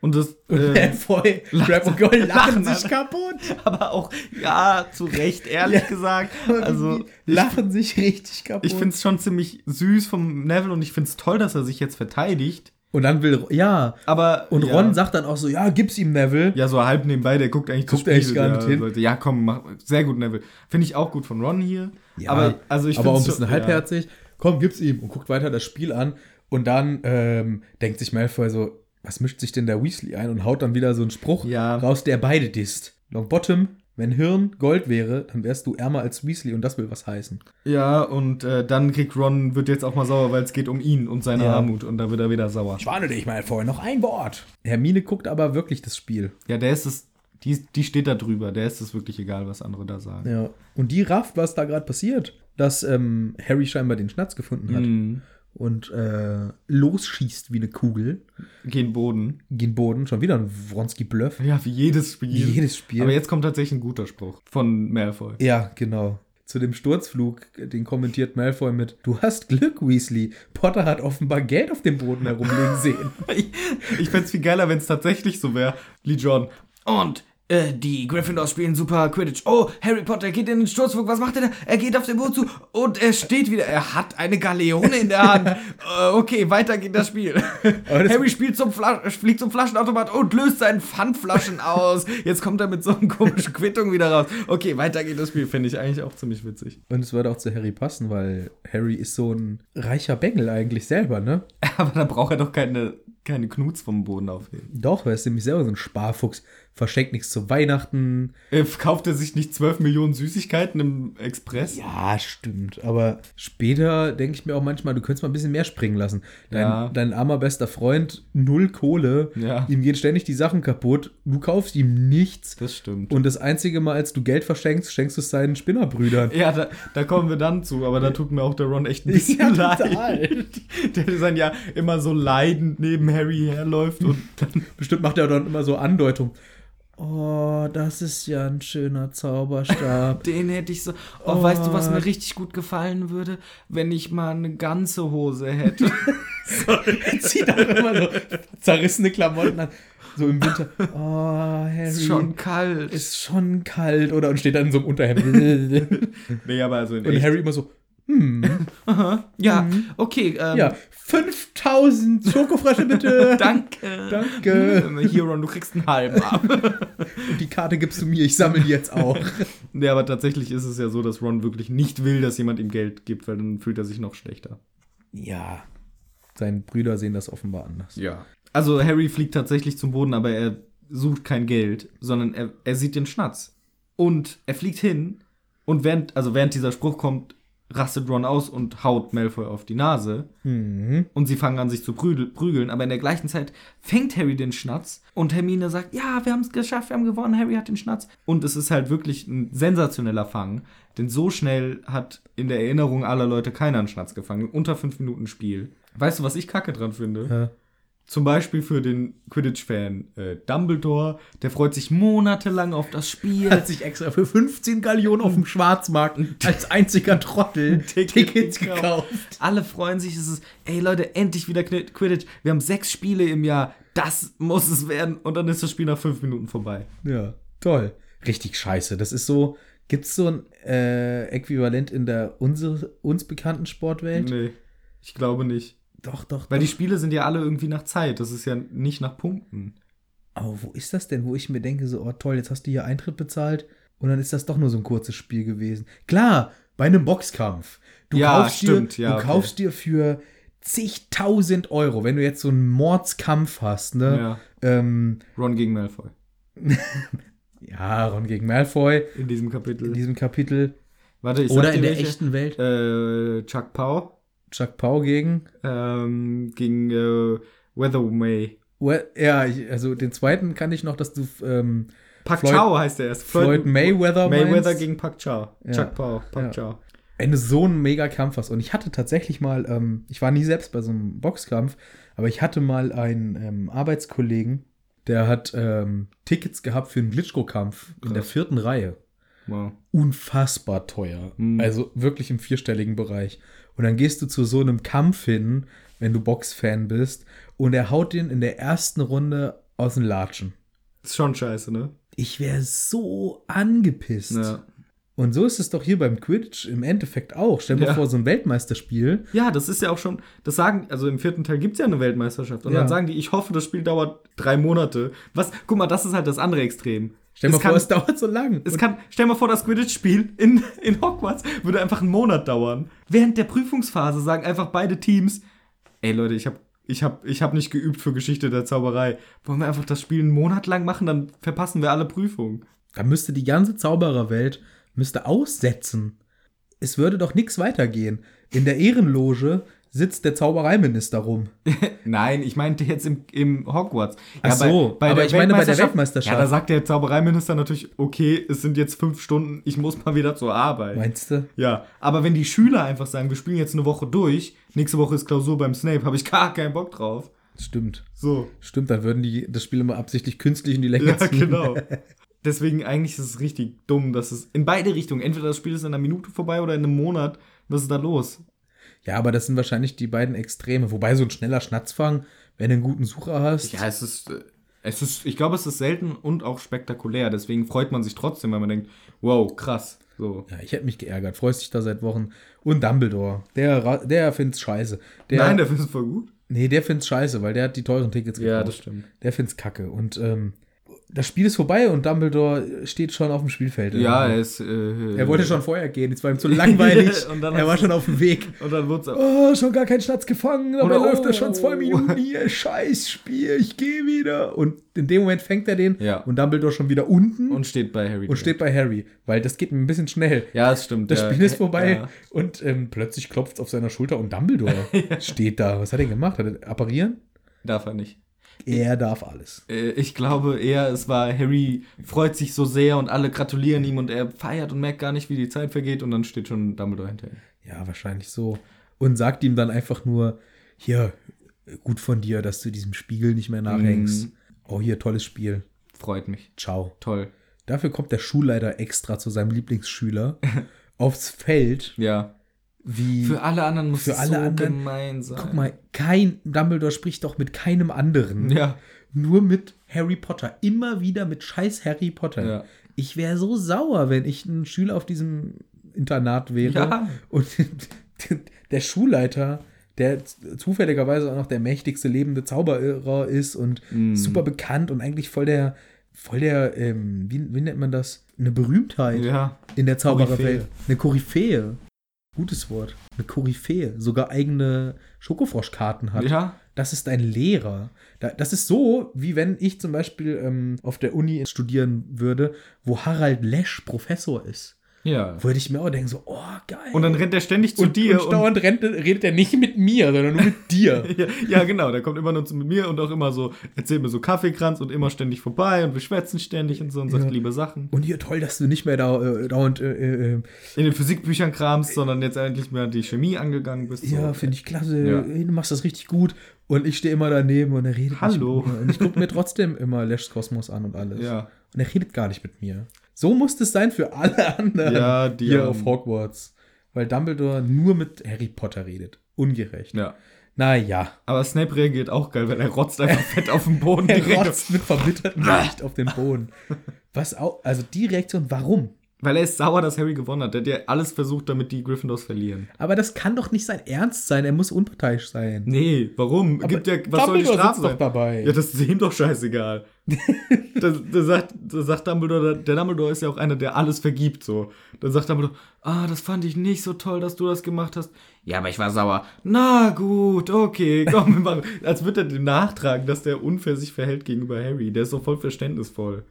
A: Und das,
B: Und
A: äh,
B: Malfoy, Crab und Gold lachen
A: lachen alle.
B: sich kaputt.
A: aber auch, ja, zu Recht, ehrlich
B: Ja.
A: gesagt. Also,
B: lachen sich richtig kaputt.
A: ich finde es schon ziemlich süß vom Neville und ich finde es toll, dass er sich jetzt verteidigt.
B: und dann will, ja.
A: Aber.
B: Und
A: ja.
B: Ron sagt dann auch so, ja, gib's ihm Neville.
A: Ja, so halb nebenbei, der guckt eigentlich
B: Guckt eigentlich gar
A: ja,
B: nicht hin.
A: Leute. Ja, komm, mach, sehr gut, Neville. Finde ich auch gut von Ron hier. aber also ich
B: aber auch ein
A: find's
B: bisschen
A: schon- ja.
B: halbherzig. Komm, gib's ihm und guckt weiter das Spiel an. Und dann ähm, denkt sich Malfoy so, was mischt sich denn der Weasley ein und haut dann wieder so einen Spruch
A: Ja.
B: raus, der beide disst. Longbottom, wenn Hirn Gold wäre, dann wärst du ärmer als Weasley und das will was heißen.
A: Ja, und äh, dann kriegt Ron, wird jetzt auch mal sauer, weil es geht um ihn und seine
B: Ja.
A: Armut und da wird er wieder sauer.
B: Warne dich, Malfoy, noch ein Wort. Hermine guckt aber wirklich das Spiel.
A: Ja, der ist es, die, die steht da drüber, der ist es wirklich egal, was andere da sagen.
B: Ja. Und die rafft, was da gerade passiert, dass ähm, Harry scheinbar den Schnatz gefunden hat
A: Mhm.
B: und äh, losschießt wie eine Kugel
A: Gehen Boden.
B: gegen Boden. Schon wieder ein Wronski-Bluff.
A: Ja, wie jedes Spiel.
B: Wie jedes Spiel.
A: Aber jetzt kommt tatsächlich ein guter Spruch von Malfoy.
B: Ja, genau. Zu dem Sturzflug, den kommentiert Malfoy mit: Du hast Glück, Weasley. Potter hat offenbar Geld auf dem Boden herumliegen sehen.
A: Ich, ich fände es viel geiler, wenn es tatsächlich so wäre. Lee Jordan. Und äh, die Gryffindors spielen super Quidditch. Oh, Harry Potter geht in den Sturzflug. Was macht er da? Er geht auf den Boot zu und er steht wieder. Er hat eine Galeone in der Hand. äh, okay, weiter geht das Spiel.
B: Aber das-
A: Harry spielt zum Fla fliegt zum Flaschenautomat und löst seinen Pfandflaschen aus. Jetzt kommt er mit so einer komischen Quittung wieder raus. Okay, weiter geht das Spiel. Finde ich eigentlich auch ziemlich witzig.
B: Und es würde auch zu Harry passen, weil Harry ist so ein reicher Bengel eigentlich selber, ne?
A: Aber da braucht er doch keine, keine Knuts vom Boden aufheben.
B: Doch, er ist nämlich selber so ein Sparfuchs. Verschenkt nichts zu Weihnachten.
A: Äh, Kauft er sich nicht 12 Millionen Süßigkeiten im Express?
B: Ja, stimmt. Aber später denke ich mir auch manchmal, du könntest mal ein bisschen mehr springen lassen. Dein,
A: Ja.
B: dein armer bester Freund, null Kohle,
A: Ja.
B: ihm gehen ständig die Sachen kaputt, du kaufst ihm nichts.
A: Das stimmt.
B: Und das einzige Mal, als du Geld verschenkst, schenkst du es seinen Spinnerbrüdern.
A: ja, da, da kommen wir dann zu, aber da tut mir auch der Ron echt ein bisschen
B: Ja, total.
A: leid. Der sein ja immer so leidend neben Harry herläuft und dann.
B: Bestimmt macht er dann immer so Andeutungen. Oh, das ist ja ein schöner Zauberstab.
A: Den hätte ich so. Oh,
B: Oh.
A: weißt du, was mir richtig gut gefallen würde? Wenn ich mal eine ganze Hose hätte.
B: Zieht auch immer so zerrissene Klamotten an. So im Winter. Oh, Harry.
A: ist schon kalt.
B: ist schon kalt, oder? Und steht dann in so einem Unterhemd.
A: nee, aber also in
B: und Harry immer so,
A: Ja, okay. Ähm,
B: ja, 5000 Schokofrösche bitte.
A: Danke.
B: Danke.
A: Ähm, Hier, Ron, du kriegst einen halben ab.
B: Und die Karte gibst du mir, ich sammle die jetzt auch.
A: nee, aber tatsächlich ist es ja so, dass Ron wirklich nicht will, dass jemand ihm Geld gibt, weil dann fühlt er sich noch schlechter.
B: Ja. Seine Brüder sehen das offenbar anders.
A: Ja. Also Harry fliegt tatsächlich zum Boden, aber er sucht kein Geld, sondern er, er sieht den Schnatz. Und er fliegt hin und während, also während dieser Spruch kommt, rastet Ron aus und haut Malfoy auf die Nase
B: Mhm.
A: und sie fangen an, sich zu prügel, prügeln, aber in der gleichen Zeit fängt Harry den Schnatz und Hermine sagt, ja, wir haben es geschafft, wir haben gewonnen, Harry hat den Schnatz. Und es ist halt wirklich ein sensationeller Fang, denn so schnell hat in der Erinnerung aller Leute keiner einen Schnatz gefangen. Unter fünf Minuten Spiel. Weißt du, was ich kacke dran finde? Zum Beispiel für den Quidditch-Fan äh, Dumbledore, der freut sich monatelang auf das Spiel.
B: Hat sich extra für 15 Gallionen auf dem Schwarzmarkt als einziger Trottel Tickets gekauft.
A: Alle freuen sich, es ist, ey Leute, endlich wieder Kni- Quidditch. Wir haben sechs Spiele im Jahr, das muss es werden. Und dann ist das Spiel nach fünf Minuten vorbei.
B: Ja, toll. Richtig scheiße. Das ist so. Gibt's so ein äh, Äquivalent in der unsere, uns bekannten Sportwelt?
A: Nee, ich glaube nicht.
B: Doch, doch,
A: Weil
B: doch.
A: die Spiele sind ja alle irgendwie nach Zeit, das ist ja nicht nach Punkten.
B: Aber wo ist das denn, wo ich mir denke, so, oh toll, jetzt hast du hier Eintritt bezahlt und dann ist das doch nur so ein kurzes Spiel gewesen. Klar, bei einem Boxkampf. Du
A: Ja,
B: kaufst
A: stimmt,
B: dir,
A: ja,
B: Du
A: okay.
B: kaufst dir für zigtausend Euro, wenn du jetzt so einen Mordskampf hast, ne?
A: Ja.
B: Ja, ähm,
A: Ron gegen Malfoy
B: ja Ron gegen Malfoy
A: in diesem Kapitel.
B: in diesem Kapitel.
A: Warte, Hm. ich
B: Oder
A: sag dir
B: in der
A: welche.
B: echten Welt.
A: Äh, Chuck Pau
B: Chuck Pau gegen.
A: ähm, gegen äh, Weathermay.
B: Well, ja, ich, also den zweiten kann ich noch, dass du ähm,
A: Pak
B: Floyd-
A: Chau heißt der erst.
B: Floyd Mayweather
A: Mayweather
B: meinst?
A: gegen Pak Chau.
B: Ja.
A: Chuck Pau, Pak
B: Ja.
A: Chau.
B: wenn du so einen mega Kampf hast. Und ich hatte tatsächlich mal, ähm, ich war nie selbst bei so einem Boxkampf, aber ich hatte mal einen ähm, Arbeitskollegen, der hat ähm, Tickets gehabt für einen Glitschko-Kampf in der vierten Reihe.
A: Wow.
B: Unfassbar teuer.
A: Mhm.
B: Also wirklich im vierstelligen Bereich. Und dann gehst du zu so einem Kampf hin, wenn du Boxfan bist, und er haut den in der ersten Runde aus den Latschen.
A: Ist schon scheiße, ne?
B: Ich wäre so angepisst.
A: Ja.
B: Und so ist es doch hier beim Quidditch im Endeffekt auch. Stell dir
A: Ja.
B: vor, so ein Weltmeisterspiel.
A: ja, das ist ja auch schon, das sagen, also im vierten Teil gibt's ja eine Weltmeisterschaft. Und
B: Ja.
A: dann sagen die, ich hoffe, das Spiel dauert drei Monate. Was, guck mal, das ist halt das andere Extrem.
B: Stell dir
A: Es
B: mal vor,
A: kann-
B: es dauert so lang.
A: Es
B: Und
A: kann, stell mal vor, das Quidditch-Spiel in, in Hogwarts würde einfach einen Monat dauern. Während der Prüfungsphase sagen einfach beide Teams, ey Leute, ich hab, ich hab, ich hab nicht geübt für Geschichte der Zauberei. Wollen wir einfach das Spiel einen Monat lang machen, dann verpassen wir alle Prüfungen.
B: da müsste die ganze Zaubererwelt müsste aussetzen. Es würde doch nichts weitergehen. In der Ehrenloge sitzt der Zaubereiminister rum.
A: Nein, ich meinte jetzt im, im Hogwarts.
B: Ach so, aber ich meine bei der Weltmeisterschaft.
A: Ja, da sagt der Zaubereiminister natürlich, okay, es sind jetzt fünf Stunden, ich muss mal wieder zur Arbeit.
B: Meinst du?
A: Ja, aber wenn die Schüler einfach sagen, wir spielen jetzt eine Woche durch, nächste Woche ist Klausur beim Snape, habe ich gar keinen Bock drauf.
B: Stimmt.
A: So.
B: Stimmt, dann würden die das Spiel immer absichtlich künstlich in die Länge
A: Ja,
B: ziehen.
A: genau. Deswegen eigentlich ist es richtig dumm, dass es in beide Richtungen, entweder das Spiel ist in einer Minute vorbei oder in einem Monat, was ist da los?
B: Ja, aber das sind wahrscheinlich die beiden Extreme. Wobei so ein schneller Schnatzfang, wenn du einen guten Sucher hast.
A: Ja, es ist, äh, es ist, ich glaube, es ist selten und auch spektakulär, deswegen freut man sich trotzdem, weil man denkt, wow, krass, so.
B: Ja, ich hätte mich geärgert. Freust dich da seit Wochen. Und Dumbledore. Der, ra- der find's scheiße. Der,
A: Nein, der Film ist voll gut.
B: nee, der find's scheiße, weil der hat die teuren Tickets
A: stimmt.
B: Der find's kacke. Und ähm, das Spiel ist vorbei und Dumbledore steht schon auf dem Spielfeld.
A: Ja, er
B: er,
A: ist, äh,
B: er wollte schon vorher gehen. Jetzt war ihm zu langweilig.
A: Und dann
B: er war
A: hast-
B: schon auf dem Weg.
A: Und dann wird's auch.
B: Oh, schon gar kein Schnatz gefangen. Dabei
A: Oder,
B: läuft er
A: oh.
B: schon zwei Minuten hier. Scheiß Spiel, ich gehe wieder. Und in dem Moment fängt er den
A: Ja.
B: und Dumbledore schon wieder unten und,
A: Und steht bei Harry.
B: steht bei Harry. Weil das geht mir ein bisschen schnell.
A: Ja, es stimmt.
B: Das
A: ja.
B: Spiel ist vorbei
A: Ja.
B: und ähm, plötzlich klopft auf seiner Schulter und Dumbledore steht da. Was hat er gemacht? Hat er apparieren?
A: Darf er nicht.
B: Er darf alles.
A: Äh, Ich glaube eher, es war Harry freut sich so sehr und alle gratulieren ihm und er feiert und merkt gar nicht, wie die Zeit vergeht und dann steht schon Dumbledore hinterher.
B: Ja, wahrscheinlich so. Und sagt ihm dann einfach nur, hier, gut von dir, dass du diesem Spiegel nicht mehr nachhängst.
A: Mhm.
B: Oh, hier, tolles Spiel.
A: Freut mich.
B: Ciao.
A: Toll.
B: Dafür kommt der Schulleiter extra zu seinem Lieblingsschüler aufs Feld,
A: Ja.
B: wie,
A: Für alle anderen muss
B: Für
A: es
B: alle
A: so
B: anderen-
A: gemein sein.
B: guck mal, kein, Dumbledore spricht doch mit keinem anderen.
A: Ja.
B: Nur mit Harry Potter. Immer wieder mit scheiß Harry Potter.
A: Ja.
B: Ich wäre so sauer, wenn ich ein Schüler auf diesem Internat wäre.
A: Ja.
B: Und der Schulleiter, der zufälligerweise auch noch der mächtigste lebende Zauberer ist und
A: Mhm.
B: super bekannt und eigentlich voll der, voll der, ähm, wie, wie nennt man das? Eine Berühmtheit
A: Ja.
B: in der Zaubererwelt.
A: Koryphäe.
B: Eine Koryphäe. Gutes Wort. Eine Koryphäe. Sogar eigene Schokofroschkarten hat.
A: Ja.
B: Das ist ein Lehrer. Da- Das ist so, wie wenn ich zum Beispiel ähm, auf der Uni studieren würde, wo Harald Lesch Professor ist.
A: Ja.
B: Würde ich mir auch denken, so, oh, geil.
A: Und dann rennt er ständig zu
B: und,
A: dir.
B: und dauernd rennt, redet er nicht mit mir, sondern nur mit dir.
A: ja, ja, genau, der kommt immer nur zu mir und auch immer so, erzählt mir so Kaffeekranz und immer ständig vorbei und wir schwätzen ständig und so und sagt liebe Sachen.
B: Und hier, toll, dass du nicht mehr da, äh, dauernd, äh, äh,
A: In den Physikbüchern kramst, sondern jetzt endlich mehr die Chemie angegangen bist.
B: ja,
A: so.
B: finde ich klasse,
A: Ja.
B: hey, du machst das richtig gut. Und ich stehe immer daneben und er redet
A: Hallo.
B: nicht mit mir. Und ich gucke mir trotzdem immer Lash Kosmos an und alles.
A: Ja.
B: Und er redet gar nicht mit mir. So muss es sein für alle anderen
A: Ja, die
B: hier
A: haben-
B: auf Hogwarts. Weil Dumbledore nur mit Harry Potter redet. Ungerecht.
A: Ja.
B: Naja.
A: Aber Snape reagiert auch geil, weil er rotzt einfach fett auf den Boden
B: Er
A: direkt.
B: rotzt mit verbittertem Gesicht auf den Boden. Was auch, also die Reaktion, warum?
A: Weil er ist sauer, dass Harry gewonnen hat. Der hat ja alles versucht, damit die Gryffindors verlieren.
B: Aber das kann doch nicht sein Ernst sein. Er muss unparteiisch sein.
A: Nee, warum? Gibt ja, was soll die
B: Dumbledore
A: Strafe
B: sitzt doch
A: sein?
B: dabei.
A: Ja, das ist ihm doch scheißegal. das, das, sagt, das sagt Dumbledore, der Dumbledore ist ja auch einer, der alles vergibt, so. Dann sagt Dumbledore, ah, das fand ich nicht so toll, dass du das gemacht hast. Ja, aber ich war sauer. Na gut, okay, komm, wir machen. Als würde er dem nachtragen, dass der unfair sich verhält gegenüber Harry. Der ist doch voll verständnisvoll.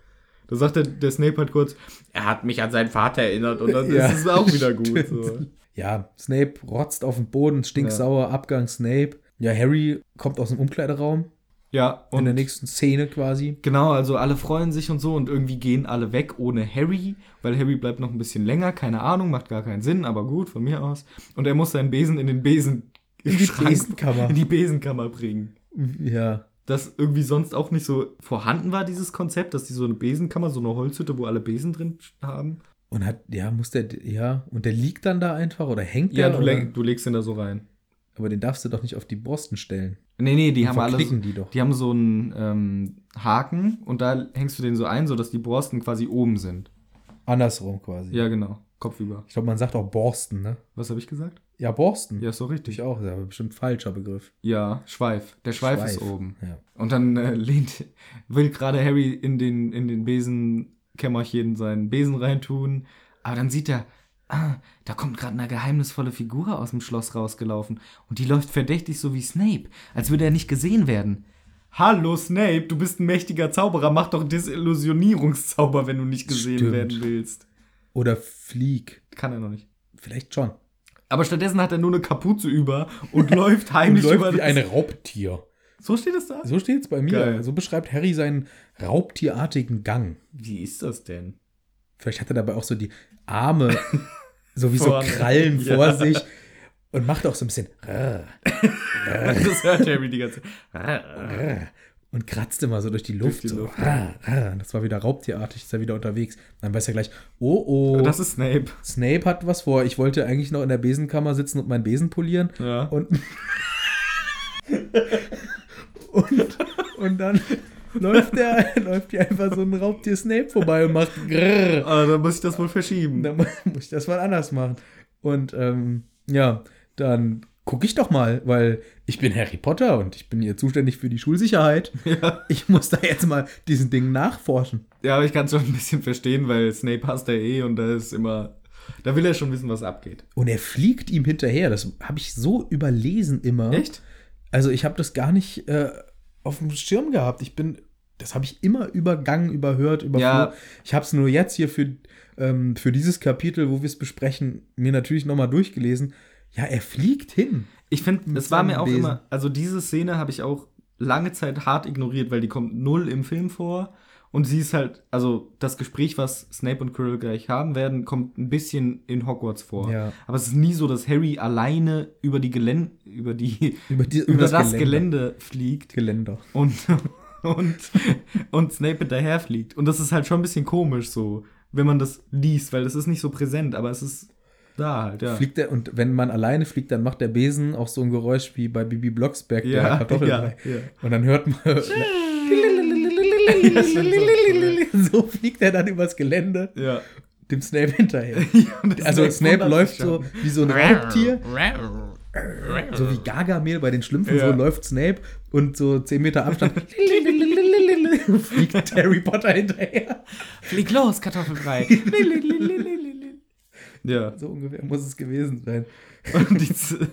A: Da sagt der, der Snape halt kurz, er hat mich an seinen Vater erinnert und dann
B: Ja,
A: ist es auch wieder gut.
B: stimmt.
A: So.
B: Ja, Snape rotzt auf den Boden, stinksauer, Abgang Snape. Ja, Harry kommt aus dem Umkleideraum
A: Ja,
B: in
A: und
B: der nächsten Szene quasi.
A: Genau, also alle freuen sich und so und irgendwie gehen alle weg ohne Harry, weil Harry bleibt noch ein bisschen länger, keine Ahnung, macht gar keinen Sinn, aber gut, von mir aus. Und er muss seinen Besen in den Besen
B: In die
A: Schrank-
B: Besenkammer.
A: in die Besenkammer bringen.
B: Ja.
A: Das irgendwie sonst auch nicht so vorhanden war, dieses Konzept, dass die so eine Besenkammer, so eine Holzhütte, wo alle Besen drin haben.
B: Und hat, ja, muss der, ja, und der liegt dann da einfach oder hängt
A: Ja,
B: der?
A: du,
B: oder?
A: leg, du legst ihn da so rein.
B: Aber den darfst du doch nicht auf die Borsten stellen.
A: Nee, nee, die
B: Die
A: haben alle. So,
B: die doch.
A: die haben so einen ähm, Haken und da hängst du den so ein, sodass die Borsten quasi oben sind.
B: Andersrum quasi.
A: Ja, genau. Kopfüber.
B: Ich glaube, man sagt auch Borsten, ne?
A: Was habe ich gesagt?
B: Ja, Borsten.
A: Ja, ist doch richtig.
B: Natürlich auch, ist aber bestimmt falscher Begriff.
A: Ja, Schweif. Der Schweif, ist oben.
B: Ja.
A: Und dann äh, lehnt, will gerade Harry in den, in den Besenkämmerchen seinen Besen reintun. Aber dann sieht er, ah, da kommt gerade eine geheimnisvolle Figur aus dem Schloss rausgelaufen. Und die läuft verdächtig so wie Snape, als würde er nicht gesehen werden. Hallo Snape, du bist ein mächtiger Zauberer, mach doch Desillusionierungszauber, wenn du nicht gesehen
B: Stimmt.
A: werden willst.
B: Oder Flieg.
A: Kann er noch nicht.
B: Vielleicht schon.
A: Aber stattdessen hat er nur eine Kapuze über und läuft heimlich über das-
B: Raubtier.
A: So steht es da?
B: So steht es bei mir.
A: Geil.
B: So beschreibt Harry seinen raubtierartigen Gang.
A: Wie ist das denn?
B: Vielleicht hat er dabei auch so die Arme, so wie so
A: Vorne.
B: Krallen
A: Ja.
B: vor sich und macht auch so ein bisschen
A: Das hört Harry die ganze Zeit.
B: und kratzt immer so durch die Luft.
A: die
B: so.
A: Luft.
B: Das war wieder raubtierartig, ist er wieder unterwegs. Dann weiß er gleich, oh oh,
A: Das ist Snape.
B: Snape hat was vor. Ich wollte eigentlich noch in der Besenkammer sitzen und meinen Besen polieren.
A: Ja.
B: Und, und, und dann läuft, der, läuft hier einfach so ein Raubtier Snape vorbei und macht grrr.
A: Ah, dann muss ich das wohl verschieben.
B: Dann mu- muss ich das mal anders machen. Und ähm, ja, dann gucke ich doch mal, weil ich bin Harry Potter und ich bin hier zuständig für die Schulsicherheit.
A: Ja.
B: Ich muss da jetzt mal diesen Dingen nachforschen.
A: ja, aber ich kann es schon ein bisschen verstehen, weil Snape hasst er eh und da ist immer. Da will er schon wissen, was abgeht.
B: Und er fliegt ihm hinterher. Das habe ich so überlesen immer. Also ich habe das gar nicht äh, auf dem Schirm gehabt. Ich bin, das habe ich immer übergangen, überhört, überflogen.
A: Ja.
B: Ich habe es nur jetzt hier für, ähm, für dieses Kapitel, wo wir es besprechen, mir natürlich nochmal durchgelesen. Ja, er fliegt hin.
A: Ich finde,
B: Mit
A: es war mir
B: seinem
A: auch
B: Besen.
A: immer. Also, diese Szene habe ich auch lange Zeit hart ignoriert, weil die kommt null im Film vor. Und sie ist halt. Also, das Gespräch, was Snape und Quirrell gleich haben werden, kommt ein bisschen in Hogwarts vor.
B: Ja.
A: Aber es ist nie so, dass Harry alleine über die Gelände. Über die.
B: Über, die,
A: Über das, Gelände fliegt.
B: Geländer.
A: und, und, und Snape hinterherfliegt. Und das ist halt schon ein bisschen komisch so, wenn man das liest, weil das ist nicht so präsent, aber es ist da halt, ja.
B: Fliegt er, und wenn man alleine fliegt, dann macht der Besen auch so ein Geräusch wie bei Bibi Blocksberg, der
A: Ja,
B: Kartoffelbrei.
A: ja, ja.
B: Und dann hört man. ne, so fliegt er dann übers Gelände,
A: ja.
B: dem Snape hinterher.
A: Und
B: Also Snape
A: wundert
B: läuft
A: sich
B: so
A: schon.
B: wie so ein Raubtier, so wie Gargamel bei den Schlümpfen,
A: Ja.
B: so läuft Snape und so 10 Meter Abstand fliegt Harry Potter hinterher.
A: Flieg los, Kartoffelbrei. ja.
B: So ungefähr muss es gewesen sein.
A: Und die, Z-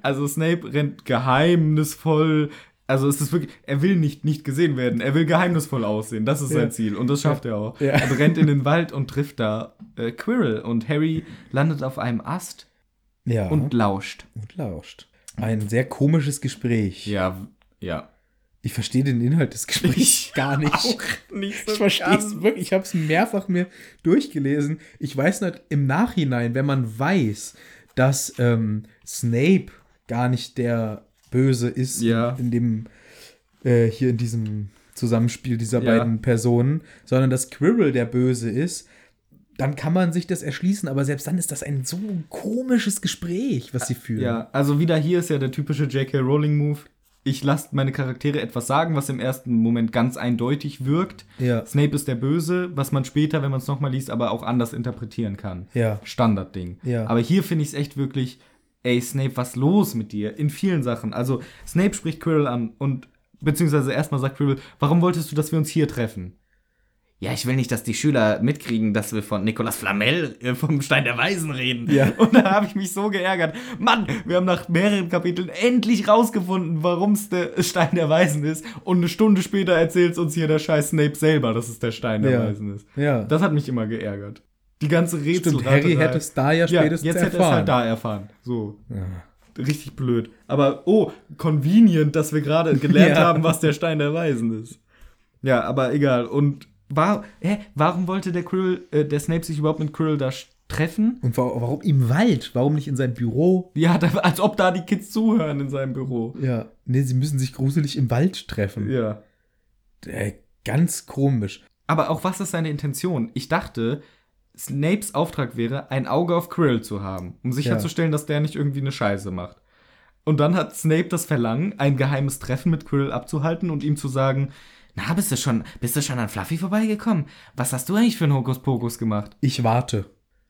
A: also Snape rennt geheimnisvoll Also es ist wirklich, er will nicht nicht gesehen werden, er will geheimnisvoll aussehen, das ist
B: Ja.
A: sein Ziel und das schafft er auch.
B: Ja.
A: Er rennt in den Wald und trifft da äh, Quirrell und Harry landet auf einem Ast
B: Ja.
A: und
B: Und,
A: lauscht.
B: und lauscht. Ein sehr komisches Gespräch.
A: Ja, ja.
B: Ich verstehe den Inhalt des Gesprächs gar nicht.
A: nicht
B: Ich verstehe es wirklich. Ich habe es mehrfach mir durchgelesen. Ich weiß nicht, im Nachhinein, wenn man weiß, dass ähm, Snape gar nicht der Böse ist,
A: Ja.
B: in dem äh, hier in diesem Zusammenspiel dieser
A: Ja.
B: beiden Personen, sondern dass Quirrell der Böse ist, dann kann man sich das erschließen. Aber selbst dann ist das ein so komisches Gespräch, was sie führen.
A: Ja, also wieder hier ist ja der typische J.K. Rowling-Move. Ich lasse meine Charaktere etwas sagen, was im ersten Moment ganz eindeutig wirkt.
B: Ja.
A: Snape ist der Böse, was man später, wenn man es nochmal liest, aber auch anders interpretieren kann.
B: Ja.
A: Standardding.
B: Ja.
A: Aber hier finde ich es echt wirklich, ey Snape, was los mit dir? In vielen Sachen. Also Snape spricht Quirrell an und beziehungsweise erstmal sagt Quirrell, warum wolltest du, dass wir uns hier treffen?
C: Ja, ich will nicht, dass die Schüler mitkriegen, dass wir von Nicolas Flamel äh, vom Stein der Weisen reden.
B: Ja.
A: Und da habe ich mich so geärgert. Mann, wir haben nach mehreren Kapiteln endlich rausgefunden, warum es der Stein der Weisen ist. Und eine Stunde später erzählt uns hier der scheiß Snape selber, dass es der Stein der
B: Ja.
A: Weisen ist.
B: Ja.
A: Das hat mich immer geärgert. Die ganze Rätsel.
B: Stimmt, Harry hätte es da ja
A: ja,
B: spätestens
A: jetzt hätte er es
B: erfahren.
A: halt da erfahren. So.
B: Ja.
A: Richtig blöd. Aber oh, convenient, dass wir gerade gelernt
B: Ja.
A: haben, was der Stein der Weisen ist. Ja, aber egal. Und war, hä, warum wollte der Quirrell, äh, der Snape sich überhaupt mit Quirrell da sch- treffen?
B: Und wa warum im Wald? Warum nicht in sein Büro?
A: Ja, da, als ob da die Kids zuhören in seinem Büro.
B: Ja, nee, sie müssen sich gruselig im Wald treffen.
A: Ja.
B: Äh, ganz komisch.
A: Aber auch was ist seine Intention? Ich dachte, Snapes Auftrag wäre, ein Auge auf Quirrell zu haben, um sicherzustellen, dass der nicht irgendwie eine Scheiße macht. Und dann hat Snape das Verlangen, ein geheimes Treffen mit Quirrell abzuhalten und ihm zu sagen,
C: Na, bist du schon, bist du schon an Fluffy vorbeigekommen?
A: was hast du eigentlich für einen Hokuspokus gemacht?
B: Ich warte.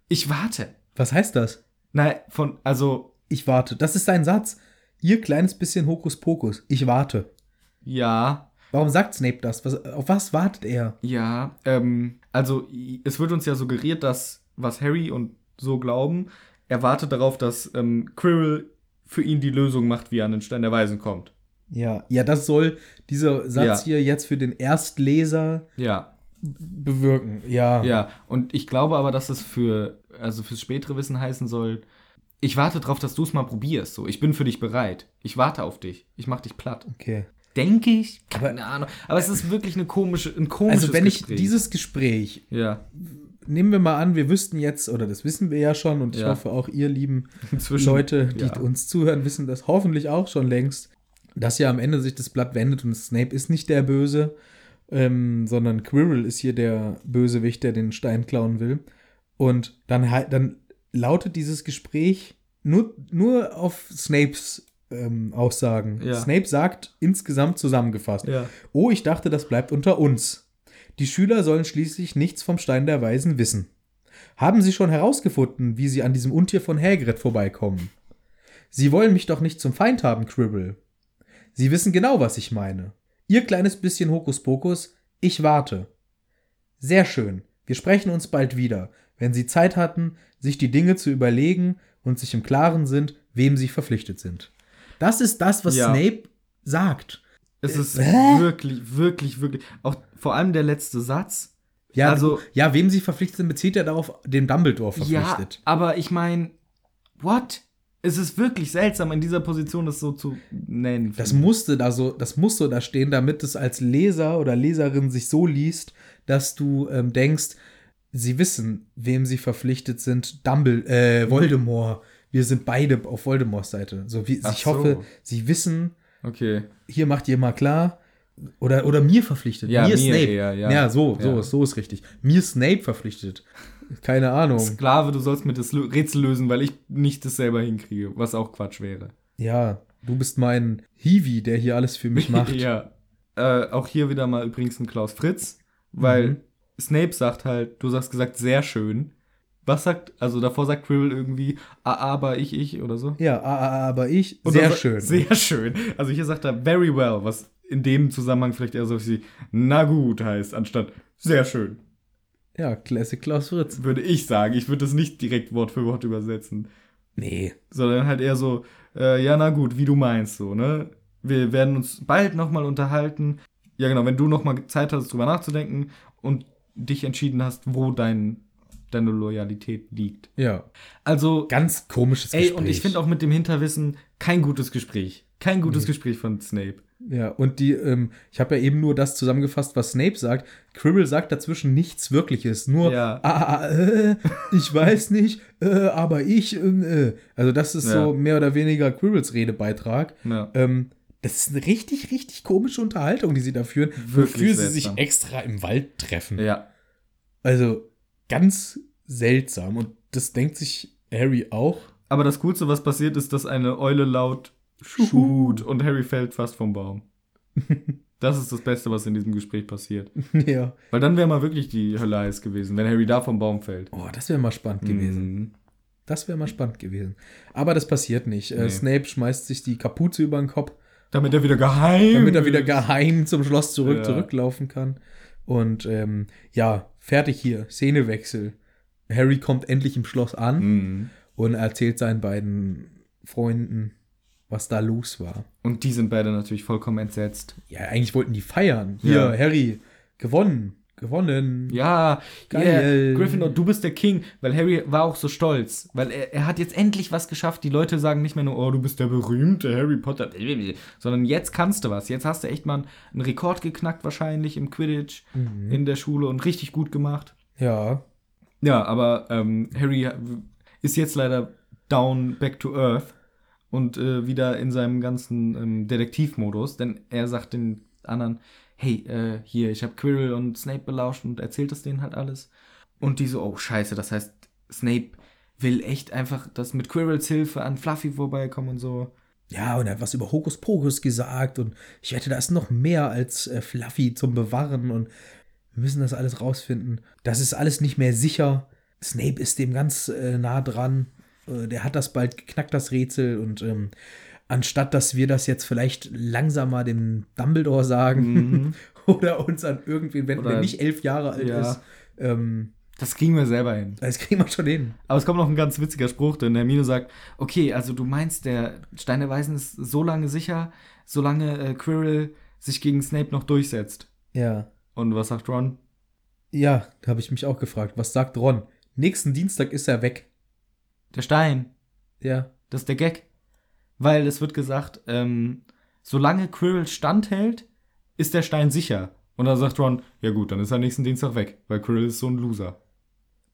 A: Ich warte.
B: Was heißt das?
A: Nein, von, also,
B: Ich warte. Das ist sein Satz. Ihr kleines bisschen Hokuspokus. Ich warte.
A: ja,
B: Warum sagt Snape das? Was, auf was wartet er?
A: Ja, ähm, also i- es wird uns ja suggeriert, dass, was Harry und so glauben, er wartet darauf, dass ähm, Quirrell für ihn die Lösung macht, wie er an den Stein der Weisen kommt.
B: Ja, ja, das soll dieser Satz
A: Ja.
B: hier jetzt für den Erstleser
A: Ja,
B: bewirken. Ja.
A: ja. Und ich glaube aber, dass es für, also fürs spätere Wissen heißen soll, ich warte darauf, dass du es mal probierst. So, ich bin für dich bereit. Ich warte auf dich. Ich mach dich platt.
B: Okay.
A: Denke ich? Keine Ahnung. Aber es ist wirklich eine komische, ein komisches
B: Also, wenn ich
A: Gespräch.
B: dieses Gespräch
A: ja,
B: nehmen wir mal an, wir wüssten jetzt, oder das wissen wir ja schon, und ich
A: Ja.
B: hoffe auch ihr lieben
A: Inzwischen,
B: Leute, die
A: ja.
B: uns zuhören, wissen das hoffentlich auch schon längst, dass ja am Ende sich das Blatt wendet und Snape ist nicht der Böse, ähm, sondern Quirrell ist hier der Bösewicht, der den Stein klauen will. Und dann, hei- dann lautet dieses Gespräch nur, nur auf Snapes ähm, Aussagen.
A: Ja.
B: Snape sagt insgesamt zusammengefasst,
A: ja.
B: Oh, ich dachte, das bleibt unter uns. Die Schüler sollen schließlich nichts vom Stein der Weisen wissen. Haben sie schon herausgefunden, wie sie an diesem Untier von Hagrid vorbeikommen? Sie wollen mich doch nicht zum Feind haben, Cribble. Sie wissen genau, was ich meine. Ihr kleines bisschen Hokuspokus, ich warte. Sehr schön. Wir sprechen uns bald wieder, wenn Sie Zeit hatten, sich die Dinge zu überlegen und sich im Klaren sind, wem Sie verpflichtet sind. Das ist das, was
A: Ja.
B: Snape sagt.
A: Es ist
B: Hä?
A: wirklich, wirklich, wirklich. Auch vor allem der letzte Satz.
B: Ja,
A: Also-
B: also, ja, wem sie verpflichtet sind, bezieht er darauf, den Dumbledore
A: Ja,
B: verpflichtet.
A: aber ich meine, what? Es ist wirklich seltsam, in dieser Position das so zu nennen.
B: Das musste da so, das muss so da stehen, damit es als Leser oder Leserin sich so liest, dass du ähm, denkst, sie wissen, wem sie verpflichtet sind, Dumbledore, äh, Voldemort. Wir sind beide auf Voldemors Seite. So wie,
A: Ach
B: ich hoffe,
A: so.
B: sie wissen,
A: okay.
B: hier macht ihr mal klar. Oder, oder mir verpflichtet.
A: Ja, mir
B: Snape.
A: eher, ja.
B: ja. so, so,
A: Ja.
B: so ist richtig. Mir Snape verpflichtet. Keine Ahnung.
A: Sklave, du sollst mir das Lö- Rätsel lösen, weil ich nicht das selber hinkriege, was auch Quatsch wäre.
B: Ja, du bist mein Hiwi, der hier alles für mich macht.
A: ja. Äh, auch hier wieder mal übrigens ein Klaus Fritz, weil
B: Mhm.
A: Snape sagt halt, du hast gesagt, sehr schön. Was sagt, also davor sagt Quirrell irgendwie, ah, aber ich, ich oder so.
B: Ja, a- a- aber ich,
A: Und
B: sehr
A: dann sa-
B: schön.
A: Sehr schön. Also hier sagt er very well, was in dem Zusammenhang vielleicht eher so wie na gut heißt, anstatt sehr schön,
B: ja, Classic Klaus Fritz.
A: würde ich sagen. Ich würde das nicht direkt Wort für Wort übersetzen,
B: Nee.
A: sondern halt eher so, äh, ja, na gut, wie du meinst, so, ne? Wir werden uns bald nochmal unterhalten. Ja, genau, wenn du nochmal Zeit hast, drüber nachzudenken und dich entschieden hast, wo dein, deine Loyalität liegt.
B: Ja.
A: Also,
B: Ganz komisches
A: ey,
B: Gespräch.
A: und ich finde auch mit dem Hinterwissen kein gutes Gespräch. Kein gutes Gespräch von Snape.
B: Ja, und die, ähm, ich habe ja eben nur das zusammengefasst, was Snape sagt. Cribble sagt dazwischen nichts Wirkliches, nur
A: Ja.
B: ah, äh, ich weiß nicht, äh, aber ich, ähm, äh. Also das ist
A: Ja.
B: so mehr oder weniger Cribbles Redebeitrag.
A: Ja.
B: Ähm, das ist eine richtig, richtig komische Unterhaltung, die sie da führen,
A: Wirklich
B: wofür sie sich
A: seltsam.
B: extra im Wald treffen.
A: Ja.
B: Also ganz seltsam. Und das denkt sich Harry auch.
A: Aber das Coolste, was passiert, ist, dass eine Eule laut
B: Schuhu.
A: schut und Harry fällt fast vom Baum. Das ist das Beste, was in diesem Gespräch passiert.
B: ja.
A: Weil dann wäre mal wirklich die Hölle heiß gewesen, wenn Harry da vom Baum fällt.
B: Oh, das wäre mal spannend gewesen.
A: Mhm.
B: Das wäre mal spannend gewesen. Aber das passiert nicht.
A: Nee.
B: Äh, Snape schmeißt sich die Kapuze über den Kopf,
A: Damit er wieder geheim.
B: damit er
A: ist.
B: wieder geheim zum Schloss zurück
A: Hm. Ja.
B: zurücklaufen kann. Und ähm, ja, fertig hier. Szenewechsel. Harry kommt endlich im Schloss an
A: Mhm.
B: und erzählt seinen beiden Freunden, was da los war.
A: Und die sind beide natürlich vollkommen entsetzt.
B: Ja, eigentlich wollten die feiern. Hier,
A: Ja.
B: Harry, gewonnen. Gewonnen.
A: Ja,
B: Hm. Geil.
A: Yeah, Gryffindor, du bist der King, weil Harry war auch so stolz, weil er, er hat jetzt endlich was geschafft. Die Leute sagen nicht mehr nur, oh, du bist der berühmte Harry Potter, sondern jetzt kannst du was. Jetzt hast du echt mal einen Rekord geknackt wahrscheinlich im Quidditch in der Schule und richtig gut gemacht.
B: Ja,
A: Ja, aber ähm, Harry ist jetzt leider down back to earth und äh, wieder in seinem ganzen ähm, Detektivmodus, denn er sagt den anderen, hey, äh, hier, ich habe Quirrell und Snape belauscht und erzählt es denen halt alles. Und die so, oh scheiße, das heißt, Snape will echt einfach, dass mit Quirrells Hilfe an Fluffy vorbeikommen und so.
B: Ja, und er hat was über Hokuspokus gesagt und ich wette, da ist noch mehr als äh, Fluffy zum Bewahren und wir müssen das alles rausfinden. Das ist alles nicht mehr sicher. Snape ist dem ganz äh, nah dran. Äh, der hat das bald geknackt, das Rätsel und ähm, anstatt, dass wir das jetzt vielleicht langsamer dem Dumbledore sagen oder uns an irgendwen wenden,
A: Mhm. Oder-
B: der nicht elf Jahre alt
A: Ja.
B: ist, ähm,
A: Das kriegen wir selber hin.
B: das kriegen wir schon hin.
A: Aber es kommt noch ein ganz witziger Spruch, denn Hermine sagt, okay, also du meinst, der Stein der Weisen ist so lange sicher, solange äh, Quirrell sich gegen Snape noch durchsetzt.
B: Ja.
A: Und was sagt Ron?
B: Ja, da habe ich mich auch gefragt. Was sagt Ron? Nächsten Dienstag ist er weg.
A: Der Stein,
B: Ja.
A: das ist der Gag. Weil es wird gesagt, ähm, solange Quirrell standhält, ist der Stein sicher. Und dann sagt Ron, ja gut, dann ist er nächsten Dienstag weg, weil Quirrell ist so ein Loser.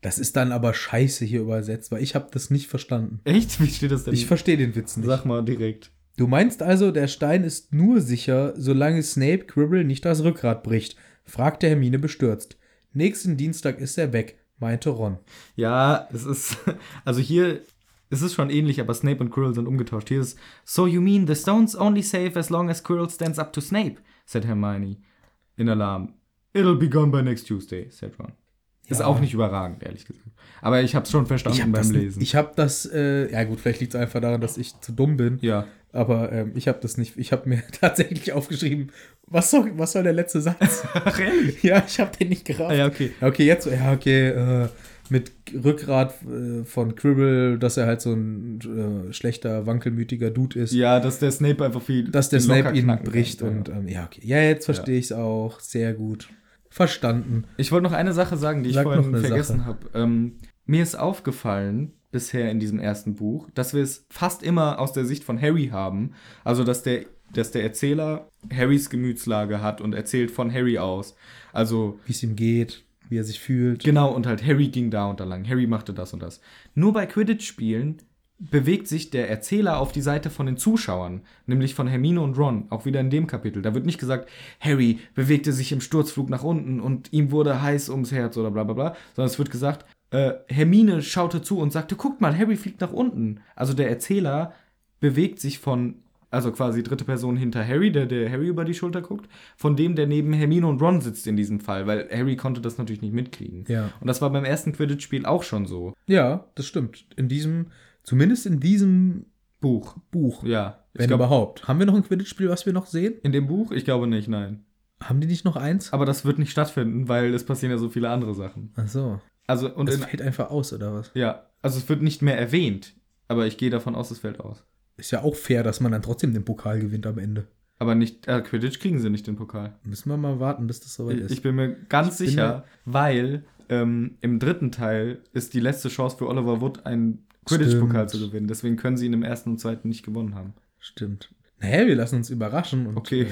B: Das ist dann aber scheiße hier übersetzt, weil ich habe das nicht verstanden.
A: Echt? Wie steht das denn?
B: Ich verstehe den Witz nicht.
A: Sag mal direkt.
B: Du meinst also, der Stein ist nur sicher, solange Snape Quirrell nicht das Rückgrat bricht? fragte Hermine bestürzt. Nächsten Dienstag ist er weg, meinte Ron.
A: Ja, es ist. Also hier es ist schon ähnlich, aber Snape und Quirrell sind umgetauscht. Hier ist. So you mean the stone's only safe as long as Quirrell stands up to Snape, said Hermione. In Alarm. It'll be gone by next Tuesday, said Ron. Ist
B: Ja.
A: auch nicht überragend, ehrlich gesagt. Aber ich hab's schon verstanden
B: Ich habe
A: beim
B: das,
A: Lesen.
B: ich hab das äh, ja gut, vielleicht liegt es einfach daran, dass ich zu dumm bin,
A: ja.
B: aber ähm, ich habe das nicht, ich habe mir tatsächlich aufgeschrieben, was soll, was soll der letzte Satz?
A: Ach, ehrlich?
B: ja, ich habe den nicht gerafft.
A: Ah, ja, okay.
B: Okay, jetzt, ja, okay, äh, mit Rückgrat äh, von Cribble, dass er halt so ein äh, schlechter, wankelmütiger Dude ist.
A: Ja, dass der Snape einfach viel.
B: Dass der
A: locker
B: Snape ihn
A: knacken
B: bricht
A: kann, ja.
B: und ähm, ja, okay. Ja, jetzt verstehe ich's ich es auch. Sehr gut. Verstanden.
A: Ich wollte noch eine Sache sagen, die
B: Sag
A: ich
B: noch
A: vorhin
B: eine
A: vergessen
B: Sache.
A: habe. Ähm, mir ist aufgefallen bisher in diesem ersten Buch, dass wir es fast immer aus der Sicht von Harry haben. Also, dass der, dass der Erzähler Harrys Gemütslage hat und erzählt von Harry aus. Also,
B: Wie es ihm geht, wie er sich fühlt.
A: Genau, und halt Harry ging da und da lang. Harry machte das und das. Nur bei Quidditch-Spielen bewegt sich der Erzähler auf die Seite von den Zuschauern, nämlich von Hermine und Ron, auch wieder in dem Kapitel. Da wird nicht gesagt, Harry bewegte sich im Sturzflug nach unten und ihm wurde heiß ums Herz oder bla bla bla, sondern es wird gesagt, äh, Hermine schaute zu und sagte, guck mal, Harry fliegt nach unten. Also der Erzähler bewegt sich von, also quasi dritte Person hinter Harry, der, der Harry über die Schulter guckt, von dem, der neben Hermine und Ron sitzt in diesem Fall, weil Harry konnte das natürlich nicht mitkriegen.
B: Ja.
A: Und das war beim ersten Quidditch-Spiel auch schon so.
B: Ja, das stimmt. In diesem, zumindest in diesem
A: Buch.
B: Buch.
A: Ja.
B: Wenn
A: ich glaub,
B: überhaupt. Haben wir noch ein Quidditch-Spiel, was wir noch sehen?
A: in dem Buch? Ich glaube nicht, nein.
B: Haben die nicht noch eins?
A: Aber das wird nicht stattfinden, weil es passieren ja so viele andere Sachen.
B: Ach so.
A: Also, und
B: Das
A: in,
B: fällt einfach aus, oder was?
A: ja, also es wird nicht mehr erwähnt. Aber ich gehe davon aus, es fällt aus.
B: Ist ja auch fair, dass man dann trotzdem den Pokal gewinnt am Ende.
A: Aber nicht, äh, Quidditch kriegen sie nicht den Pokal.
B: Müssen wir mal warten, bis das soweit ist.
A: Ich bin mir ganz
B: bin
A: sicher, weil ähm, im dritten Teil ist die letzte Chance für Oliver Wood, einen Quidditch-Pokal
B: Stimmt.
A: zu gewinnen. Deswegen können sie ihn im ersten und zweiten nicht gewonnen haben.
B: Stimmt. Naja, wir lassen uns überraschen. Und,
A: Okay.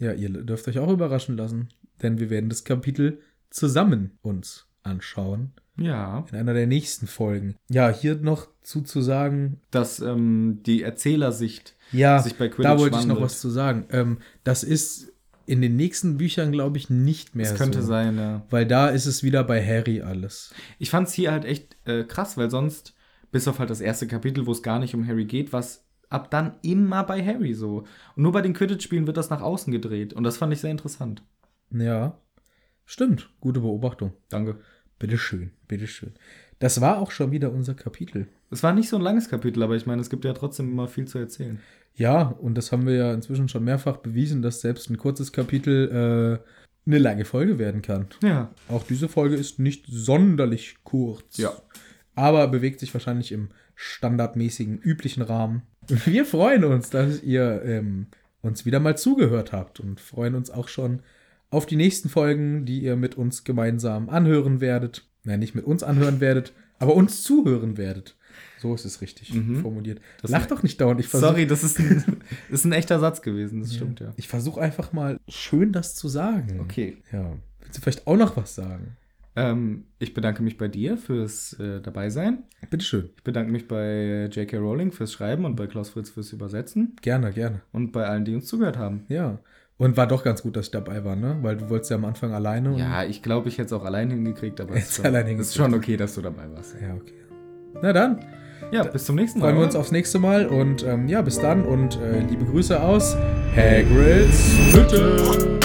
B: Äh, ja, ihr dürft euch auch überraschen lassen, denn wir werden das Kapitel zusammen uns anschauen
A: Ja.
B: in einer der nächsten Folgen. Ja, hier noch zu, zu sagen,
A: Dass ähm, die Erzählersicht
B: ja,
A: sich bei Quidditch
B: da wollte ich noch
A: wandelt.
B: was zu sagen. Ähm, das ist in den nächsten Büchern, glaube ich, nicht mehr
A: Das könnte
B: so.
A: sein, ja.
B: Weil da ist es wieder bei Harry alles.
A: Ich fand es hier halt echt äh, krass, weil sonst, bis auf halt das erste Kapitel, wo es gar nicht um Harry geht, was ab dann immer bei Harry so. Und nur bei den Quidditch-Spielen wird das nach außen gedreht. Und das fand ich sehr interessant.
B: Ja, stimmt. Gute Beobachtung.
A: Danke.
B: Bitteschön, bitteschön. Das war auch schon wieder unser Kapitel.
A: Es war nicht so ein langes Kapitel, aber ich meine, es gibt ja trotzdem immer viel zu erzählen.
B: Ja, und das haben wir ja inzwischen schon mehrfach bewiesen, dass selbst ein kurzes Kapitel äh, eine lange Folge werden kann.
A: Ja.
B: Auch diese Folge ist nicht sonderlich kurz.
A: Ja.
B: Aber bewegt sich wahrscheinlich im standardmäßigen, üblichen Rahmen. Wir freuen uns, dass ihr ähm, uns wieder mal zugehört habt und freuen uns auch schon auf die nächsten Folgen, die ihr mit uns gemeinsam anhören werdet. Nein, nicht mit uns anhören werdet, aber uns zuhören werdet. So ist es richtig
A: Mhm.
B: formuliert. Lach doch nicht dauernd. Ich versuch-
A: Sorry, das ist ein, ist ein echter Satz gewesen, das stimmt, ja.
B: Ich versuche einfach mal schön das zu sagen.
A: Okay.
B: Ja. Willst du vielleicht auch noch was sagen?
A: Ähm, ich bedanke mich bei dir fürs äh, Dabeisein.
B: Bitteschön.
A: Ich bedanke mich bei J.K. Rowling fürs Schreiben und bei Klaus Fritz fürs Übersetzen
B: Gerne, gerne.
A: und bei allen, die uns zugehört haben.
B: Ja. Und war doch ganz gut, dass ich dabei war, ne? Weil du wolltest ja am Anfang alleine.
A: Ja, ich glaube, ich hätte es auch allein hingekriegt, aber es
B: Hättest
A: ist, schon,
B: allein
A: ist schon okay, dass du dabei warst.
B: Und, ja, okay. Na dann,
A: Ja, bis zum nächsten Mal.
B: freuen wir
A: oder?
B: uns aufs nächste Mal und ähm, ja, bis dann und äh, liebe Grüße aus Hagrids Hütte.